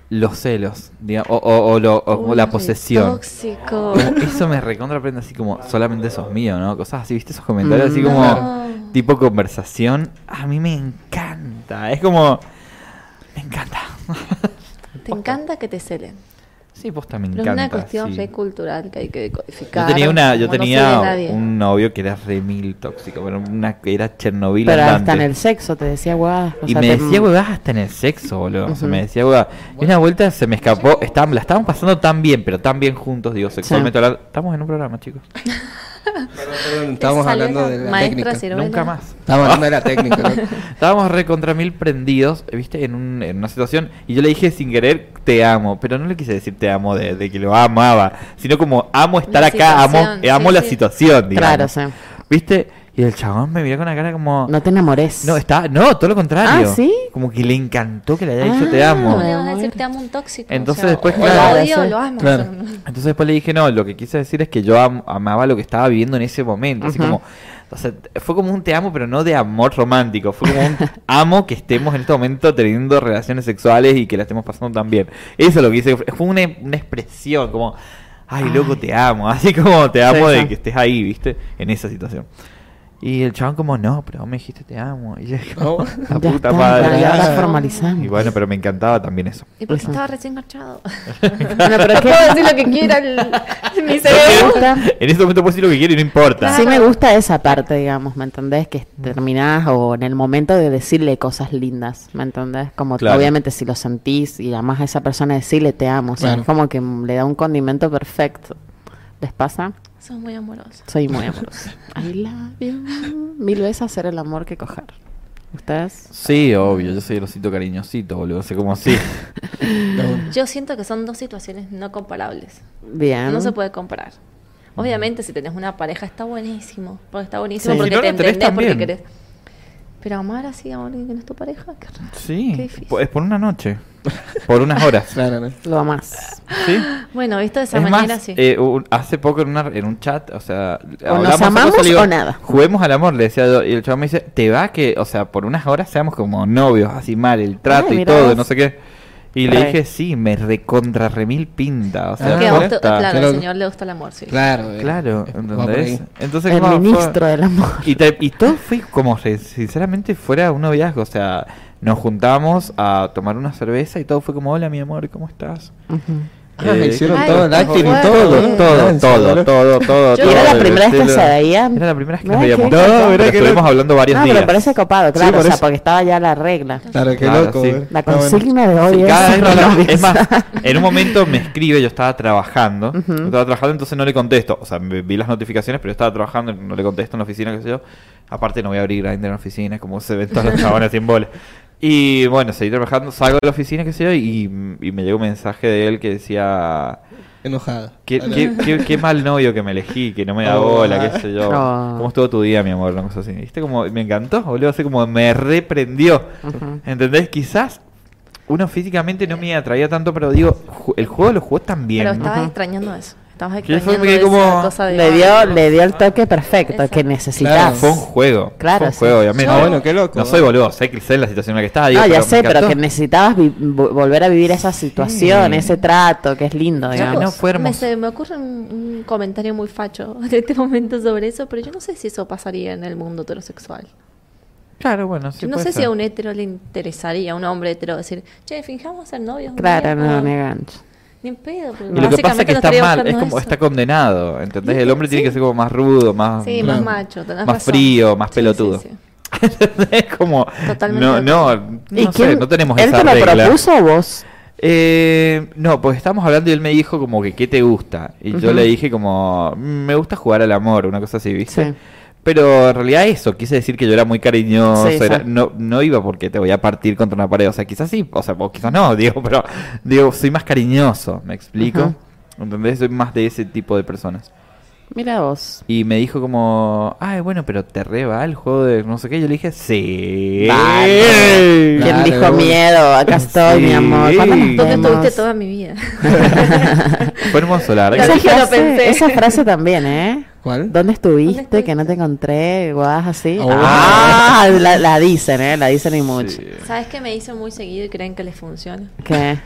Speaker 3: los celos, digamos, o, o- o lo- o como
Speaker 5: Uy,
Speaker 3: la
Speaker 5: re
Speaker 3: posesión.
Speaker 5: Tóxico.
Speaker 3: Como Eso me recontra prende así como solamente sos mío, ¿no? Cosas así, ¿viste? Esos comentarios así
Speaker 2: Mm.
Speaker 3: como
Speaker 5: No.
Speaker 3: tipo conversación. A mí me encanta. Es como... Me encanta.
Speaker 5: Te encanta que te celen.
Speaker 3: sí, posta, me
Speaker 5: Pero
Speaker 3: encanta.
Speaker 5: es una cuestión
Speaker 3: sí.
Speaker 5: re cultural que hay que decodificar.
Speaker 3: Yo tenía, una, yo
Speaker 5: como no
Speaker 3: tenía
Speaker 5: cede nadie.
Speaker 3: un novio que era re mil tóxico, pero una, era Chernobyl
Speaker 2: pero hasta
Speaker 3: andante.
Speaker 2: en el sexo te decía guau.
Speaker 3: Y me decía huevadas hasta en el sexo, boludo. O sea, me decía huevadas. Y una vuelta se me escapó. Estaban, la estaban pasando tan bien, pero tan bien juntos, digo, sexualmente hablando. Estamos en un programa, chicos.
Speaker 1: Perdón,
Speaker 5: Te
Speaker 1: estábamos
Speaker 5: salió
Speaker 1: hablando
Speaker 5: la
Speaker 1: de la
Speaker 5: maestra
Speaker 1: técnica.
Speaker 5: Ciruela.
Speaker 3: Nunca más.
Speaker 1: Estábamos hablando de la técnica. ¿no?
Speaker 3: Estábamos re contra mil prendidos, viste, en, un- en una situación. Y yo le dije sin querer, te amo. Pero no le quise decir te amo de, de que lo amaba, sino como amo estar
Speaker 5: La
Speaker 3: acá, amo,
Speaker 5: situación,
Speaker 3: eh, amo
Speaker 5: sí,
Speaker 3: la
Speaker 5: sí.
Speaker 3: situación, digamos.
Speaker 2: Claro, sí.
Speaker 3: ¿Viste? Y el chabón me miró con la cara como.
Speaker 2: No te enamores.
Speaker 3: No, está, no, todo lo contrario.
Speaker 2: Ah, ¿sí?
Speaker 3: Como que le encantó que le haya dicho
Speaker 2: Ah,
Speaker 3: te amo.
Speaker 5: ¿Cómo le vas a
Speaker 2: amor.
Speaker 5: decir te amo a un tóxico?
Speaker 3: Entonces
Speaker 5: O sea,
Speaker 3: después,
Speaker 5: o
Speaker 3: claro.
Speaker 5: lo odio o lo amo.
Speaker 1: Claro.
Speaker 5: O sea,
Speaker 3: Entonces después le dije, no, lo que quise decir es que yo am- amaba lo que estaba viviendo en ese momento. Así
Speaker 2: Ujú.
Speaker 3: como, o sea, t- fue como un te amo, pero no de amor romántico. Fue como un amo que estemos en este momento teniendo relaciones sexuales y que la estemos pasando tan bien. Eso es lo que hice. Fue una, una expresión como, ay, loco, te amo. Así como te amo
Speaker 2: Sí,
Speaker 3: de
Speaker 2: sí.
Speaker 3: que estés ahí, viste, en esa situación. Y el chabón como, no, pero vos me dijiste te amo. Y yo
Speaker 2: Oh.
Speaker 3: como, la
Speaker 2: Ya
Speaker 3: puta
Speaker 2: está,
Speaker 3: madre.
Speaker 2: ya está formalizando.
Speaker 3: Y bueno, pero me encantaba también eso.
Speaker 5: ¿Y por qué
Speaker 2: Exacto.
Speaker 5: estaba recién enganchado?
Speaker 2: Bueno, pero es que-
Speaker 5: Puedo decir lo que quiera el- mi
Speaker 2: ¿Te
Speaker 5: cerebro.
Speaker 2: gusta?
Speaker 3: En este momento puedo decir lo que quiero y no importa.
Speaker 2: Sí me gusta esa parte, digamos, ¿me entendés? Que terminás o en el momento de decirle cosas lindas, ¿me entendés? Como
Speaker 3: Claro.
Speaker 2: obviamente si lo sentís y además a esa persona decirle te amo, o sea,
Speaker 1: Claro.
Speaker 2: es como que le da un condimento perfecto. ¿Les pasa?
Speaker 5: Sos muy amoroso.
Speaker 2: Soy muy amorosa. I love you. Mil veces hacer el amor que coger. ¿Ustedes?
Speaker 3: Sí, obvio, yo soy el osito cariñosito, boludo, sé como así.
Speaker 5: Yo siento que son dos situaciones no comparables.
Speaker 2: Bien.
Speaker 5: No se puede comparar. Obviamente, si tenés una pareja, está buenísimo. Porque está buenísimo
Speaker 2: Sí.
Speaker 5: porque
Speaker 3: Si no
Speaker 5: te
Speaker 3: la tenés,
Speaker 5: entendés, porque
Speaker 3: también.
Speaker 5: querés. Pero amar así a alguien que no es tu pareja, qué raro. Qué
Speaker 3: Sí,
Speaker 5: difícil.
Speaker 3: po- es por una noche. Por unas horas.
Speaker 4: Claro, ¿no?
Speaker 2: Lo amás.
Speaker 3: ¿Sí?
Speaker 5: Bueno, visto de esa
Speaker 3: es
Speaker 5: manera,
Speaker 3: más,
Speaker 5: sí.
Speaker 3: eh, un- hace poco en, una- en un chat, o sea,
Speaker 2: O nos
Speaker 3: hablamos,
Speaker 2: amamos
Speaker 3: le
Speaker 2: o nada.
Speaker 3: Juguemos al amor, le decía yo, y el chaval me dice, te va que, o sea, por unas horas seamos como novios, así mal, el trato
Speaker 2: Ay,
Speaker 3: y
Speaker 2: mirá
Speaker 3: todo,
Speaker 2: vos.
Speaker 3: no sé qué. Y
Speaker 2: Re.
Speaker 3: le dije, sí, me recontra remil pinta, o sea,
Speaker 4: Ah,
Speaker 5: Que a vos te-
Speaker 3: posta.
Speaker 5: claro,
Speaker 4: Claro.
Speaker 5: al señor le gusta el amor, sí.
Speaker 4: Claro, eh,
Speaker 3: Claro,
Speaker 4: va por
Speaker 3: ¿entendés?
Speaker 4: ahí.
Speaker 3: Entonces,
Speaker 2: El
Speaker 3: como, fue-
Speaker 2: ministro del amor.
Speaker 3: Y, te- y todo fue como si sinceramente fuera un noviazgo, o sea, nos juntamos a tomar una cerveza y todo fue como, hola mi amor, ¿cómo estás? Eh,
Speaker 2: Ujú.
Speaker 4: Ah, le hicieron
Speaker 5: Ay,
Speaker 4: todo el
Speaker 5: qué
Speaker 4: acting y
Speaker 5: fuerte.
Speaker 4: todo, ¿no?
Speaker 3: todo, todo, todo, todo.
Speaker 5: Yo-
Speaker 3: todo,
Speaker 2: Era la
Speaker 3: el
Speaker 2: primera vez que
Speaker 3: estilo.
Speaker 2: se veían.
Speaker 3: Era la primera vez que
Speaker 2: No,
Speaker 3: nos
Speaker 2: es que-
Speaker 3: veíamos.
Speaker 2: No,
Speaker 3: pero
Speaker 4: mirá que
Speaker 3: estuvimos
Speaker 4: no-
Speaker 3: hablando varios
Speaker 2: No,
Speaker 3: días.
Speaker 2: pero parece copado,
Speaker 4: Sí,
Speaker 2: claro,
Speaker 4: por
Speaker 2: o sea,
Speaker 4: eso.
Speaker 2: porque estaba ya la regla.
Speaker 4: Claro, qué
Speaker 3: Claro,
Speaker 4: loco.
Speaker 3: sí.
Speaker 4: eh.
Speaker 2: La
Speaker 4: Ah, bueno.
Speaker 2: consigna de hoy es...
Speaker 3: Cada vez
Speaker 2: no
Speaker 3: no la-
Speaker 2: novios.
Speaker 3: es más, en un momento me escribe, yo estaba trabajando,
Speaker 2: Ujú.
Speaker 3: yo estaba trabajando, entonces no le contesto. O sea, me- vi las notificaciones, pero yo estaba trabajando, no le contesto en la oficina, qué sé yo. Aparte no voy a abrir Grindr en la oficina, como se ven todas las chabonas sin bolas. Y bueno, seguí trabajando, salgo de la oficina, qué sé yo, y, y me llegó un mensaje de él que decía...
Speaker 4: Enojada.
Speaker 3: Qué,
Speaker 4: Dale.
Speaker 3: qué- qué- qué mal novio que me elegí, que no me da
Speaker 4: Oh.
Speaker 3: bola, qué sé yo.
Speaker 2: Oh.
Speaker 3: ¿Cómo estuvo tu día, mi amor? Una cosa así. ¿Viste como me encantó, boludo? Así como me reprendió.
Speaker 2: Ujú.
Speaker 3: ¿Entendés? Quizás uno físicamente no me atraía tanto, pero digo, ju- el juego lo jugó tan bien.
Speaker 5: Pero estabas
Speaker 2: Ujú.
Speaker 5: extrañando eso. Estabas
Speaker 3: Que fue
Speaker 5: extrañando
Speaker 3: que
Speaker 5: esa
Speaker 3: como
Speaker 5: cosa de...
Speaker 2: Le dio, le dio el toque perfecto
Speaker 5: Exacto.
Speaker 2: que necesitas.
Speaker 3: Fue un juego.
Speaker 2: Claro,
Speaker 3: Fue un
Speaker 2: sí.
Speaker 3: juego, obviamente.
Speaker 4: Ah, bueno, qué loco.
Speaker 3: No soy boludo, sé que sé la situación en la que estaba.
Speaker 5: Ah,
Speaker 3: digo,
Speaker 2: no, Ah, ya
Speaker 3: me
Speaker 2: sé, pero
Speaker 3: encantó.
Speaker 2: que necesitabas vi- vo- volver a vivir esa situación,
Speaker 3: Sí.
Speaker 2: ese trato, que es lindo,
Speaker 3: Ya,
Speaker 2: digamos.
Speaker 3: no fue
Speaker 5: me,
Speaker 3: hermoso.
Speaker 5: se me ocurre un, un comentario muy facho en este momento sobre eso, pero yo no sé si eso pasaría en el mundo heterosexual.
Speaker 3: Claro, bueno, sí
Speaker 5: Yo no
Speaker 3: puede
Speaker 5: sé si
Speaker 3: ser.
Speaker 5: a un hetero le interesaría, a un hombre hetero, decir, che, fijamos ser novios. un día,
Speaker 2: Claro, no,
Speaker 5: como,
Speaker 2: no gancho.
Speaker 5: Ni en pedo. porque
Speaker 3: Y lo que pasa es
Speaker 5: básicamente
Speaker 3: que
Speaker 5: no
Speaker 3: está
Speaker 5: estaría
Speaker 3: mal, es
Speaker 5: buscando
Speaker 3: como
Speaker 5: eso.
Speaker 3: está condenado, ¿entendés? El hombre tiene
Speaker 5: Sí.
Speaker 3: que ser como más rudo, más...
Speaker 5: Sí,
Speaker 4: Claro.
Speaker 5: más macho, tenés
Speaker 3: más
Speaker 5: razón.
Speaker 3: frío, más
Speaker 5: Sí,
Speaker 3: pelotudo.
Speaker 5: sí, sí.
Speaker 3: es como.
Speaker 5: Totalmente
Speaker 3: No,
Speaker 5: de
Speaker 3: no,
Speaker 2: ¿Y
Speaker 3: no sé,
Speaker 2: quién-
Speaker 3: no tenemos
Speaker 2: ¿Él
Speaker 3: esa
Speaker 2: te lo
Speaker 3: regla.
Speaker 2: propuso o vos?
Speaker 3: Eh, no, pues estábamos hablando y él me dijo como que qué te gusta. Y yo
Speaker 2: Ujú.
Speaker 3: le dije como, "Mm, me gusta jugar al amor, una cosa así, ¿viste?
Speaker 2: Sí.
Speaker 3: Pero en realidad eso, quise decir que yo era muy cariñoso,
Speaker 2: Sí,
Speaker 3: era-
Speaker 2: sí.
Speaker 3: no, no iba porque te voy a partir contra una pared, o sea, quizás sí, o sea, o quizás no, digo, pero digo, soy más cariñoso, ¿me explico?
Speaker 2: Ujú.
Speaker 3: ¿Entendés? Soy más de ese tipo de personas.
Speaker 2: Mira vos.
Speaker 3: Y me dijo como, ay, bueno, pero te re va el juego de no sé qué. Yo le dije, sí.
Speaker 2: Vale. ¿Quién
Speaker 4: Claro,
Speaker 2: dijo
Speaker 4: bueno.
Speaker 2: miedo? Acá estoy,
Speaker 3: Sí.
Speaker 2: mi amor. ¿Cuándo nos
Speaker 5: ¿Dónde
Speaker 2: vemos?
Speaker 5: estuviste toda mi vida?
Speaker 3: Fue hermoso, la verdad.
Speaker 5: Lo
Speaker 2: Esa
Speaker 5: dije, lo
Speaker 2: frase,
Speaker 5: pensé.
Speaker 2: esa frase también, ¿eh?
Speaker 4: ¿Cuál?
Speaker 2: ¿Dónde estuviste?
Speaker 5: ¿Dónde
Speaker 2: que no te encontré, guas así.
Speaker 4: Oh.
Speaker 2: Ah, la, la dicen, ¿eh? La dicen y mucho.
Speaker 3: Sí.
Speaker 5: ¿Sabes qué me hizo muy seguido y creen que les funciona?
Speaker 2: ¿Qué?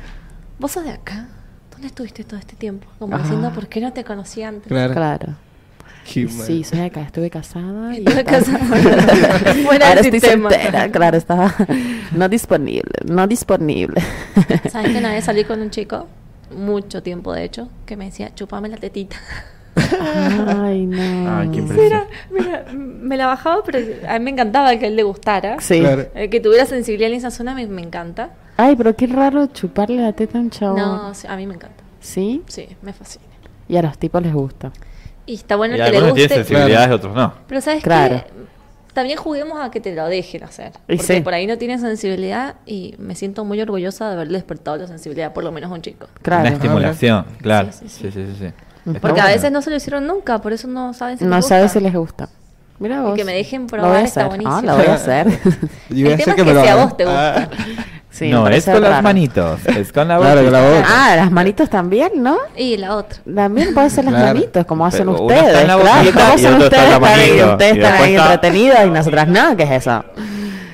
Speaker 5: ¿Vos sos de acá? ¿Dónde estuviste todo este tiempo? Como diciendo, ¿por qué no te conocí antes?
Speaker 4: Claro.
Speaker 2: Ah. Claro.
Speaker 4: Qué
Speaker 2: Sí,
Speaker 4: mal.
Speaker 2: soy acá, estuve casada. y
Speaker 5: Estuve
Speaker 2: estaba-
Speaker 5: casada. Fuera
Speaker 2: Ahora
Speaker 5: del
Speaker 2: estoy
Speaker 5: sistema.
Speaker 2: soltera, claro, estaba no disponible, no disponible.
Speaker 5: ¿Sabes que una vez salí con un chico, mucho tiempo de hecho, que me decía, chupame la tetita?
Speaker 2: Ay, no.
Speaker 3: Ay, qué impresión.
Speaker 5: Mira, mira, me la bajaba, pero a mí me encantaba que a él le gustara.
Speaker 2: Sí.
Speaker 4: Claro.
Speaker 5: Eh, que tuviera sensibilidad en esa zona me, me encanta.
Speaker 2: Ay, pero qué raro chuparle la teta a un chavo.
Speaker 5: No, sí, a mí me encanta.
Speaker 2: ¿Sí?
Speaker 5: Sí, me fascina.
Speaker 2: Y a los tipos les gusta.
Speaker 5: Y está bueno
Speaker 3: Y
Speaker 5: el que le
Speaker 3: algunos tienen
Speaker 5: guste.
Speaker 3: sensibilidades, otros no.
Speaker 5: Pero sabes
Speaker 2: Claro.
Speaker 5: que también juguemos a que te lo dejen hacer.
Speaker 2: Y
Speaker 5: Porque
Speaker 2: sí.
Speaker 5: por ahí no tienen sensibilidad y me siento muy orgullosa de haberle despertado la sensibilidad, por lo menos a un chico.
Speaker 3: Una
Speaker 2: Claro.
Speaker 3: estimulación, claro. Sí,
Speaker 5: Sí,
Speaker 3: sí, sí.
Speaker 5: sí,
Speaker 3: sí. Está
Speaker 5: Porque a
Speaker 3: bueno.
Speaker 5: veces no se lo hicieron nunca, por eso no saben si
Speaker 2: No
Speaker 5: les
Speaker 2: sabes
Speaker 5: gusta.
Speaker 2: si les gusta. Mira vos.
Speaker 5: que me dejen
Speaker 2: Lo
Speaker 5: probar
Speaker 2: voy a
Speaker 5: está
Speaker 2: hacer.
Speaker 5: buenísimo.
Speaker 2: Ah, lo voy a hacer.
Speaker 4: Y voy a
Speaker 5: El
Speaker 4: hacer
Speaker 5: tema es que si a
Speaker 4: hagan.
Speaker 5: vos te gusta.
Speaker 1: Ah.
Speaker 2: sí,
Speaker 3: no,
Speaker 2: me
Speaker 3: es
Speaker 2: parece
Speaker 3: con las
Speaker 2: raro.
Speaker 3: manitos, es con la boca.
Speaker 4: Claro, con la boca.
Speaker 2: Ah, las manitos también, ¿no?
Speaker 5: Y la otra.
Speaker 2: También pueden ser las
Speaker 4: Claro.
Speaker 2: manitos, como hacen
Speaker 3: Pero uno
Speaker 2: ustedes.
Speaker 3: está en la
Speaker 2: Claro,
Speaker 3: boquita
Speaker 2: como
Speaker 3: y el
Speaker 2: hacen
Speaker 3: otro está en
Speaker 2: ustedes,
Speaker 3: la
Speaker 2: están ahí,
Speaker 3: manito.
Speaker 2: ustedes
Speaker 3: Y
Speaker 2: están ahí
Speaker 3: después está-
Speaker 2: entretenidos y nosotras no, ¿qué es eso?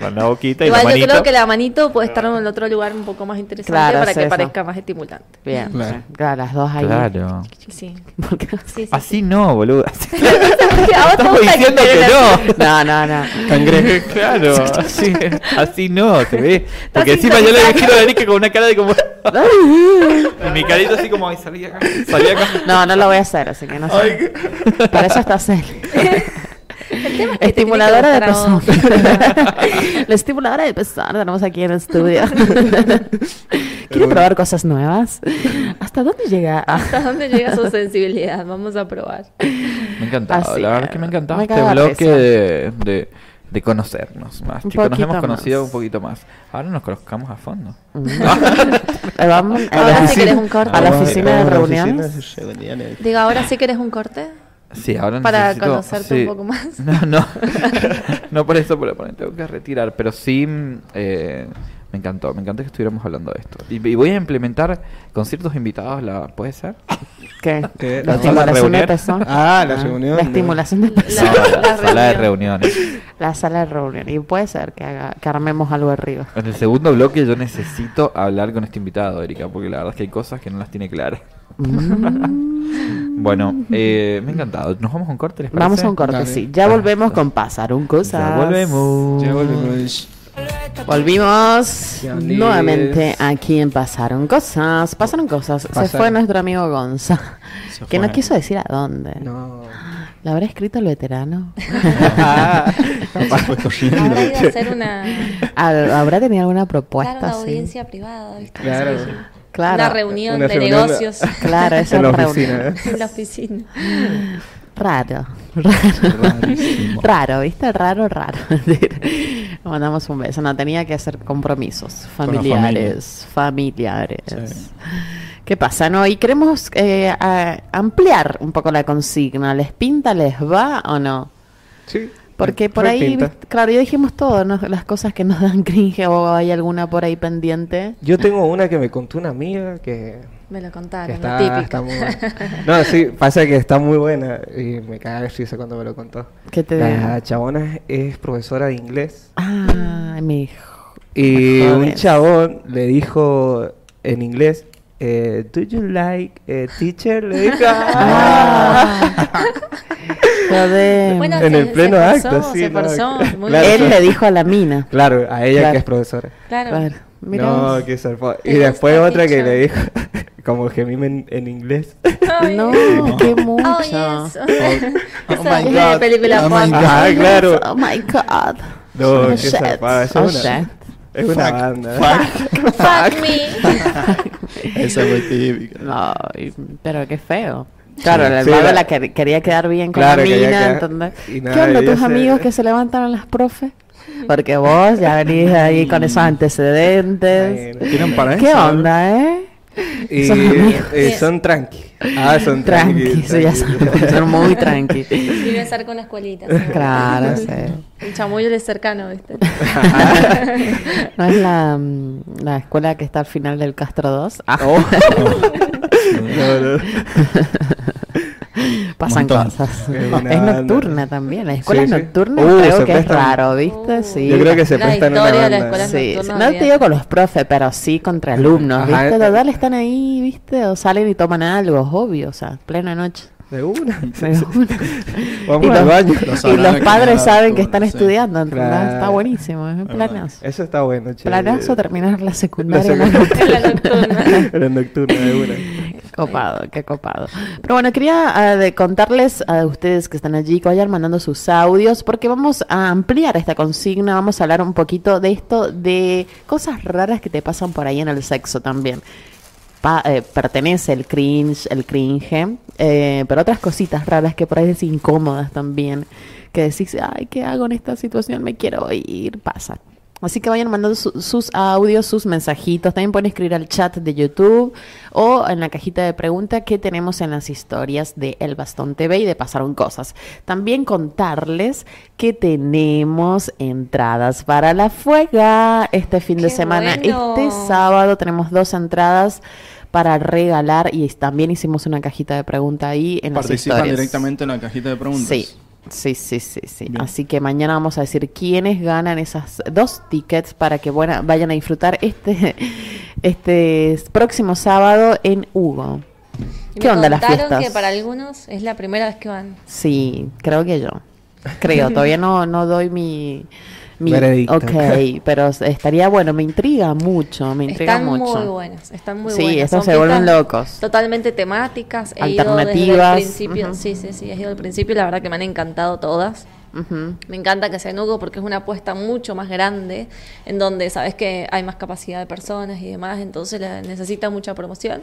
Speaker 3: Con la boquita y
Speaker 5: Igual
Speaker 3: la
Speaker 5: yo
Speaker 3: manito.
Speaker 5: creo que la manito puede estar en un otro lugar un poco más interesante
Speaker 2: Claro,
Speaker 5: para
Speaker 2: es
Speaker 5: que
Speaker 2: eso.
Speaker 5: parezca más estimulante.
Speaker 2: Bien,
Speaker 4: Claro.
Speaker 2: sí. claro, las dos ahí.
Speaker 3: Claro.
Speaker 5: Sí.
Speaker 2: Porque-
Speaker 5: sí, sí.
Speaker 3: Así no, boludo.
Speaker 5: a vos te
Speaker 3: Estamos
Speaker 5: gusta que
Speaker 3: diciendo
Speaker 5: te
Speaker 3: que
Speaker 5: den
Speaker 3: no.
Speaker 2: No, no, no.
Speaker 4: Cangrejo.
Speaker 3: Claro, así, así no, se ve. Porque encima yo le
Speaker 5: sintonizado.
Speaker 3: imagino a la Erika con una cara de como. y mi carita así como, ay, salí acá, salí acá.
Speaker 2: No, no lo voy a hacer, así que no sé. Para eso está ser.
Speaker 5: El tema es que te tiene que
Speaker 2: Estimuladora de
Speaker 5: gustar a vos.
Speaker 2: pezón. La estimuladora de pezón tenemos aquí en el estudio. ¿Quiere probar cosas nuevas? ¿Hasta dónde llega? Ah.
Speaker 5: ¿Hasta dónde llega su sensibilidad? Vamos a probar.
Speaker 3: Me encantaba,
Speaker 2: Así
Speaker 3: la verdad
Speaker 2: es.
Speaker 3: es que me encantaba
Speaker 2: Me
Speaker 3: este
Speaker 2: caga la
Speaker 3: bloque
Speaker 2: risa.
Speaker 3: de, de, de conocernos más.
Speaker 2: Un
Speaker 3: Chicos, nos
Speaker 2: poquito
Speaker 3: hemos conocido
Speaker 2: más.
Speaker 3: un poquito más. Ahora nos conozcamos a fondo.
Speaker 2: Eh, Vamos a
Speaker 5: Mm. Ahora
Speaker 2: la,
Speaker 5: sí que eres un corte.
Speaker 2: a la
Speaker 4: Vamos,
Speaker 2: oficina de
Speaker 4: vamos a la
Speaker 2: reuniones.
Speaker 4: oficina de reuniones.
Speaker 5: Digo, ahora sí que eres un corte.
Speaker 3: Sí, ahora
Speaker 5: Para
Speaker 3: necesito-
Speaker 5: conocerte
Speaker 3: sí.
Speaker 5: un poco más.
Speaker 3: No, no. no por eso, por lo pronto tengo que retirar. Pero sí, mm, eh, me encantó. Me encantó que estuviéramos hablando de esto. Y, y voy a implementar con ciertos invitados, la ¿puede ser?
Speaker 2: ¿Qué?
Speaker 1: ¿Qué?
Speaker 2: La
Speaker 1: ¿Nos vamos a
Speaker 2: estimulación de
Speaker 3: reunir?
Speaker 2: peso.
Speaker 1: Ah, la reunión,
Speaker 2: La
Speaker 1: ¿no?
Speaker 2: estimulación de peso.
Speaker 5: La-
Speaker 3: No,
Speaker 5: la
Speaker 3: sala de
Speaker 5: reunión.
Speaker 3: reuniones.
Speaker 2: La sala de reunión. Y puede ser que, haga- que armemos algo arriba.
Speaker 3: En el segundo bloque yo necesito hablar con este invitado, Erika, porque la verdad es que hay cosas que no las tiene claras.
Speaker 7: Mm.
Speaker 3: bueno, eh, me ha encantado. Nos vamos a un corte, ¿les parece?
Speaker 2: Vamos a un corte,
Speaker 1: Dale.
Speaker 2: sí. Ya volvemos con Pasar un Cosa.
Speaker 3: Ya volvemos.
Speaker 1: Ya volvemos.
Speaker 2: Volvimos
Speaker 1: Ya volvés.
Speaker 2: nuevamente aquí en Pasaron Cosas. Pasaron Cosas. Se
Speaker 1: Pasaron.
Speaker 2: fue nuestro amigo Gonza,
Speaker 4: Se
Speaker 2: que
Speaker 4: fue.
Speaker 2: no quiso decir a dónde.
Speaker 1: No.
Speaker 2: ¿Lo habrá escrito el veterano?
Speaker 4: Capaz fue corriendo.
Speaker 5: Habrá ido a hacer una,
Speaker 2: ¿Hab- ¿Habrá tenido alguna
Speaker 5: dar
Speaker 2: propuesta?
Speaker 5: una
Speaker 2: sí?
Speaker 5: audiencia privada, ¿viste?
Speaker 1: Claro.
Speaker 5: Sí.
Speaker 2: Claro.
Speaker 5: Una reunión
Speaker 1: Una
Speaker 5: de
Speaker 1: reunión de-
Speaker 5: negocios.
Speaker 2: Claro, esa
Speaker 1: En la
Speaker 2: reunión.
Speaker 1: oficina, ¿eh?
Speaker 5: en la oficina.
Speaker 2: Raro, raro. Raro, ¿viste? Raro, raro. Le Mandamos un beso. No, tenía que hacer compromisos
Speaker 4: la
Speaker 2: familiares. Familiares. ¿Qué pasa? No, y queremos eh, a- ampliar un poco la consigna. ¿Les pinta, les va o no?
Speaker 1: Sí.
Speaker 2: Porque por ahí,
Speaker 1: Repinta.
Speaker 2: viste, claro, ya dijimos todo, ¿no? las cosas que nos dan cringe o hay alguna por ahí pendiente.
Speaker 1: Yo tengo una que me contó una amiga que,
Speaker 5: Me
Speaker 1: que
Speaker 2: Ah,
Speaker 5: lo contaron,
Speaker 1: está,
Speaker 5: lo típico.
Speaker 1: está muy buena. No, sí, pasa que está muy buena y me caga de risa cuando me lo contó.
Speaker 2: ¿Qué te
Speaker 1: La chabona es profesora de inglés
Speaker 2: Ah, mi hijo.
Speaker 1: y
Speaker 2: Me
Speaker 1: un
Speaker 2: jodes.
Speaker 1: chabón le dijo en inglés, eh, ¿Do you like eh, teacher? Le dijo.
Speaker 2: Ah. Joder.
Speaker 5: Bueno,
Speaker 1: en
Speaker 5: se-
Speaker 1: el pleno
Speaker 5: se
Speaker 1: acto,
Speaker 5: forzó,
Speaker 1: sí,
Speaker 5: se
Speaker 1: no,
Speaker 5: forzó, muy
Speaker 1: claro.
Speaker 5: bien.
Speaker 2: Él le dijo a la mina.
Speaker 1: Claro, a ella
Speaker 2: Claro.
Speaker 1: que es profesora.
Speaker 5: Claro.
Speaker 2: Claro. Mirá
Speaker 1: No,
Speaker 2: vos.
Speaker 1: qué zarpado.
Speaker 5: Te
Speaker 1: Y después
Speaker 5: gusta,
Speaker 1: otra que
Speaker 5: teacher.
Speaker 1: le dijo, como gemime en, en inglés.
Speaker 5: Ay.
Speaker 2: No,
Speaker 5: Oh,
Speaker 2: qué mucho.
Speaker 5: yes. Esa
Speaker 4: my
Speaker 5: es la
Speaker 4: God.
Speaker 5: película
Speaker 4: Oh, my
Speaker 5: porno.
Speaker 4: God.
Speaker 1: Ah, claro.
Speaker 2: Oh my god.
Speaker 1: No,
Speaker 2: Oh,
Speaker 1: qué
Speaker 2: shit.
Speaker 1: zarpado. Es
Speaker 2: Oh,
Speaker 1: una,
Speaker 2: shit.
Speaker 1: es una banda.
Speaker 5: Fuck me.
Speaker 4: Esa fue típica.
Speaker 2: No, y- pero qué feo. Claro, el
Speaker 1: sí,
Speaker 2: vago
Speaker 1: la-
Speaker 2: la que- quería quedar bien con
Speaker 1: Claro,
Speaker 2: la
Speaker 1: quería
Speaker 2: mina,
Speaker 1: quedar-
Speaker 2: ¿entendés?
Speaker 1: y
Speaker 2: ¿Qué
Speaker 1: nada,
Speaker 2: onda
Speaker 1: ella
Speaker 2: tus
Speaker 1: se-
Speaker 2: amigos que se levantaron las profes? Porque vos ya venís ahí con esos antecedentes.
Speaker 1: Bueno.
Speaker 4: ¿Tienen para
Speaker 2: ¿Qué
Speaker 4: eso?
Speaker 2: onda, eh?
Speaker 1: Y
Speaker 2: Son amigos.
Speaker 1: eh, son tranqui. Ah, son tranqui.
Speaker 2: Tranqui, sí, ya son, son muy tranqui.
Speaker 5: Y me acerco una escuelita. sí.
Speaker 2: Claro, sí.
Speaker 5: El chamuyo es cercano, ¿viste?
Speaker 2: ¿No es la, mm, la escuela que está al final del Castro 2? Ah.
Speaker 1: Oh. No, no.
Speaker 2: Pasan
Speaker 4: Montón.
Speaker 2: cosas.
Speaker 1: Qué
Speaker 2: Es
Speaker 1: buena onda.
Speaker 2: nocturna también. Las escuelas
Speaker 1: Sí, sí.
Speaker 2: nocturnas
Speaker 1: Uh,
Speaker 2: creo
Speaker 1: se
Speaker 2: que es
Speaker 1: prestan.
Speaker 2: raro, ¿viste? sí.
Speaker 1: Yo creo que se
Speaker 5: Uh. La
Speaker 1: prestan una
Speaker 5: historia de la
Speaker 1: banda.
Speaker 5: escuela es
Speaker 2: Sí,
Speaker 5: Las nocturnas
Speaker 2: no te
Speaker 5: bien.
Speaker 2: digo con los profes, pero sí contra alumnos,
Speaker 1: Ajá,
Speaker 2: ¿viste?
Speaker 1: eh,
Speaker 2: Total, están ahí, ¿viste? O salen y toman algo, es obvio, o sea, plena noche.
Speaker 1: De una.
Speaker 2: De una.
Speaker 1: Vamos
Speaker 2: Y
Speaker 1: al
Speaker 2: los-
Speaker 1: baño.
Speaker 2: Y los,
Speaker 4: Los horarios que dan
Speaker 2: padres
Speaker 4: a
Speaker 2: saben que
Speaker 4: turno,
Speaker 2: están
Speaker 4: sí.
Speaker 2: estudiando, ¿entendés?
Speaker 1: Claro.
Speaker 2: Está buenísimo, es un
Speaker 4: verdad.
Speaker 2: planazo.
Speaker 1: Eso está bueno, che.
Speaker 2: Planazo terminar la secundaria en la
Speaker 1: secundaria.
Speaker 2: nocturna.
Speaker 5: La nocturna.
Speaker 1: La nocturna de una.
Speaker 2: Copado, qué copado. Pero bueno, quería ah, de contarles a ustedes que están allí, que vayan mandando sus audios, porque vamos a ampliar esta consigna, vamos a hablar un poquito de esto, de cosas raras que te pasan por ahí en el sexo también. Pa- eh, pertenece el cringe, el cringe, eh, pero otras cositas raras que por ahí es incómodas también, que decís, ay, ¿qué hago en esta situación? Me quiero ir, pasa. Así que vayan mandando su- sus audios, sus mensajitos. También pueden escribir al chat de YouTube o en la cajita de preguntas que tenemos en las historias de El Bastón TV y de Pasaron Cosas. También contarles que tenemos entradas para la fuega este fin de
Speaker 5: ¡Qué
Speaker 2: semana.
Speaker 5: bueno!
Speaker 2: Este sábado tenemos dos entradas para regalar y también hicimos una cajita de pregunta ahí en las
Speaker 4: Participan
Speaker 2: historias.
Speaker 4: directamente en la cajita de preguntas.
Speaker 2: Sí, sí, sí, sí, sí.
Speaker 4: Bien.
Speaker 2: Así que mañana vamos a decir quiénes ganan esas dos tickets para que buena- vayan a disfrutar este, este próximo sábado en Hugo.
Speaker 5: Y
Speaker 2: ¿Qué
Speaker 5: me
Speaker 2: onda las
Speaker 5: contaron
Speaker 2: fiestas?
Speaker 5: que para algunos es la primera vez que van.
Speaker 2: Sí, creo que yo. Creo, todavía no, no doy mi... mi
Speaker 1: Veredicto.
Speaker 2: ok, pero estaría bueno, me intriga mucho, me intriga
Speaker 5: Están
Speaker 2: mucho.
Speaker 5: muy buenas, están muy
Speaker 2: Sí,
Speaker 5: buenas.
Speaker 2: estos
Speaker 5: Son
Speaker 2: se vuelven
Speaker 5: fiestas
Speaker 2: locos.
Speaker 5: Totalmente temáticas, he Ido desde
Speaker 2: Alternativas,
Speaker 5: el principio,
Speaker 2: ujú.
Speaker 5: Sí, sí, sí, he ido al principio y la verdad que me han encantado todas.
Speaker 2: Ujú.
Speaker 5: Me encanta que sea en Hugo porque es una apuesta mucho más grande, en donde sabes que hay más capacidad de personas y demás, entonces la- necesita mucha promoción.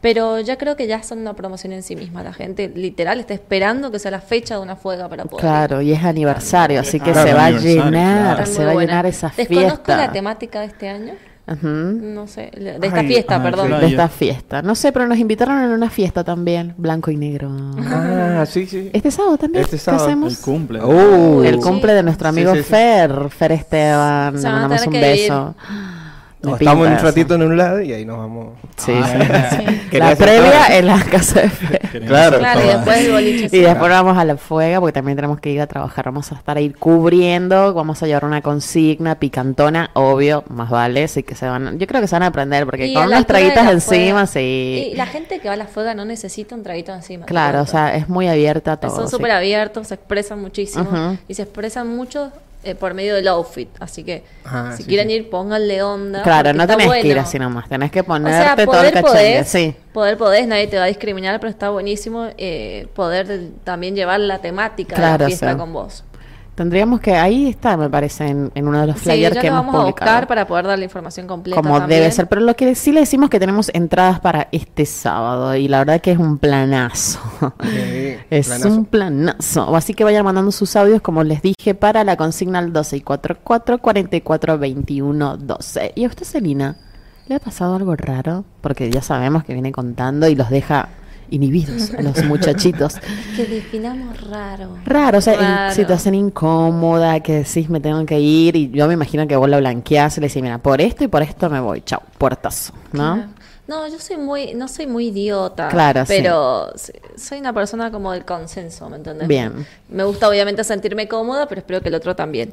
Speaker 5: Pero ya creo que ya son una promoción en sí misma. La gente literal está esperando que sea la fecha de una fuega para poder. ir.
Speaker 2: Claro, y es aniversario, así que
Speaker 4: Claro,
Speaker 2: se va a
Speaker 4: aniversario,
Speaker 2: llenar,
Speaker 4: claro.
Speaker 5: Están
Speaker 2: se
Speaker 5: muy
Speaker 2: va a
Speaker 5: buenas.
Speaker 2: llenar esa
Speaker 5: Desconozco
Speaker 2: fiesta.
Speaker 5: la temática de este año.
Speaker 2: Ujú.
Speaker 5: No sé, le- de esta
Speaker 4: Ay,
Speaker 5: fiesta,
Speaker 4: ay,
Speaker 5: perdón.
Speaker 4: sí.
Speaker 2: De esta fiesta. No sé, pero nos invitaron a una fiesta también, blanco y negro.
Speaker 1: Ah, sí, sí.
Speaker 2: Este sábado también.
Speaker 1: Este
Speaker 2: ¿qué
Speaker 1: sábado,
Speaker 2: hacemos?
Speaker 4: El cumple.
Speaker 1: Uh,
Speaker 2: El
Speaker 5: Sí.
Speaker 2: cumple de nuestro
Speaker 1: Sí,
Speaker 2: amigo
Speaker 1: sí, sí.
Speaker 2: Fer, Fer Esteban.
Speaker 5: Se
Speaker 2: Le
Speaker 5: van a
Speaker 2: mandamos
Speaker 5: tener
Speaker 2: un
Speaker 5: que
Speaker 2: beso.
Speaker 1: o
Speaker 2: Me
Speaker 1: estamos
Speaker 2: pinta
Speaker 1: un
Speaker 2: eso.
Speaker 1: ratito en un lado y ahí nos vamos.
Speaker 2: Sí,
Speaker 4: Ah,
Speaker 2: sí.
Speaker 1: Quería
Speaker 2: La
Speaker 1: hacer todo.
Speaker 2: previa en la casa de Fer.
Speaker 1: Claro,
Speaker 5: Claro, y
Speaker 1: toma.
Speaker 5: después el boliche.
Speaker 2: Y
Speaker 5: sí.
Speaker 2: después vamos a la fuega porque también tenemos que ir a trabajar. Vamos a estar ahí cubriendo, vamos a llevar una consigna picantona, obvio, más vale. Así que se van, yo creo que se van a aprender porque
Speaker 5: Y a
Speaker 2: con
Speaker 5: la
Speaker 2: unas
Speaker 5: altura de
Speaker 2: traguitas
Speaker 5: la
Speaker 2: encima,
Speaker 5: fuega.
Speaker 2: sí.
Speaker 5: Y la gente que va a la fuga no necesita un traguito encima.
Speaker 2: Claro, o sea, es muy abierta a todo.
Speaker 5: Son
Speaker 2: así
Speaker 5: súper
Speaker 2: que-
Speaker 5: abiertos, se expresan muchísimo.
Speaker 2: Ujú.
Speaker 5: Y se expresan mucho eh, por medio del outfit. Así que
Speaker 1: Ah,
Speaker 5: si
Speaker 1: sí,
Speaker 5: quieren
Speaker 1: sí.
Speaker 5: ir, pónganle onda.
Speaker 2: Claro,
Speaker 5: porque
Speaker 2: no
Speaker 5: está
Speaker 2: tenés que ir
Speaker 5: bueno.
Speaker 2: así nomás, tenés que
Speaker 5: O
Speaker 2: ponerte
Speaker 5: sea,
Speaker 2: todo el
Speaker 5: poder
Speaker 2: cachangue,
Speaker 5: podés,
Speaker 2: sí.
Speaker 5: poder podés, nadie te va a discriminar, pero está buenísimo eh, poder también llevar la temática de
Speaker 2: Claro,
Speaker 5: la
Speaker 2: o
Speaker 5: fiesta
Speaker 2: sea.
Speaker 5: con vos.
Speaker 2: Tendríamos que, ahí está, me parece, en, en uno de los
Speaker 5: Sí, ya
Speaker 2: flyers
Speaker 5: lo
Speaker 2: que hemos
Speaker 5: vamos a buscar
Speaker 2: publicado.
Speaker 5: para poder dar la información completa.
Speaker 2: como
Speaker 5: también.
Speaker 2: debe ser, pero lo que sí le decimos que tenemos entradas para este sábado y la verdad que es un planazo.
Speaker 1: Sí,
Speaker 2: es
Speaker 1: planazo.
Speaker 2: un planazo. Así que vayan mandando sus audios, como les dije, para la consigna al 12 y 44 44 21 12. ¿Y a usted, Celina, le ha pasado algo raro? Porque ya sabemos que viene contando y los deja inhibidos a los muchachitos.
Speaker 5: Que definamos raro.
Speaker 2: Raro, o sea, en
Speaker 5: Raro.
Speaker 2: situación incómoda, que decís me tengo que ir y yo me imagino que vos la blanqueás y le decís, mira, por esto y por esto me voy, chau, puertazo, ¿no?
Speaker 5: Claro. No, yo soy muy, no soy muy idiota.
Speaker 2: Claro, sí.
Speaker 5: Pero s- soy una persona como del consenso, ¿me entendés?
Speaker 2: Bien.
Speaker 5: Me gusta obviamente sentirme cómoda, pero espero que el otro también.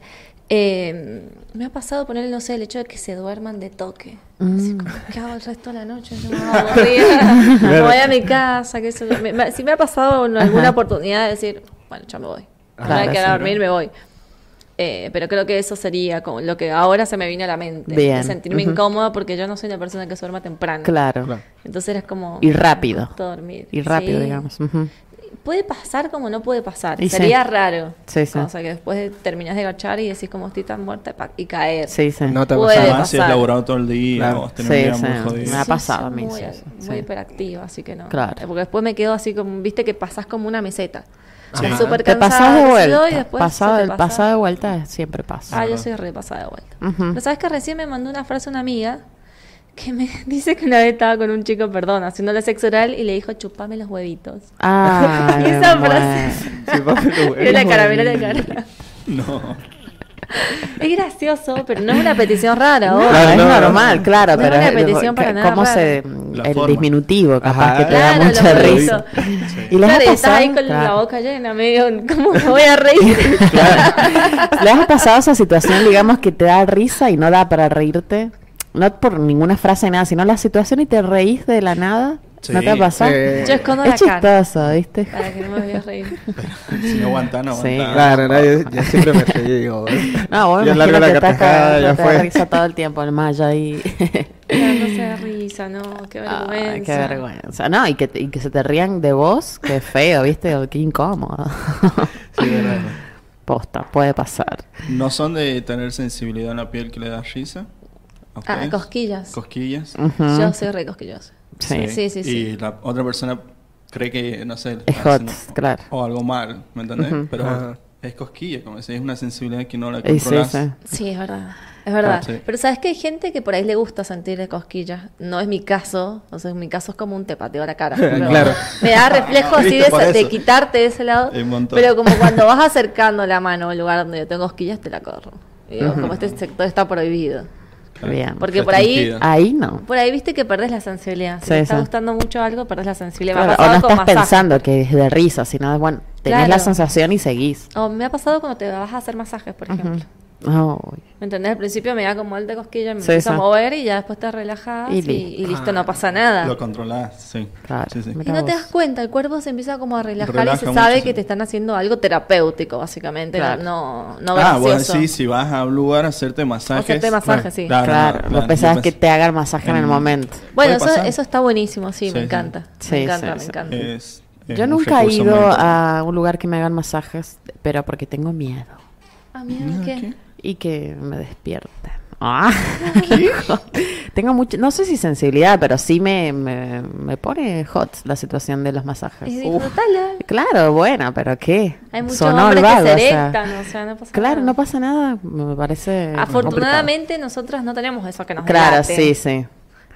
Speaker 5: Eh, me ha pasado poner, no sé, el hecho de que se duerman de toque.
Speaker 2: Mm.
Speaker 5: Así como, ¿qué hago el resto de la noche? Yo me hago aburrida, me voy a mi casa, qué sé yo. Me- me- sí me ha pasado en alguna
Speaker 2: Ajá.
Speaker 5: oportunidad de decir, bueno, ya me voy.
Speaker 2: Claro,
Speaker 5: Ahora que
Speaker 2: sí.
Speaker 5: a dormir me voy. Eh, pero creo que eso sería como lo que ahora se me vino a la mente. de
Speaker 2: Bien.
Speaker 5: Sentirme
Speaker 2: Ujú.
Speaker 5: incómoda porque yo no soy una persona que se duerma temprano.
Speaker 2: Claro.
Speaker 5: Entonces eras como...
Speaker 2: Y rápido.
Speaker 5: "Tengo que dormir.
Speaker 2: Y rápido,
Speaker 5: Sí.
Speaker 2: digamos. ujú.
Speaker 5: Puede pasar como no puede pasar.
Speaker 2: Y sí.
Speaker 5: Sería raro.
Speaker 2: Sí, sí.
Speaker 5: O sea, que después de- terminás de agachar y decís como estoy tan muerta pa- y caer.
Speaker 2: Sí, sí.
Speaker 1: No te ha
Speaker 5: Puede.
Speaker 1: pasado.
Speaker 5: pasar.
Speaker 4: Además, si has laburado todo el día,
Speaker 1: Claro.
Speaker 4: vos
Speaker 2: sí,
Speaker 4: tenés un
Speaker 2: sí, Ah,
Speaker 4: día muy
Speaker 2: Me ha
Speaker 4: jodido.
Speaker 2: pasado a
Speaker 5: soy
Speaker 2: mí,
Speaker 5: Muy,
Speaker 2: sí, sí,
Speaker 5: muy
Speaker 2: sí.
Speaker 5: hiperactiva, así que no.
Speaker 2: Claro.
Speaker 5: Eh, Porque después me quedo así como, viste que pasás como una meseta.
Speaker 2: ah,
Speaker 1: Sí.
Speaker 5: Súper
Speaker 2: Te
Speaker 5: cansada,
Speaker 2: pasás de
Speaker 5: qué sé yo,
Speaker 2: vuelta.
Speaker 5: y después
Speaker 2: pasado,
Speaker 5: se te
Speaker 2: el
Speaker 5: pasa.
Speaker 2: pasado de vuelta siempre pasa.
Speaker 5: Ah, yo soy repasada de vuelta.
Speaker 2: Ujú.
Speaker 5: Pero sabes que recién me mandó una frase una amiga que me dice que una vez estaba con un chico, perdón, haciéndole sexo oral y le dijo, chupame los huevitos.
Speaker 2: Ah,
Speaker 5: Y esa
Speaker 2: bueno.
Speaker 5: frase.
Speaker 1: Chupame los
Speaker 5: Yo la
Speaker 1: huevitos.
Speaker 5: cara, mirá la cara.
Speaker 4: No.
Speaker 5: Es gracioso, pero no es una petición rara.
Speaker 2: No,
Speaker 5: obvio.
Speaker 1: Claro,
Speaker 2: es
Speaker 1: no, no.
Speaker 2: normal, claro,
Speaker 5: No es
Speaker 2: pero
Speaker 5: una
Speaker 2: es-
Speaker 5: petición para nada
Speaker 2: cómo se
Speaker 5: rara.
Speaker 4: La
Speaker 2: el
Speaker 4: forma.
Speaker 2: disminutivo capaz
Speaker 1: Ajá.
Speaker 2: que te
Speaker 5: Claro,
Speaker 2: da
Speaker 5: lo
Speaker 2: mucha
Speaker 5: huevitos.
Speaker 2: risa.
Speaker 4: Sí.
Speaker 2: Y les ha
Speaker 5: Claro, y estás ahí
Speaker 2: pasado-
Speaker 5: con la
Speaker 2: claro.
Speaker 5: boca llena, medio, ¿cómo me voy a reír?
Speaker 2: ¿Le has pasado esa situación, digamos, que te da risa y no da para reírte? No por ninguna frase ni nada, sino la situación y te reís de la nada. ¿No
Speaker 4: Sí,
Speaker 2: te ha pasado?
Speaker 1: sí.
Speaker 5: Yo escondo
Speaker 2: Es
Speaker 5: la cara
Speaker 2: chistoso, ¿viste?
Speaker 5: para que no me voy a reír.
Speaker 4: Si no aguanta, no
Speaker 2: Sí.
Speaker 4: aguanta.
Speaker 1: Ah, Claro, no, yo, yo siempre me reí, digo. ¿eh?
Speaker 2: No, vos
Speaker 1: yo largo la
Speaker 2: imagínate, estás
Speaker 1: carcajada,
Speaker 2: cagando,
Speaker 1: ya
Speaker 2: te da
Speaker 1: fue.
Speaker 2: risa todo el tiempo el maya ahí.
Speaker 5: No se da risa, no, qué vergüenza.
Speaker 2: Ay, qué vergüenza. No, y que, te- y que se te rían de vos, qué feo, ¿viste? O Qué incómodo.
Speaker 1: Sí, verdad.
Speaker 2: Posta, puede pasar.
Speaker 4: ¿No son de tener sensibilidad en la piel que le da risa? ¿A
Speaker 5: Ah,
Speaker 4: ustedes?
Speaker 5: cosquillas.
Speaker 4: Cosquillas.
Speaker 2: Ujú.
Speaker 5: Yo soy re cosquillosa.
Speaker 2: Mm, Sí.
Speaker 5: Sí, sí, sí.
Speaker 4: Y la otra persona cree que, no sé,
Speaker 2: Es
Speaker 4: está
Speaker 2: hot,
Speaker 4: haciendo-
Speaker 2: claro.
Speaker 4: o algo mal, ¿me entendés?
Speaker 2: Ujú.
Speaker 4: Pero
Speaker 1: Ajá.
Speaker 4: es cosquilla, como decís, es una sensibilidad que no la
Speaker 2: Y sí,
Speaker 4: controlas.
Speaker 2: sí.
Speaker 5: Sí, es verdad. Es verdad.
Speaker 4: Ah, sí.
Speaker 5: Pero sabes que hay gente que por ahí le gusta sentir cosquillas. No es mi caso. O sea, en mi caso es como un te pateo la cara. pero
Speaker 1: Claro.
Speaker 5: Me da reflejo así
Speaker 1: Viste,
Speaker 5: de,
Speaker 1: por
Speaker 5: esa- de
Speaker 1: eso.
Speaker 5: quitarte de ese lado.
Speaker 4: Un montón.
Speaker 5: Pero como cuando vas acercando la mano al lugar donde yo tengo cosquillas, te la corro. Y digo, como este sector está prohibido.
Speaker 2: Bien. Ah.
Speaker 5: Porque por ahí-
Speaker 4: Restringida.
Speaker 2: Ahí no.
Speaker 5: Por ahí viste que perdés la sensibilidad. Si
Speaker 2: Sí,
Speaker 5: te está
Speaker 2: sí.
Speaker 5: gustando mucho algo, perdés la sensibilidad. Me
Speaker 2: Claro,
Speaker 5: ha
Speaker 2: o
Speaker 5: pasado
Speaker 2: no
Speaker 5: con
Speaker 2: estás
Speaker 5: masajes.
Speaker 2: pensando que es de risa, sino, bueno, tenés la
Speaker 5: Claro.
Speaker 2: sensación y seguís.
Speaker 5: O me ha pasado cuando te vas a hacer masajes, por ejemplo.
Speaker 2: Ujú. Ay.
Speaker 5: ¿Me entendés? Al principio me da como alta cosquilla, me
Speaker 2: Sí,
Speaker 5: empiezo a
Speaker 2: sí.
Speaker 5: mover y ya después te relajas
Speaker 2: Y
Speaker 5: y,
Speaker 2: listo.
Speaker 5: y listo, no pasa nada.
Speaker 4: Ah, Lo controlás, sí.
Speaker 2: Claro.
Speaker 4: Sí, sí.
Speaker 2: Me-
Speaker 5: Y no te
Speaker 2: Mirá
Speaker 5: das
Speaker 2: vos.
Speaker 5: cuenta, el cuerpo se empieza como a relajar
Speaker 4: Relaja
Speaker 5: y se
Speaker 4: mucho,
Speaker 5: sabe
Speaker 4: sí.
Speaker 5: que te están haciendo algo terapéutico, básicamente, no-
Speaker 2: Claro.
Speaker 5: no, no
Speaker 4: ah, vos
Speaker 5: gracioso.
Speaker 4: decís, si vas a un lugar a hacerte masajes.
Speaker 5: Hacerte masajes, sí.
Speaker 2: Claro,
Speaker 4: Ah, no,
Speaker 2: vos pensabas
Speaker 4: yo
Speaker 2: que
Speaker 4: pensé-
Speaker 2: te hagan masaje en el momento.
Speaker 5: Bueno,
Speaker 4: Puede
Speaker 5: eso,
Speaker 4: pasar.
Speaker 5: eso está buenísimo, sí,
Speaker 4: Sí, Eh,
Speaker 5: me
Speaker 4: sí.
Speaker 5: encanta.
Speaker 2: Sí,
Speaker 5: me
Speaker 2: sí,
Speaker 5: encanta, me
Speaker 2: sí.
Speaker 5: encanta.
Speaker 4: Es- es
Speaker 2: Yo
Speaker 4: un
Speaker 2: nunca he
Speaker 4: recurso
Speaker 2: ido
Speaker 4: médico.
Speaker 2: a un lugar que me hagan masajes, pero porque tengo miedo.
Speaker 5: Ah, mira, ¿qué?
Speaker 2: Y que me despierten. Ah. Tengo mucho, no sé si sensibilidad, pero sí me, me, me pone hot la situación de los masajes.
Speaker 5: Es
Speaker 2: Uf.
Speaker 5: disfrutarla.
Speaker 2: Claro, bueno, pero ¿qué?
Speaker 5: Hay muchos
Speaker 2: Sonó el
Speaker 5: hombres
Speaker 2: vago,
Speaker 5: que
Speaker 2: o
Speaker 5: se
Speaker 2: sea.
Speaker 5: erectan, o sea, no pasa
Speaker 2: Claro,
Speaker 5: nada.
Speaker 2: no pasa nada, me parece
Speaker 5: Afortunadamente, nosotras no tenemos eso que nos
Speaker 2: complicado. Claro, sí,
Speaker 5: delate.
Speaker 2: sí.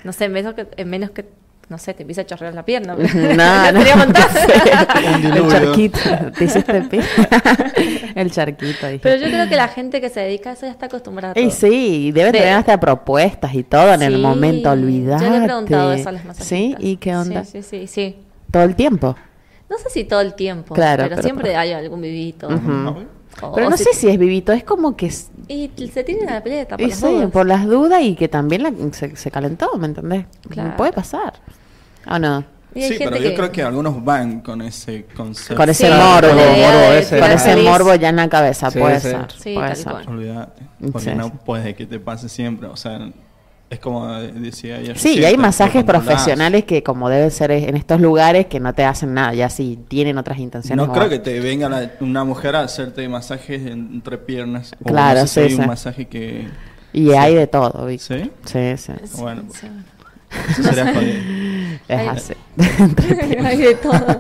Speaker 5: No sé, en menos que, en menos que no sé, te empieza a chorrear la pierna.
Speaker 2: Ujú, No, no,
Speaker 5: sería
Speaker 2: no
Speaker 5: contar.
Speaker 2: sé.
Speaker 4: Un
Speaker 2: El
Speaker 4: diluvio.
Speaker 2: charquito, te hiciste pi- El charquito. dije.
Speaker 5: Pero yo creo que la gente que se dedica a eso ya está acostumbrada a todo.
Speaker 2: Y sí, y deben
Speaker 5: De-
Speaker 2: tener hasta propuestas y todo en el
Speaker 5: Sí,
Speaker 2: momento, olvidate.
Speaker 5: Yo le he preguntado eso a las masajistas.
Speaker 2: Sí, ¿y qué onda?
Speaker 5: Sí, sí, sí. sí.
Speaker 2: Todo el tiempo.
Speaker 5: No sé si todo el tiempo,
Speaker 2: Claro,
Speaker 5: pero,
Speaker 2: pero-
Speaker 5: siempre hay algún vivito.
Speaker 2: Ujú.
Speaker 5: O-
Speaker 2: Pero
Speaker 5: o
Speaker 2: no
Speaker 5: si-
Speaker 2: sé si es vivito, es como que... s-
Speaker 5: Y se tiene la pileta por
Speaker 2: y
Speaker 5: las
Speaker 2: sí,
Speaker 5: dudas.
Speaker 2: por las dudas y que también la- se, se calentó, ¿me entendés?
Speaker 5: Claro.
Speaker 2: Puede pasar. ¿O no?
Speaker 5: Y hay
Speaker 4: Sí, pero
Speaker 5: gente
Speaker 4: yo creo que algunos van con ese concepto.
Speaker 2: Con ese
Speaker 5: Sí,
Speaker 2: morbo.
Speaker 5: con la idea
Speaker 3: Morbo
Speaker 5: de
Speaker 3: ese,
Speaker 5: tirar
Speaker 2: Con ese
Speaker 5: feliz.
Speaker 2: morbo ya en la cabeza,
Speaker 3: Sí,
Speaker 2: puede
Speaker 3: sí.
Speaker 2: ser.
Speaker 5: Sí,
Speaker 2: puede
Speaker 5: tal
Speaker 2: ser.
Speaker 5: cual.
Speaker 4: Olvídate. Porque
Speaker 2: Sí.
Speaker 4: no puede que te pase siempre. O sea, es como decía ayer.
Speaker 2: Sí, y
Speaker 4: recién,
Speaker 2: hay
Speaker 4: te-
Speaker 2: masajes
Speaker 4: te controlás.
Speaker 2: profesionales que como deben ser en estos lugares que no te hacen nada, ya si tienen otras intenciones.
Speaker 4: No
Speaker 2: o-
Speaker 4: creo que te venga la- una mujer a hacerte masajes entre piernas. O
Speaker 2: Claro,
Speaker 4: no sé si
Speaker 2: sí,
Speaker 4: hay
Speaker 2: sí.
Speaker 4: un masaje que.
Speaker 2: Y hay de todo, ¿viste?
Speaker 4: ¿Sí?
Speaker 2: Sí, sí.
Speaker 4: Bueno,
Speaker 5: Sí.
Speaker 4: eso sería jodido.
Speaker 2: Es
Speaker 5: Hay-
Speaker 2: así.
Speaker 5: hay de todo.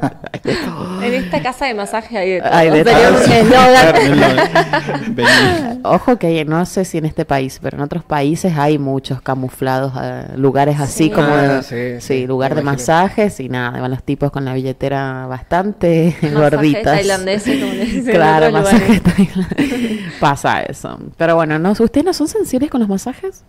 Speaker 5: en esta casa de masaje hay de todo. eh,
Speaker 2: Hay de
Speaker 5: Sería
Speaker 2: todo.
Speaker 5: un eslogan.
Speaker 4: Vení.
Speaker 2: Ojo que no sé si en este país, pero en otros países hay muchos camuflados, eh, lugares así
Speaker 5: Sí.
Speaker 2: como...
Speaker 3: Ah,
Speaker 2: sí,
Speaker 3: sí, sí,
Speaker 2: lugar de
Speaker 3: imagino.
Speaker 2: masajes y nada, van los tipos con la billetera bastante
Speaker 5: Masajes
Speaker 2: gorditas.
Speaker 5: tailandeses, como le dicen en
Speaker 2: Claro,
Speaker 5: otros
Speaker 2: masajes
Speaker 5: lugares.
Speaker 2: tailandeses. Pasa eso. Pero bueno, ¿no? ¿ustedes no son sensibles con los masajes?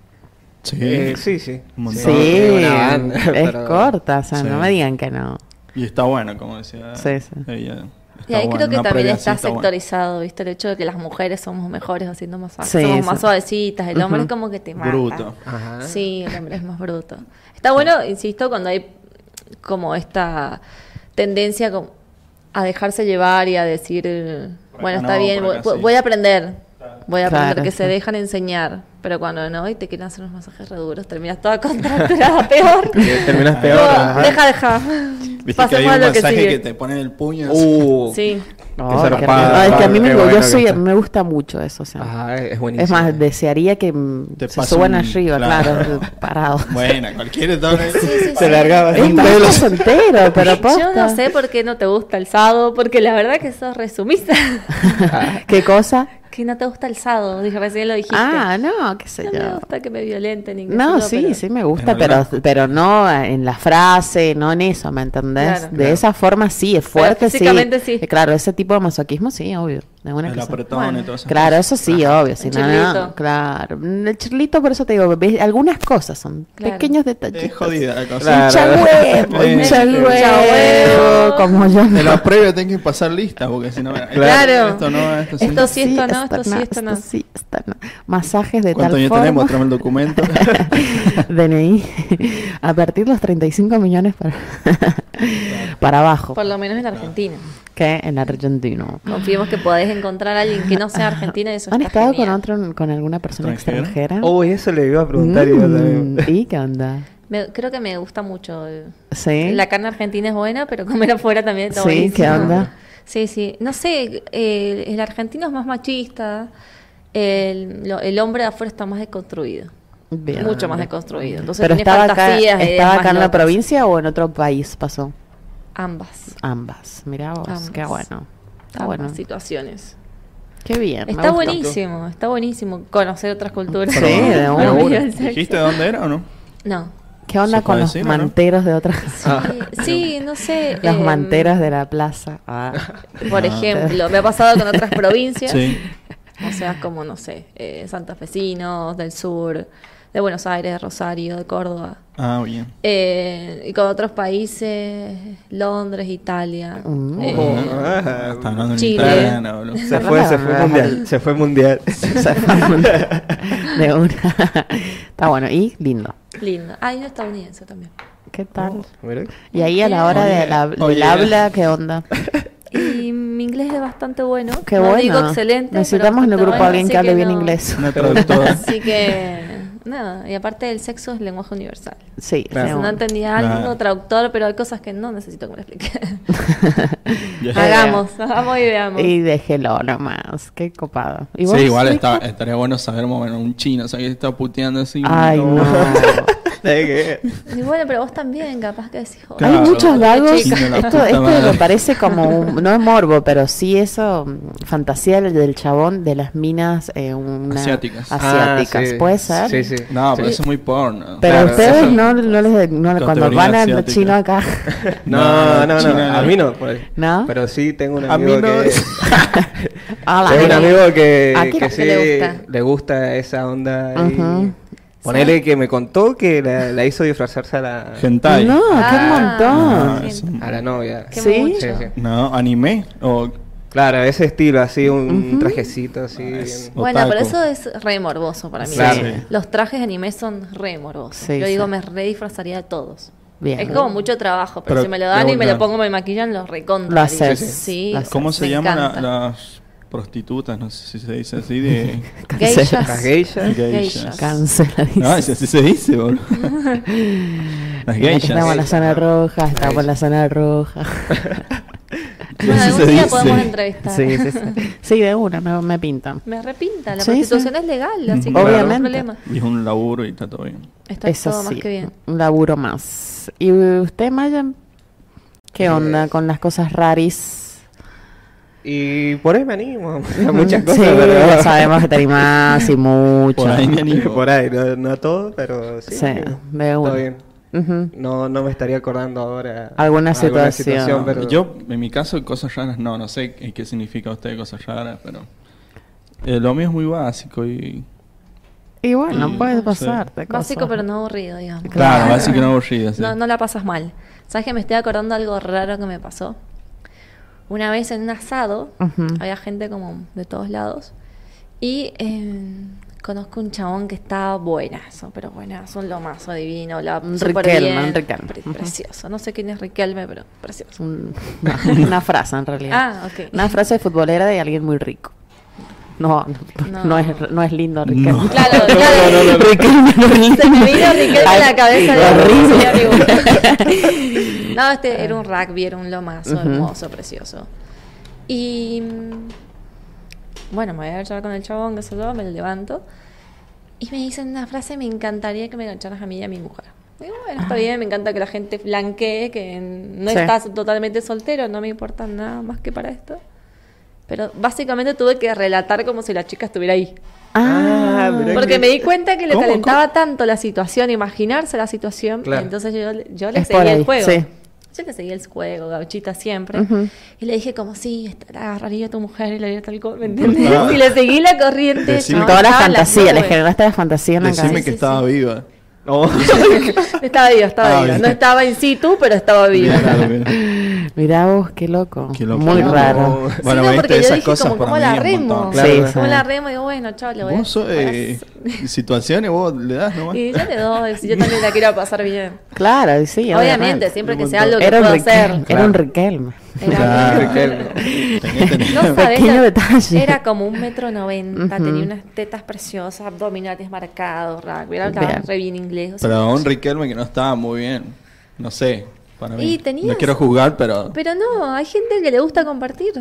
Speaker 4: Sí.
Speaker 3: Eh, sí, sí.
Speaker 4: Un montón.
Speaker 2: Sí,
Speaker 3: Sí, una banda,
Speaker 2: es
Speaker 3: pero-
Speaker 2: corta, o sea,
Speaker 4: Sí.
Speaker 2: no me digan que no.
Speaker 4: Y está bueno, como decía
Speaker 2: Sí, sí.
Speaker 4: ella.
Speaker 5: Y
Speaker 4: Está
Speaker 5: ahí
Speaker 4: bueno,
Speaker 5: creo que
Speaker 4: una
Speaker 5: también
Speaker 4: previa
Speaker 5: está,
Speaker 4: así bueno.
Speaker 5: sectorizado, ¿viste? El hecho de que las mujeres somos mejores haciendo masajes.
Speaker 2: Sí,
Speaker 5: somos
Speaker 2: sí.
Speaker 5: más suavecitas. El hombre
Speaker 2: Ujú.
Speaker 5: es como que te mata.
Speaker 4: Bruto.
Speaker 3: Ajá.
Speaker 5: Sí, el hombre es más bruto. Está bueno, insisto, cuando hay como esta tendencia como a dejarse llevar y a decir, eh,
Speaker 4: Por acá
Speaker 5: bueno,
Speaker 4: no,
Speaker 5: está bien,
Speaker 4: por
Speaker 5: voy,
Speaker 4: acá sí.
Speaker 5: voy a aprender. Voy a aprender
Speaker 2: Claro,
Speaker 5: que se
Speaker 2: sí.
Speaker 5: dejan enseñar. Pero cuando no, y te quieren hacer unos masajes re duros, terminas toda contracturada, peor.
Speaker 3: Terminas
Speaker 5: No,
Speaker 3: peor. ajá.
Speaker 5: deja, deja.
Speaker 4: Viste que
Speaker 5: Pasemos
Speaker 4: hay
Speaker 5: a
Speaker 4: un
Speaker 5: lo que
Speaker 4: masaje que,
Speaker 5: sigue.
Speaker 4: te ponen el puño.
Speaker 3: Uh,
Speaker 5: Sí.
Speaker 3: zarpada,
Speaker 2: Ay, Oh, qué rico. Ay, es que a mí
Speaker 3: qué
Speaker 2: me, yo
Speaker 3: bueno que
Speaker 2: soy-
Speaker 3: está.
Speaker 2: me gusta mucho eso. o sea.
Speaker 3: Ajá, es buenísimo.
Speaker 2: es más, desearía que mm,
Speaker 4: Te
Speaker 2: se
Speaker 4: pasa
Speaker 2: suban
Speaker 4: un-
Speaker 2: arriba, claro,
Speaker 4: claro.
Speaker 2: parado.
Speaker 4: Buena, cualquiera está
Speaker 3: Se largaba
Speaker 2: Es
Speaker 3: un
Speaker 2: un
Speaker 3: pelo.
Speaker 2: entero, pero posta.
Speaker 5: Yo no sé por qué no te gusta el sado, porque la verdad que sos resumisa.
Speaker 2: ¿Qué cosa?
Speaker 5: que no te gusta el sado, dije, recién lo dijiste.
Speaker 2: Ah, no, qué sé
Speaker 5: no me
Speaker 2: yo.
Speaker 5: gusta que me violenten. ni que
Speaker 2: No,
Speaker 5: sé yo,
Speaker 2: sí,
Speaker 5: pero-
Speaker 2: sí me gusta,
Speaker 4: En
Speaker 2: pero,
Speaker 4: blanco.
Speaker 2: pero no en la frase, no en eso, ¿me entendés?
Speaker 5: Claro.
Speaker 2: de
Speaker 5: Claro.
Speaker 2: esa forma sí, es fuerte, sí.
Speaker 5: físicamente sí.
Speaker 2: Eh, Claro, ese tipo de masoquismo sí, obvio. de alguna
Speaker 4: El
Speaker 2: cosa.
Speaker 4: apretón
Speaker 5: Bueno,
Speaker 4: y todo eso.
Speaker 2: Claro, eso sí, obvio. Si
Speaker 5: Un
Speaker 2: no, no,
Speaker 5: chirlito.
Speaker 2: claro. Mm, El chirlito, por eso te digo, ves, algunas cosas son
Speaker 5: Claro.
Speaker 2: pequeños detalles.
Speaker 4: Es jodida la cosa.
Speaker 3: Claro.
Speaker 2: Chahuevo,
Speaker 4: Eh,
Speaker 5: chahuevo.
Speaker 2: como yo.
Speaker 4: En la previa tenés que pasar lista, porque si no.
Speaker 5: Claro.
Speaker 4: Esto no, esto sí.
Speaker 5: Esto sí, esto no, esto sí, esto no.
Speaker 2: esto sí, esto no. Masajes de tal
Speaker 4: ¿Cuántos años
Speaker 2: forma.
Speaker 4: tenemos? Tráeme el documento.
Speaker 2: DNI. A partir de los 35 millones para, para abajo.
Speaker 5: Por lo menos en Argentina.
Speaker 2: Que en argentino.
Speaker 5: Confiemos que podés encontrar a alguien que no sea argentina y eso
Speaker 2: Ah. ¿Han
Speaker 5: está
Speaker 2: estado con,
Speaker 5: genial.
Speaker 2: otro, con alguna persona
Speaker 4: ¿Extranjera?
Speaker 2: extranjera?
Speaker 4: Oh,
Speaker 3: Uy, Oh, eso le iba a preguntar yo
Speaker 2: Mm,
Speaker 3: también.
Speaker 2: ¿Y qué onda?
Speaker 5: Me- creo que me gusta mucho. el-
Speaker 2: Sí.
Speaker 5: La carne argentina es buena, pero comer afuera también está
Speaker 2: Sí,
Speaker 5: buenísimo.
Speaker 2: ¿qué onda?
Speaker 5: Sí, sí. No sé, eh, el argentino es más machista, el, lo- el hombre de afuera está más deconstruido.
Speaker 2: Bien.
Speaker 5: Mucho más deconstruido. Entonces
Speaker 2: Pero
Speaker 5: tiene
Speaker 2: estaba acá,
Speaker 5: fantasías, ideas
Speaker 2: estaba acá
Speaker 5: más
Speaker 2: en la
Speaker 5: locas.
Speaker 2: provincia o en otro país pasó.
Speaker 5: Ambas.
Speaker 2: Ambas. Mirá vos,
Speaker 5: Ambas.
Speaker 2: qué bueno. Está
Speaker 5: ambas
Speaker 2: bueno.
Speaker 5: situaciones.
Speaker 2: Qué bien. me
Speaker 5: Está
Speaker 2: gustó.
Speaker 5: buenísimo, está buenísimo conocer otras culturas.
Speaker 2: Sí, de una.
Speaker 5: No,
Speaker 2: Seguro.
Speaker 4: ¿Dijiste dónde era o no?
Speaker 5: No.
Speaker 2: ¿Qué onda
Speaker 4: ¿Se
Speaker 2: con
Speaker 4: puede
Speaker 2: los
Speaker 4: decir o no?
Speaker 2: manteros de otras?
Speaker 4: Ah.
Speaker 5: Sí, sí, no sé.
Speaker 2: Las
Speaker 5: em,
Speaker 2: manteras de la plaza. Ah.
Speaker 5: Por
Speaker 4: Ah.
Speaker 5: ejemplo, me ha pasado con otras provincias.
Speaker 4: Sí.
Speaker 5: O sea, como, no sé, eh, santafesinos del sur, de Buenos Aires, de Rosario, de Córdoba.
Speaker 4: Ah, bien.
Speaker 5: Eh, y con otros países, Londres, Italia.
Speaker 2: Mm.
Speaker 5: eh,
Speaker 3: Oh, Ah,
Speaker 4: Está hablando en
Speaker 5: Chile.
Speaker 4: italiano, boludo.
Speaker 3: Se fue, se fue mundial. Se fue mundial.
Speaker 2: de una. Está bueno. Y lindo.
Speaker 5: lindo. Ah, y un estadounidense también.
Speaker 2: ¿Qué tal?
Speaker 5: Oh.
Speaker 3: Mira.
Speaker 2: Y ahí a la hora de la- del
Speaker 4: Oye.
Speaker 2: habla, ¿qué onda?
Speaker 5: Y mi inglés es bastante bueno.
Speaker 2: Qué
Speaker 5: no
Speaker 2: bueno.
Speaker 5: digo excelente. pero
Speaker 2: Necesitamos en el
Speaker 5: bastante
Speaker 2: grupo
Speaker 5: bueno,
Speaker 2: alguien
Speaker 5: así
Speaker 2: que hable bien
Speaker 5: no-
Speaker 2: inglés.
Speaker 4: Una traductora.
Speaker 5: Así que nada. Y aparte el sexo es lenguaje universal.
Speaker 2: Sí,
Speaker 4: Claro.
Speaker 5: No
Speaker 2: según-
Speaker 5: entendía algo,
Speaker 4: Claro.
Speaker 5: traductor, pero hay cosas que no necesito que me explique. hagamos, hagamos y veamos.
Speaker 2: Y déjelo nomás, qué copado. ¿Y vos,
Speaker 4: Sí, igual
Speaker 2: Rico?
Speaker 4: está- estaría bueno saber mover un chino, o sea, que está puteando así.
Speaker 2: Ay, no.
Speaker 5: Y bueno, pero vos también, capaz que decís, joder.
Speaker 4: Claro.
Speaker 2: Hay muchos vagos.
Speaker 5: Chica.
Speaker 4: Chino, la
Speaker 2: Esto,
Speaker 4: puta
Speaker 2: esto
Speaker 4: madre.
Speaker 2: me parece como, un- no es morbo, pero sí eso, mm, fantasía del, del chabón de las minas eh, una-
Speaker 4: Asiáticas.
Speaker 2: asiáticas,
Speaker 1: Ah, sí.
Speaker 2: puede ser.
Speaker 1: Sí, sí.
Speaker 4: No, pero
Speaker 1: Sí.
Speaker 4: eso es muy porno.
Speaker 2: Pero
Speaker 1: Claro,
Speaker 2: ustedes
Speaker 1: eso-
Speaker 2: no, no les, no- cuando
Speaker 4: Categoría
Speaker 2: van al
Speaker 4: asiática.
Speaker 2: chino acá,
Speaker 1: No, no, no,
Speaker 4: China,
Speaker 1: A mí no. por ahí.
Speaker 2: ¿no?
Speaker 1: Pero sí tengo un
Speaker 4: A mí
Speaker 1: amigo
Speaker 4: no.
Speaker 1: que...
Speaker 2: Hola.
Speaker 1: Tengo un amigo que,
Speaker 2: ¿A qué
Speaker 1: que
Speaker 2: le
Speaker 1: sí
Speaker 5: gusta?
Speaker 1: le gusta esa onda. y
Speaker 2: Ujú.
Speaker 1: Ponele que me contó que la, la hizo disfrazarse a la,
Speaker 4: Hentai.
Speaker 2: No,
Speaker 5: Ah,
Speaker 2: qué montón.
Speaker 4: No, es un-
Speaker 1: a la novia.
Speaker 5: Qué
Speaker 2: ¿Sí?
Speaker 5: mucho.
Speaker 1: Sí, sí.
Speaker 4: no, anime o
Speaker 1: Claro, ese estilo, así, un trajecito así.
Speaker 4: es-
Speaker 1: bien-
Speaker 5: Bueno,
Speaker 4: Otaku.
Speaker 5: pero eso es re morboso para mí.
Speaker 1: Claro.
Speaker 4: Sí.
Speaker 5: Los trajes de anime son re morbosos.
Speaker 2: Sí,
Speaker 5: Yo digo,
Speaker 2: sí.
Speaker 5: me re disfrazaría de todos.
Speaker 2: Bien.
Speaker 5: Es como mucho trabajo, pero,
Speaker 4: Pero
Speaker 5: si me lo dan
Speaker 4: de
Speaker 5: y me lo
Speaker 4: una-
Speaker 5: pongo, me maquillan, los recontra.
Speaker 2: Lo
Speaker 5: haría.
Speaker 2: haces, sí.
Speaker 5: Sí, o
Speaker 2: Lo
Speaker 5: sea,
Speaker 4: ¿Cómo se
Speaker 5: me
Speaker 4: llaman la-
Speaker 5: encanta.
Speaker 4: las prostitutas? No sé si se dice así de
Speaker 5: Geishas.
Speaker 1: Las geishas.
Speaker 4: geishas.
Speaker 2: Cancela, dice.
Speaker 4: No, es Ah, así se dice, boludo. Las
Speaker 2: Estamos en la
Speaker 4: geishas.
Speaker 2: zona roja, estamos en la zona roja.
Speaker 5: Bueno,
Speaker 4: Así
Speaker 5: algún
Speaker 4: se
Speaker 5: día
Speaker 4: dice.
Speaker 5: podemos entrevistar.
Speaker 2: sí, sí, sí. Sí, de una, me, me pintan.
Speaker 5: Me repinta, la
Speaker 2: Sí,
Speaker 5: prostitución
Speaker 2: sí.
Speaker 5: es legal, así que no
Speaker 4: Claro.
Speaker 5: hay
Speaker 2: Obviamente.
Speaker 5: problema.
Speaker 4: Y es un laburo y está todo bien.
Speaker 5: Está
Speaker 2: Eso
Speaker 5: todo
Speaker 2: sí,
Speaker 5: más que bien.
Speaker 2: un laburo más. ¿Y usted, Maya?
Speaker 4: Eh,
Speaker 2: ¿Qué onda con las cosas raris?
Speaker 1: Y por ahí me animo a muchas
Speaker 2: Mm,
Speaker 1: cosas.
Speaker 2: sí,
Speaker 1: pero-
Speaker 2: sabemos que te animás y mucho.
Speaker 4: Por ahí me animo.
Speaker 1: Por ahí, no, no a todo, pero sí.
Speaker 2: Sí, de una.
Speaker 1: Está bien.
Speaker 2: Ujú.
Speaker 1: No, no me estaría acordando ahora
Speaker 2: Alguna situación.
Speaker 1: pero
Speaker 4: Ah, Yo, en mi caso, cosas raras no, no sé qué, qué significa usted cosas raras, pero eh, lo mío es muy básico y...
Speaker 2: Y bueno,
Speaker 4: Mm,
Speaker 2: puede
Speaker 4: sí.
Speaker 2: pasarte.
Speaker 5: Básico,
Speaker 2: cosas.
Speaker 5: pero no aburrido, digamos.
Speaker 4: Claro, básico y no aburrido. sí.
Speaker 5: No, no la pasas mal. ¿Sabes que me estoy acordando algo raro que me pasó? Una vez en un asado,
Speaker 2: Ujú.
Speaker 5: había gente como de todos lados, y eh, conozco un chabón que estaba buenazo, pero buenazo, un lomazo divino, la
Speaker 2: Un
Speaker 5: súper
Speaker 2: Riquelme,
Speaker 5: bien,
Speaker 2: un Riquelme.
Speaker 5: pre-
Speaker 2: Ujú.
Speaker 5: precioso. No sé quién es Riquelme, pero precioso.
Speaker 2: Un- no, una frase en realidad.
Speaker 5: Ah, ok.
Speaker 2: Una frase futbolera de alguien muy rico. No, no,
Speaker 5: No.
Speaker 2: no es, no es lindo, Ricardo.
Speaker 4: No.
Speaker 5: Claro, claro.
Speaker 2: Riquelme no es lindo.
Speaker 5: Se me vino Riquelme a la cabeza de
Speaker 2: horrible.
Speaker 5: No, este era un rugby, era un lomazo
Speaker 2: Ujú.
Speaker 5: hermoso, precioso. Y mm, bueno, me voy a echar con el chabón, que se lo, me lo levanto. Y me dicen una frase, me encantaría que me engancharas a mí y a mi mujer. Digo, bueno, está bien, me encanta que la gente blanquee, que no
Speaker 2: Sí.
Speaker 5: estás totalmente soltero, no me importa nada más que para esto. Pero básicamente tuve que relatar como si la chica estuviera ahí.
Speaker 2: Ah,
Speaker 5: Porque me di cuenta que le
Speaker 4: ¿Cómo?
Speaker 5: calentaba tanto la situación, imaginarse la situación,
Speaker 1: Claro.
Speaker 5: y entonces yo, le- yo le
Speaker 2: Es por
Speaker 5: seguí
Speaker 2: ahí,
Speaker 5: el juego.
Speaker 2: sí.
Speaker 5: Yo le seguí el juego, gauchita siempre.
Speaker 2: Ujú.
Speaker 5: Y le dije como, sí, esta- la agarraría a tu mujer y la haría tal cosa, ¿me entendés?
Speaker 4: Claro.
Speaker 5: Y le seguí la corriente.
Speaker 4: Ah. Decime-
Speaker 5: chabón,
Speaker 2: toda la
Speaker 5: estaba en las
Speaker 2: fantasía, le
Speaker 5: nubes.
Speaker 2: generaste la fantasía en la
Speaker 4: Decime
Speaker 2: cabeza.
Speaker 4: que
Speaker 5: sí,
Speaker 4: estaba viva.
Speaker 1: No.
Speaker 5: Estaba viva, estaba
Speaker 4: Ah,
Speaker 5: viva.
Speaker 4: bien.
Speaker 5: No estaba in situ, pero estaba viva.
Speaker 4: Claro, mira.
Speaker 2: Mirá vos, qué loco.
Speaker 4: Qué loco.
Speaker 2: Muy
Speaker 4: No.
Speaker 2: raro.
Speaker 5: Sí,
Speaker 4: Bueno,
Speaker 5: no,
Speaker 4: viste,
Speaker 5: porque yo
Speaker 4: esas
Speaker 5: dije
Speaker 4: cosas
Speaker 5: como,
Speaker 4: para
Speaker 5: ¿cómo
Speaker 4: mí
Speaker 5: la
Speaker 4: es un
Speaker 5: remo?
Speaker 4: montón.
Speaker 1: Claro.
Speaker 2: Sí,
Speaker 5: ¿Cómo
Speaker 2: sí.
Speaker 5: la remo? Y digo, bueno, chao, le voy a-
Speaker 4: Vos sos eh, situaciones, vos le das nomás.
Speaker 5: Y yo le doy, si yo también la quiero pasar bien.
Speaker 2: Claro, y sí.
Speaker 5: Obviamente, siempre que sea algo que
Speaker 2: Era un
Speaker 5: pueda
Speaker 2: Riquelme.
Speaker 5: hacer.
Speaker 2: Era un Riquelme.
Speaker 5: Era
Speaker 4: Claro.
Speaker 5: bien.
Speaker 4: Tenés que tener-
Speaker 5: No sabés,
Speaker 2: Pequeño
Speaker 5: la-
Speaker 2: detalle.
Speaker 5: Era como un metro noventa,
Speaker 2: Ujú.
Speaker 5: tenía unas tetas preciosas, abdominales marcados, rugby, era
Speaker 2: Bien.
Speaker 5: hablaba re bien inglés. o sea,
Speaker 4: Pero a un Riquelme que no estaba muy bien. No sé, para mí.
Speaker 5: Y tenías-
Speaker 4: No quiero juzgar, pero...
Speaker 5: pero no, hay gente que le gusta compartir.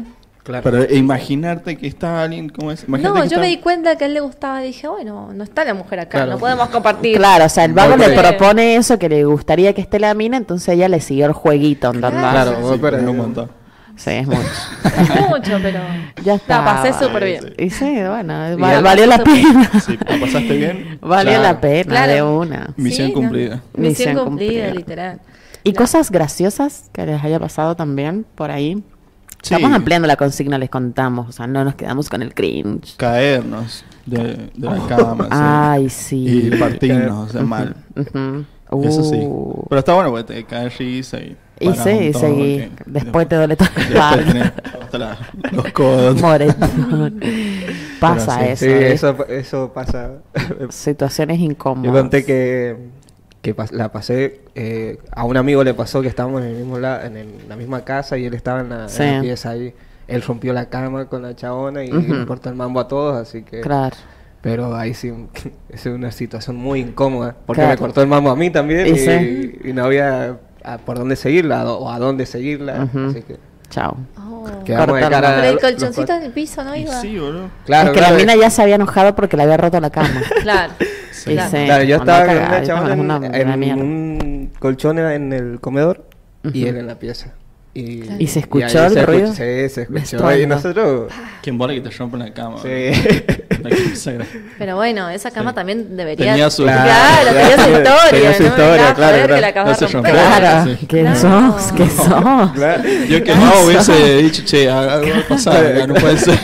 Speaker 1: Claro.
Speaker 4: Pero e imaginarte que está alguien como es. Imagínate
Speaker 5: No,
Speaker 4: que
Speaker 5: yo
Speaker 4: está-
Speaker 5: me di cuenta que a él le gustaba y dije, bueno, no está la mujer acá,
Speaker 1: Claro.
Speaker 5: no podemos compartir.
Speaker 2: Claro, o sea, el vago
Speaker 4: Porque-
Speaker 2: le propone eso, que le gustaría que esté la mina, entonces ella le siguió el jueguito, ¿entendés?
Speaker 1: Claro.
Speaker 4: Sí,
Speaker 1: vos, pero-
Speaker 4: pero un montón.
Speaker 2: Sí, es mucho.
Speaker 5: Es mucho, pero
Speaker 2: Ya está.
Speaker 5: la pasé súper bien.
Speaker 2: Y sí, bueno,
Speaker 1: Y
Speaker 2: va-
Speaker 1: ya-
Speaker 2: valió la pena.
Speaker 4: Sí, ¿la pasaste bien?
Speaker 2: Valió
Speaker 1: Claro.
Speaker 2: la pena
Speaker 5: Claro.
Speaker 2: de una.
Speaker 4: Misión
Speaker 5: Sí, no.
Speaker 4: cumplida.
Speaker 5: Misión
Speaker 2: Misión
Speaker 5: cumplida,
Speaker 2: cumplida.
Speaker 5: literal.
Speaker 2: Y cosas graciosas que les haya pasado también por ahí.
Speaker 4: Sí.
Speaker 2: Estamos ampliando la consigna, les contamos. O sea, no nos quedamos con el cringe.
Speaker 4: Caernos de, de la cama. sí.
Speaker 2: Ah. Ay, sí.
Speaker 4: Y partirnos, o sea, mal.
Speaker 2: Ujú.
Speaker 4: Eso sí.
Speaker 2: Uh.
Speaker 4: Pero está bueno porque te caes risa y.
Speaker 2: Y sí, y seguí. Después, te duele toda la
Speaker 4: Después tenés
Speaker 2: espalda.
Speaker 4: hasta la- los codos.
Speaker 2: Moretón. Pasa
Speaker 4: Pero
Speaker 2: eso.
Speaker 1: Sí,
Speaker 4: sí.
Speaker 2: ¿eh?
Speaker 1: eso, eso pasa.
Speaker 2: Situaciones incómodas.
Speaker 1: Yo conté que, que pas- la pasé, eh, a un amigo le pasó que estábamos en, el mismo la- en el- la misma casa y él estaba en la, en
Speaker 2: Sí.
Speaker 1: la pieza ahí. Él rompió la cama con la chabona y
Speaker 2: Ujú.
Speaker 1: le cortó el mambo a todos, así que
Speaker 2: Claro.
Speaker 7: Pero ahí sí, es una situación muy incómoda, porque me
Speaker 2: Claro.
Speaker 7: cortó el mambo a mí también
Speaker 2: Y
Speaker 7: y,
Speaker 2: sí.
Speaker 7: y no había a- por dónde seguirla o a dónde seguirla.
Speaker 2: Ujú.
Speaker 7: Así que
Speaker 2: Chao.
Speaker 5: Oh.
Speaker 7: quedamos de
Speaker 2: Cortarla.
Speaker 7: cara.
Speaker 5: Pero el
Speaker 7: los
Speaker 5: colchoncito
Speaker 7: cuatro.
Speaker 5: en el piso no
Speaker 4: Y
Speaker 5: iba.
Speaker 4: sí, boludo.
Speaker 7: Claro,
Speaker 2: es que
Speaker 7: claro,
Speaker 2: la mina ya se había enojado porque le había roto la cama.
Speaker 5: Claro.
Speaker 2: Y
Speaker 5: claro.
Speaker 2: sí,
Speaker 7: Claro, yo
Speaker 2: mandó a
Speaker 7: estaba con
Speaker 2: cagar,
Speaker 7: una
Speaker 2: yo
Speaker 7: chabona
Speaker 2: estaba
Speaker 7: en,
Speaker 2: con una-
Speaker 7: en
Speaker 2: una mierda.
Speaker 7: un colchón en el comedor y
Speaker 2: Ujú.
Speaker 7: él en la pieza. Y,
Speaker 5: Claro.
Speaker 2: ¿Y se
Speaker 7: ahí
Speaker 2: escuchó
Speaker 7: se
Speaker 2: el
Speaker 7: escuchó-
Speaker 2: ruido?
Speaker 7: Sí, se
Speaker 2: Me
Speaker 7: escuchó. Y
Speaker 2: estorba.
Speaker 7: nosotros...
Speaker 4: Quien bola que te rompe la cama.
Speaker 7: Sí.
Speaker 4: boludo. La que se gra-
Speaker 5: Pero bueno, esa cama
Speaker 4: Sí.
Speaker 5: también debería.
Speaker 4: Tenía su-
Speaker 5: Claro,
Speaker 7: Claro,
Speaker 5: tenía su
Speaker 7: claro.
Speaker 5: historia.
Speaker 7: Tenía su
Speaker 5: no me vengas
Speaker 7: historia,
Speaker 5: a
Speaker 7: claro,
Speaker 5: joder que
Speaker 7: claro.
Speaker 5: la acabas
Speaker 4: No
Speaker 5: de
Speaker 4: se
Speaker 5: romper.
Speaker 4: rompió.
Speaker 2: Claro,
Speaker 4: Sí.
Speaker 2: ¿qué
Speaker 5: Claro.
Speaker 2: sos? ¿Qué sos?
Speaker 7: Claro.
Speaker 4: Yo que
Speaker 7: Ah,
Speaker 4: no hubiese dicho, che, a- algo va a pasar, acá, no puede ser.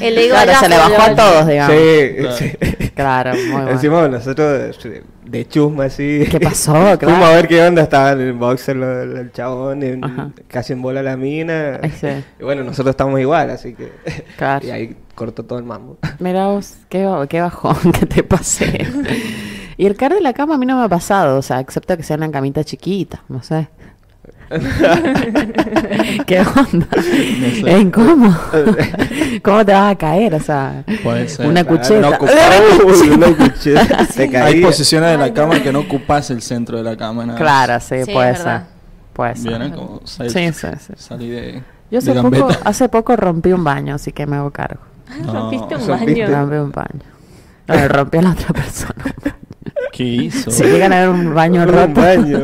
Speaker 5: El ego
Speaker 2: Claro,
Speaker 5: allá
Speaker 2: se le bajó a
Speaker 5: llevó.
Speaker 2: todos, digamos.
Speaker 7: Sí,
Speaker 4: Claro.
Speaker 7: sí.
Speaker 2: Claro, muy bueno.
Speaker 7: Encima nosotros de- de chusma así.
Speaker 2: ¿Qué pasó?
Speaker 7: Fuimos
Speaker 2: Claro.
Speaker 7: a ver qué onda, estaba en el boxer lo- lo- el chabón, en-
Speaker 2: Ajá.
Speaker 7: casi en bola la mina.
Speaker 2: Ay, sí.
Speaker 7: Y bueno, nosotros estamos igual, así que...
Speaker 2: Claro.
Speaker 7: Y ahí cortó todo el mambo.
Speaker 2: Mira vos, qué, ba- qué bajón que te pasé. Y el caer de la cama a mí no me ha pasado, o sea, excepto que sea una camita chiquita, no sé. ¿Qué onda?
Speaker 4: sé.
Speaker 2: Es incómodo. ¿Cómo te vas a caer? O sea,
Speaker 4: Puede ser.
Speaker 2: una
Speaker 7: Claro,
Speaker 2: cucheta.
Speaker 7: no ocupaba- Uy, una cucheta. Se
Speaker 4: Hay
Speaker 7: caía.
Speaker 4: posiciones de la cama que no ocupas el centro de la cama. nada más.
Speaker 2: Claro, sí,
Speaker 5: Sí,
Speaker 2: puede
Speaker 5: es
Speaker 2: ser.
Speaker 5: verdad.
Speaker 2: Puede ser.
Speaker 4: ¿Vieron? Como sal-
Speaker 2: Sí, sí, sí.
Speaker 4: Salí de.
Speaker 2: Yo
Speaker 4: de
Speaker 2: hace poco,
Speaker 4: gambeta.
Speaker 2: hace poco rompí un baño, así que me hago cargo.
Speaker 5: Ah, Rompiste un
Speaker 7: rompiste.
Speaker 5: baño.
Speaker 2: Rompí un baño. No, le rompí a la otra persona.
Speaker 4: ¿Qué hizo?
Speaker 2: Si llegan a ver un baño roto.
Speaker 7: Un baño.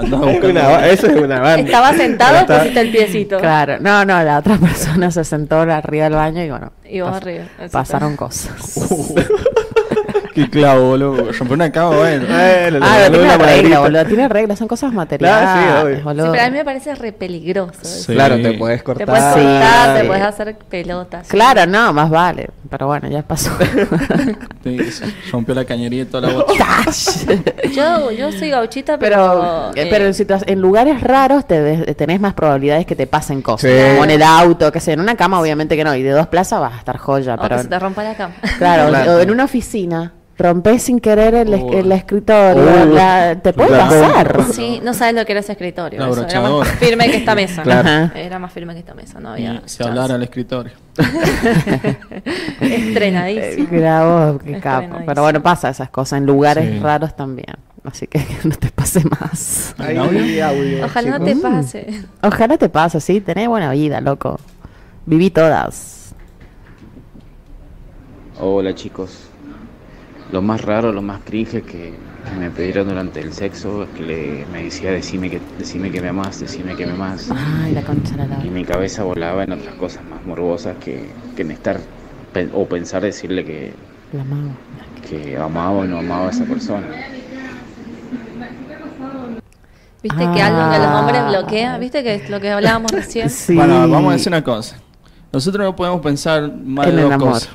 Speaker 4: Andaba
Speaker 7: Es
Speaker 4: buscando.
Speaker 7: una ba- eso es una banda.
Speaker 5: Estaba
Speaker 7: Pero
Speaker 5: sentado pues, y
Speaker 7: está-
Speaker 5: pusiste el piecito.
Speaker 2: Claro, no, no, la otra persona se sentó arriba del baño y bueno.
Speaker 5: Y vos
Speaker 2: pas-
Speaker 5: arriba. Eso
Speaker 2: Pasaron
Speaker 5: está.
Speaker 2: cosas.
Speaker 4: Qué clavo, boludo. Romper una cama,
Speaker 7: Bueno,
Speaker 4: bueno.
Speaker 7: le
Speaker 2: ah, pero
Speaker 7: regaló
Speaker 2: tiene
Speaker 7: una
Speaker 2: reglas,
Speaker 7: maderita.
Speaker 2: boludo, tiene reglas, son cosas materiales,
Speaker 7: obvio.
Speaker 5: Sí,
Speaker 2: boludo.
Speaker 5: pero a mí me parece re peligroso. eso.
Speaker 4: Sí.
Speaker 7: Claro, te puedes cortar.
Speaker 5: Te puedes cortar, te puedes
Speaker 7: Sí.
Speaker 5: hacer pelotas.
Speaker 2: Claro, no, más vale, pero bueno, ya pasó.
Speaker 4: Te- Rompió la cañería y toda la botella.
Speaker 5: Yo, yo soy gauchita, pero.
Speaker 2: pero eh, pero en, situa- en lugares raros te des- tenés más probabilidades que te pasen cosas,
Speaker 7: Sí.
Speaker 2: como en el auto, que sé, en una cama obviamente que no, y de dos plazas vas a estar joya,
Speaker 5: o
Speaker 2: pero
Speaker 5: que se te rompa la cama.
Speaker 2: Claro,
Speaker 7: Claro.
Speaker 2: o en una oficina. Rompés sin querer el, es-
Speaker 4: Oh.
Speaker 2: el escritorio.
Speaker 7: Oh.
Speaker 2: la- te puede
Speaker 7: Claro.
Speaker 2: pasar.
Speaker 5: Sí, no sabes lo que era ese escritorio.
Speaker 4: La
Speaker 5: eso, Era más
Speaker 4: brochadora.
Speaker 5: firme que esta mesa.
Speaker 7: Claro.
Speaker 2: Ajá.
Speaker 5: Era más firme que esta mesa, no había.
Speaker 4: Y se
Speaker 5: chance.
Speaker 4: hablara al escritorio.
Speaker 5: Estrenadísimo.
Speaker 2: Grabo, qué
Speaker 5: Está
Speaker 2: capo.
Speaker 5: bien, ahí
Speaker 2: Pero
Speaker 5: sí.
Speaker 2: bueno, pasa esas cosas en lugares
Speaker 4: Sí.
Speaker 2: raros también. Así que no te pase más.
Speaker 7: Ahí,
Speaker 4: Audio.
Speaker 7: audio,
Speaker 5: Ojalá no
Speaker 4: Mm.
Speaker 7: chicos.
Speaker 5: te pase.
Speaker 2: Ojalá te pase, sí. Tenés buena vida, loco. Viví todas.
Speaker 8: Hola chicos, lo más raro, lo más cringe que, que me pidieron durante el sexo es que le- me decía decime que, decime que me amas, decime que me amas.
Speaker 2: Ay, la concha de la
Speaker 8: Y
Speaker 2: lora.
Speaker 8: mi cabeza volaba en otras cosas más morbosas que, que en estar pe- o pensar decirle que,
Speaker 2: La mago.
Speaker 8: que amaba o no amaba a esa persona.
Speaker 5: Viste que
Speaker 2: Ah.
Speaker 5: algo que los hombres bloquea. Viste que es lo que hablábamos recién.
Speaker 2: Sí.
Speaker 4: Bueno, vamos a decir una cosa. Nosotros no podemos pensar más
Speaker 2: En
Speaker 4: de
Speaker 2: el
Speaker 4: dos
Speaker 2: amor.
Speaker 4: cosas.